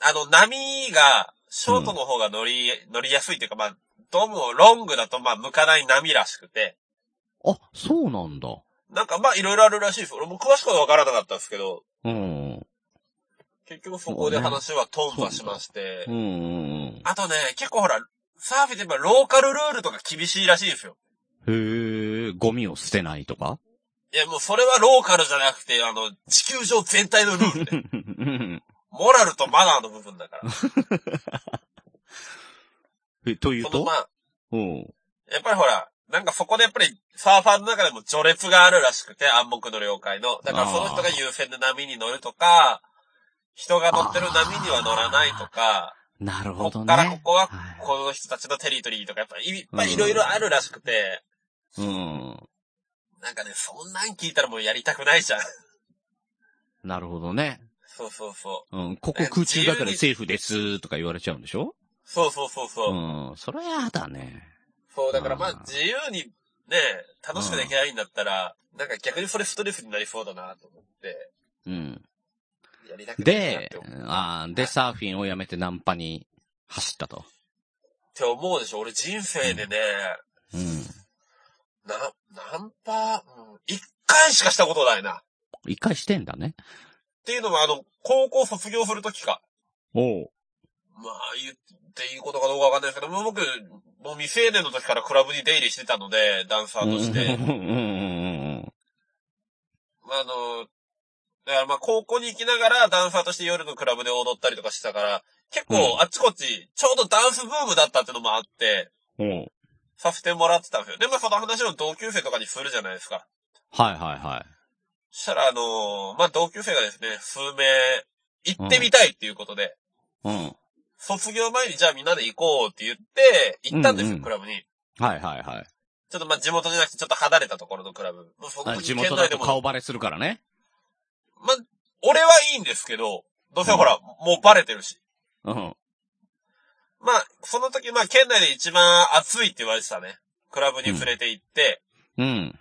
[SPEAKER 1] あの、波が、ショートの方が乗り、乗りやすいというか、まあ、どうもロングだと、まあ、向かない波らしくて、
[SPEAKER 3] あ、そうなんだ。
[SPEAKER 1] なんかまあ、いろいろあるらしいです。俺も詳しくはわからなかったんですけど、
[SPEAKER 3] うん。
[SPEAKER 1] 結局そこで話は頓挫しまして
[SPEAKER 3] うんう、ん
[SPEAKER 1] あとね、結構ほら、サーフィンで今ローカルルールとか厳しいらしいんですよ。
[SPEAKER 3] うん。へえ、ゴミを捨てないとか
[SPEAKER 1] いや、もうそれはローカルじゃなくて、あの、地球上全体のルール
[SPEAKER 3] う
[SPEAKER 1] で。
[SPEAKER 3] ん
[SPEAKER 1] モラルとマナーの部分だから。
[SPEAKER 3] えという
[SPEAKER 1] その
[SPEAKER 3] と
[SPEAKER 1] まあ、
[SPEAKER 3] うん。
[SPEAKER 1] やっぱりほら、なんかそこでやっぱりサーファーの中でも序列があるらしくて、暗黙の了解の。だからその人が優先で波に乗るとか、人が乗ってる波には乗らないとか、
[SPEAKER 3] なる
[SPEAKER 1] こ
[SPEAKER 3] ほど
[SPEAKER 1] っ
[SPEAKER 3] ね。
[SPEAKER 1] からここは
[SPEAKER 3] はい
[SPEAKER 1] この人たちのテリトリーとか、やっぱいっぱいいろいろあるらしくて、
[SPEAKER 3] うん。
[SPEAKER 1] なんかね、そんなん聞いたらもうやりたくないじゃん。
[SPEAKER 3] なるほどね。
[SPEAKER 1] そうそうそう。
[SPEAKER 3] うん、ここ空中だからセーフですとか言われちゃうんでしょ
[SPEAKER 1] そうそうそうそう。
[SPEAKER 3] うん、それはやだね。
[SPEAKER 1] そう、だからまあ
[SPEAKER 3] あー
[SPEAKER 1] 自由にね、楽しくできないんだったら、なんか逆にそれストレスになりそうだなと思って、
[SPEAKER 3] うん。
[SPEAKER 1] やりたくないなっ
[SPEAKER 3] で
[SPEAKER 1] て思う。、
[SPEAKER 3] あーで、サーフィンをやめてナンパに走ったと。
[SPEAKER 1] って思うでしょ俺人生でね、
[SPEAKER 3] うん。
[SPEAKER 1] な、ナンパ、うん一回しかしたことないな。っ
[SPEAKER 3] 一回してんだね。
[SPEAKER 1] ていうのはあの、高校卒業するときか。
[SPEAKER 3] おう。
[SPEAKER 1] まあ言っていいことかどうかわかんないですけど、もう僕、もう未成年の時からクラブに出入りしてたので、ダンサーとして。
[SPEAKER 3] うんうんうん
[SPEAKER 1] まあ、あの、だからまあ高校に行きながらダンサーとして夜のクラブで踊ったりとかしてたから、結
[SPEAKER 3] う
[SPEAKER 1] 構あっちこっち、ちょうどダンスブームだったってのもあって、
[SPEAKER 3] うんうん。おう。
[SPEAKER 1] させてもらってたんですよ。でもその話を同級生とかにするじゃないですか。
[SPEAKER 3] はいはいは
[SPEAKER 1] そしたらあのまあ同級生がですね、数名、行ってみたいっていうことで、
[SPEAKER 3] い。うん。
[SPEAKER 1] 卒業前にじゃあみんなで行こうって言って、行ったんですよ、
[SPEAKER 3] うんうん
[SPEAKER 1] クラブに。
[SPEAKER 3] はいはいはい。
[SPEAKER 1] ちょっとまあ地元じゃなくてちょっと離れたところのクラブ。まあそこ
[SPEAKER 3] あ
[SPEAKER 1] に
[SPEAKER 3] 地元だと
[SPEAKER 1] 県内
[SPEAKER 3] 顔バレするからね。
[SPEAKER 1] でもまあ、俺はいいんですけど、どうせほら、もうバレてるし。
[SPEAKER 3] うん。
[SPEAKER 1] まあ、その時、まあ、県内で一番暑いって言われてたね。クラブに連れて行って、
[SPEAKER 3] うん。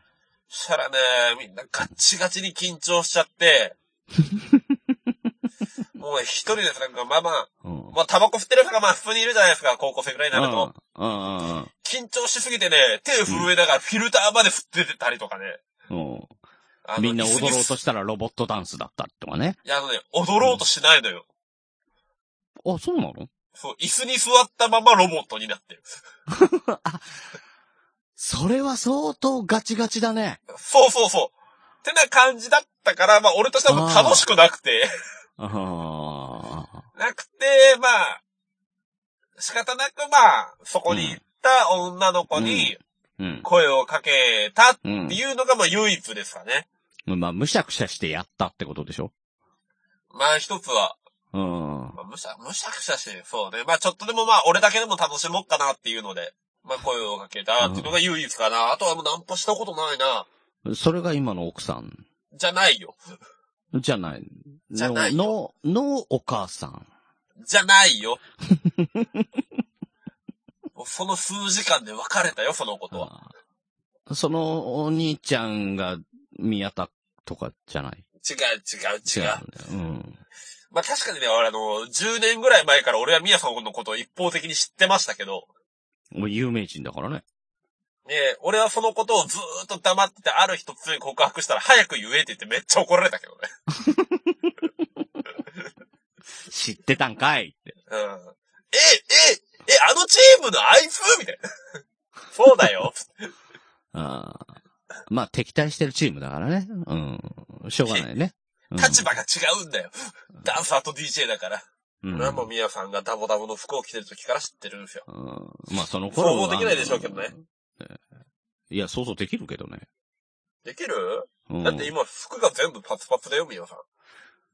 [SPEAKER 1] そしたらね、みんなガッチガチに緊張しちゃ って、もう一人でなんか、まあまあ、
[SPEAKER 3] うん。
[SPEAKER 1] まあ、タバコ吸ってる人がまあ普通にいるじゃないですか、高校生ぐらいになると。
[SPEAKER 3] うんうんうん
[SPEAKER 1] 緊張しすぎてね、手震えながらフィルターまで振ってたりとかね。
[SPEAKER 3] うん。
[SPEAKER 1] あの
[SPEAKER 3] みんな
[SPEAKER 1] 椅子
[SPEAKER 3] 踊
[SPEAKER 1] に
[SPEAKER 3] ろうとしたらロボットダンスだったとかね。
[SPEAKER 1] いや、あのね、踊ろうとしないのよ。
[SPEAKER 3] あ、そうなの
[SPEAKER 1] そう、椅子に座ったままロボットになってる。
[SPEAKER 3] それは相当ガチガチだね。
[SPEAKER 1] そうそうそう。ってな感じだったから、まあ、俺としてはもう楽しくなくて。
[SPEAKER 3] ああ。
[SPEAKER 1] なくて、まあ、仕方なくまあ、そこに行った女の子に
[SPEAKER 3] うん。
[SPEAKER 1] 声をかけたっ
[SPEAKER 3] うん
[SPEAKER 1] て。いうのがまあ唯一ですかね。
[SPEAKER 3] まあ、むしゃくしゃしてやったってことでしょ
[SPEAKER 1] まあ一つは、
[SPEAKER 3] うん。
[SPEAKER 1] まあ、むしゃ、むしゃくしゃして、そうね。まあちょっとでもまあ俺だけでも楽しもうかなっていうので、まあ声をかけたっていうのが唯一かな。あとはもうナンパしたことないな。
[SPEAKER 3] それが今の奥さん。
[SPEAKER 1] じゃないよ。
[SPEAKER 3] じゃない。
[SPEAKER 1] じゃない
[SPEAKER 3] の、の、のお母さん。
[SPEAKER 1] じゃない よ。もうその数時間で別れたよ、そのことは。
[SPEAKER 3] あーそのお兄ちゃんが宮田とかじゃない
[SPEAKER 1] 違う違う違う。
[SPEAKER 3] 違うんだよ。
[SPEAKER 1] まあ確かにね、俺あの、10年ぐらい前から俺はミヤさんのことを一方的に知ってましたけど、
[SPEAKER 3] うん。もう有名人だからね。
[SPEAKER 1] ねえ俺はそのことをずーっと黙ってて、ある日突然告白したら早く言えって言ってめっちゃ怒られたけどね。
[SPEAKER 3] 知ってたんかいって。
[SPEAKER 1] うん。え、え、え、あのチームのあいつみたいな。 そうだよ。
[SPEAKER 3] あーまあ、敵対してるチームだからね。うん。しょうがないね。 うん
[SPEAKER 1] 立場が違うんだよ。ダンサーと DJ だから。
[SPEAKER 3] うん
[SPEAKER 1] 俺はもうミヤさんがダボダボの服を着てる時から知ってるんですよ。
[SPEAKER 3] うんまあ、その頃は
[SPEAKER 1] 想像できないでしょうけどね。
[SPEAKER 3] いや、想像できるけどね。
[SPEAKER 1] できる
[SPEAKER 3] うん
[SPEAKER 1] だって今服が全部パツパツだよ、ミヤさん。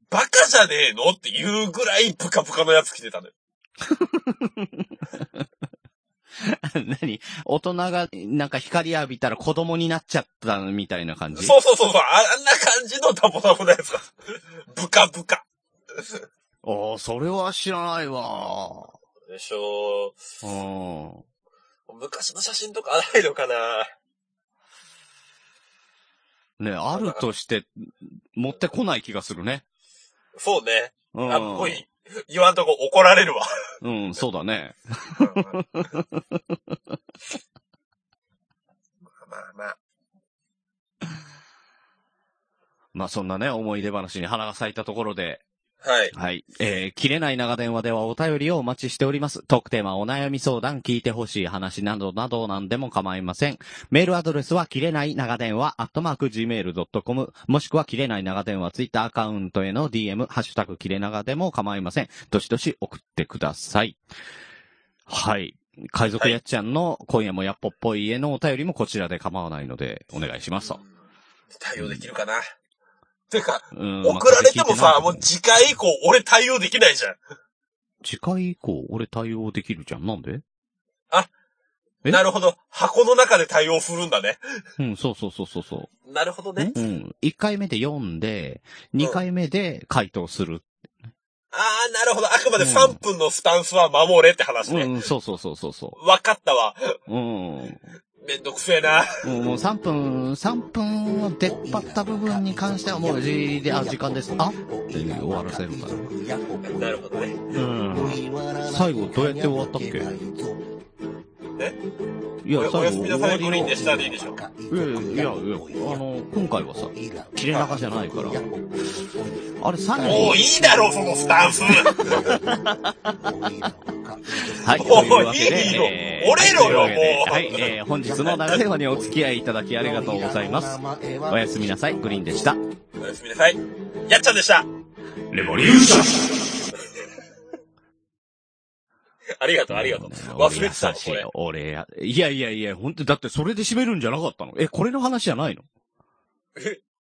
[SPEAKER 1] バカじゃねえのっていうぐらいプカプカのやつ着てたのよ
[SPEAKER 3] 何大人が、なんか光浴びたら子供になっちゃったみたいな感じ
[SPEAKER 1] そうそうそうそう、ああんな感じのダボダボなやつが。ブカブカ。
[SPEAKER 3] おーそれは知らないわ。
[SPEAKER 1] でしょ
[SPEAKER 3] うん。
[SPEAKER 1] う。昔の写真とかないのかな
[SPEAKER 3] ね、あるとして、持ってこない気がするね。
[SPEAKER 1] そうね。
[SPEAKER 3] うん。
[SPEAKER 1] あ、おい、言わんとこ怒られるわ。
[SPEAKER 3] うん、そうだね。
[SPEAKER 1] まあまあまあ。
[SPEAKER 3] まあ、そんなね、思い出話に花が咲いたところで、
[SPEAKER 1] はい。
[SPEAKER 3] はい。えー、切れない長電話ではお便りをお待ちしております。特テーマ、お悩み相談、聞いてほしい話などなど何でも構いません。メールアドレスは、切れない長電話、アットマーク gmail.com、もしくは、切れない長電話、ツイッターアカウントへの DM、ハッシュタグ、切れ長でも構いません。どしどし送ってください。はい。海賊やっちゃんの今夜もやっぽっぽい家のお便りもこちらで構わないので、お願いしますと。
[SPEAKER 1] 対応できるかな。てか、
[SPEAKER 3] うん
[SPEAKER 1] 送られてもさ、もう
[SPEAKER 3] まあ
[SPEAKER 1] 次回以降俺対応できないじゃん。
[SPEAKER 3] 次回以降、俺対応できるじゃん。なんでえ
[SPEAKER 1] なるほど。箱の中で対応するんだね。
[SPEAKER 3] うん、そうそうそうそうそ
[SPEAKER 1] なるほど
[SPEAKER 3] う。
[SPEAKER 1] ね。
[SPEAKER 3] うん。1回目で読んで、2回目で回答する。
[SPEAKER 1] ああ、なるほど。あくまで3分のスタンスは守れって話
[SPEAKER 3] う
[SPEAKER 1] ね。
[SPEAKER 3] ん、そうそうそうそうそ
[SPEAKER 1] わかったわ。
[SPEAKER 3] う。うん。
[SPEAKER 1] めんどくせえな。
[SPEAKER 3] うんもう3分、3分を出っ張った部分に関してはもうじで、あ、時間です。あって終わらせるから。
[SPEAKER 1] なるほどね。
[SPEAKER 3] うん。最後どうやって終わったっけいや、
[SPEAKER 1] おおや
[SPEAKER 3] 最
[SPEAKER 1] す
[SPEAKER 3] 後
[SPEAKER 1] み
[SPEAKER 3] 終
[SPEAKER 1] なさ
[SPEAKER 3] わ
[SPEAKER 1] い、
[SPEAKER 3] り
[SPEAKER 1] グ
[SPEAKER 3] の。
[SPEAKER 1] リーンで
[SPEAKER 3] い
[SPEAKER 1] したでいいでしょう。
[SPEAKER 3] やいやいや、いやあの、今回はさ、切れ長じゃないから。あれ最後。
[SPEAKER 1] もういいだろ、そのスタンス。
[SPEAKER 3] はい、
[SPEAKER 1] も
[SPEAKER 3] と
[SPEAKER 1] う
[SPEAKER 3] いうわけで、
[SPEAKER 1] いいよ
[SPEAKER 3] え
[SPEAKER 1] 折れろよもう
[SPEAKER 3] はい、えー本日の長電話にお付き合いいただ きありがとうございます。おやすみなさい、グリーンでした。
[SPEAKER 1] おやすみなさい。やっちゃんでした。
[SPEAKER 3] レボリューション
[SPEAKER 1] ありがとう、ありがとう。忘れてたの、これ。
[SPEAKER 3] 俺や、いやいやいや、本当だってそれで締めるんじゃなかったのえ、これの話じゃないの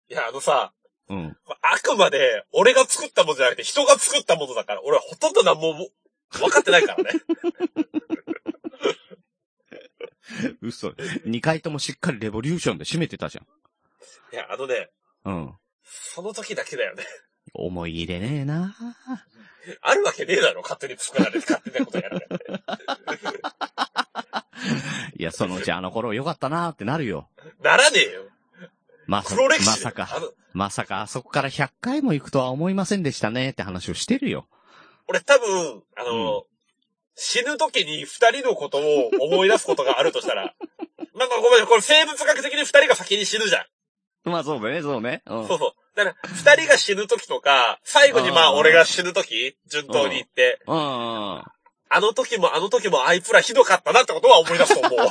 [SPEAKER 1] いや、あのさ、
[SPEAKER 3] うん。
[SPEAKER 1] あくまで、俺が作ったものじゃなくて、人が作ったものだから、俺はほとんど何もも、分かってないからね。
[SPEAKER 3] 嘘。二回ともしっかりレボリューションで締めてたじ
[SPEAKER 1] いや、あのね、
[SPEAKER 3] ゃん。うん。
[SPEAKER 1] その時だけだよね。
[SPEAKER 3] 思い入れねえな
[SPEAKER 1] あるわけねえだろ、勝手に作られて、勝手なことやられて。
[SPEAKER 3] いや、そのうちあの頃よかったなってなるよ。
[SPEAKER 1] ならねえよ。
[SPEAKER 3] まさ
[SPEAKER 1] 黒歴史
[SPEAKER 3] ま
[SPEAKER 1] だよ
[SPEAKER 3] さ
[SPEAKER 1] あ
[SPEAKER 3] か、
[SPEAKER 1] の
[SPEAKER 3] まさかあそこから100回も行くとは思いませんでしたねって話をしてるよ。
[SPEAKER 1] 俺多分、あの、死ぬ時に二人のことを思い出すことがあるとしたら、 なんかごめん、これ生物学的に二人が先に死ぬじゃん。
[SPEAKER 3] まあそうね、そうね。うん
[SPEAKER 1] そうそう。だから、二人が死ぬ時とか、最後にま
[SPEAKER 3] あ
[SPEAKER 1] あ
[SPEAKER 3] ー
[SPEAKER 1] 俺が死ぬ時、順当に言って、
[SPEAKER 3] うん。
[SPEAKER 1] あの時もあの時もあいつらひどかったなってことは思い出すと思う。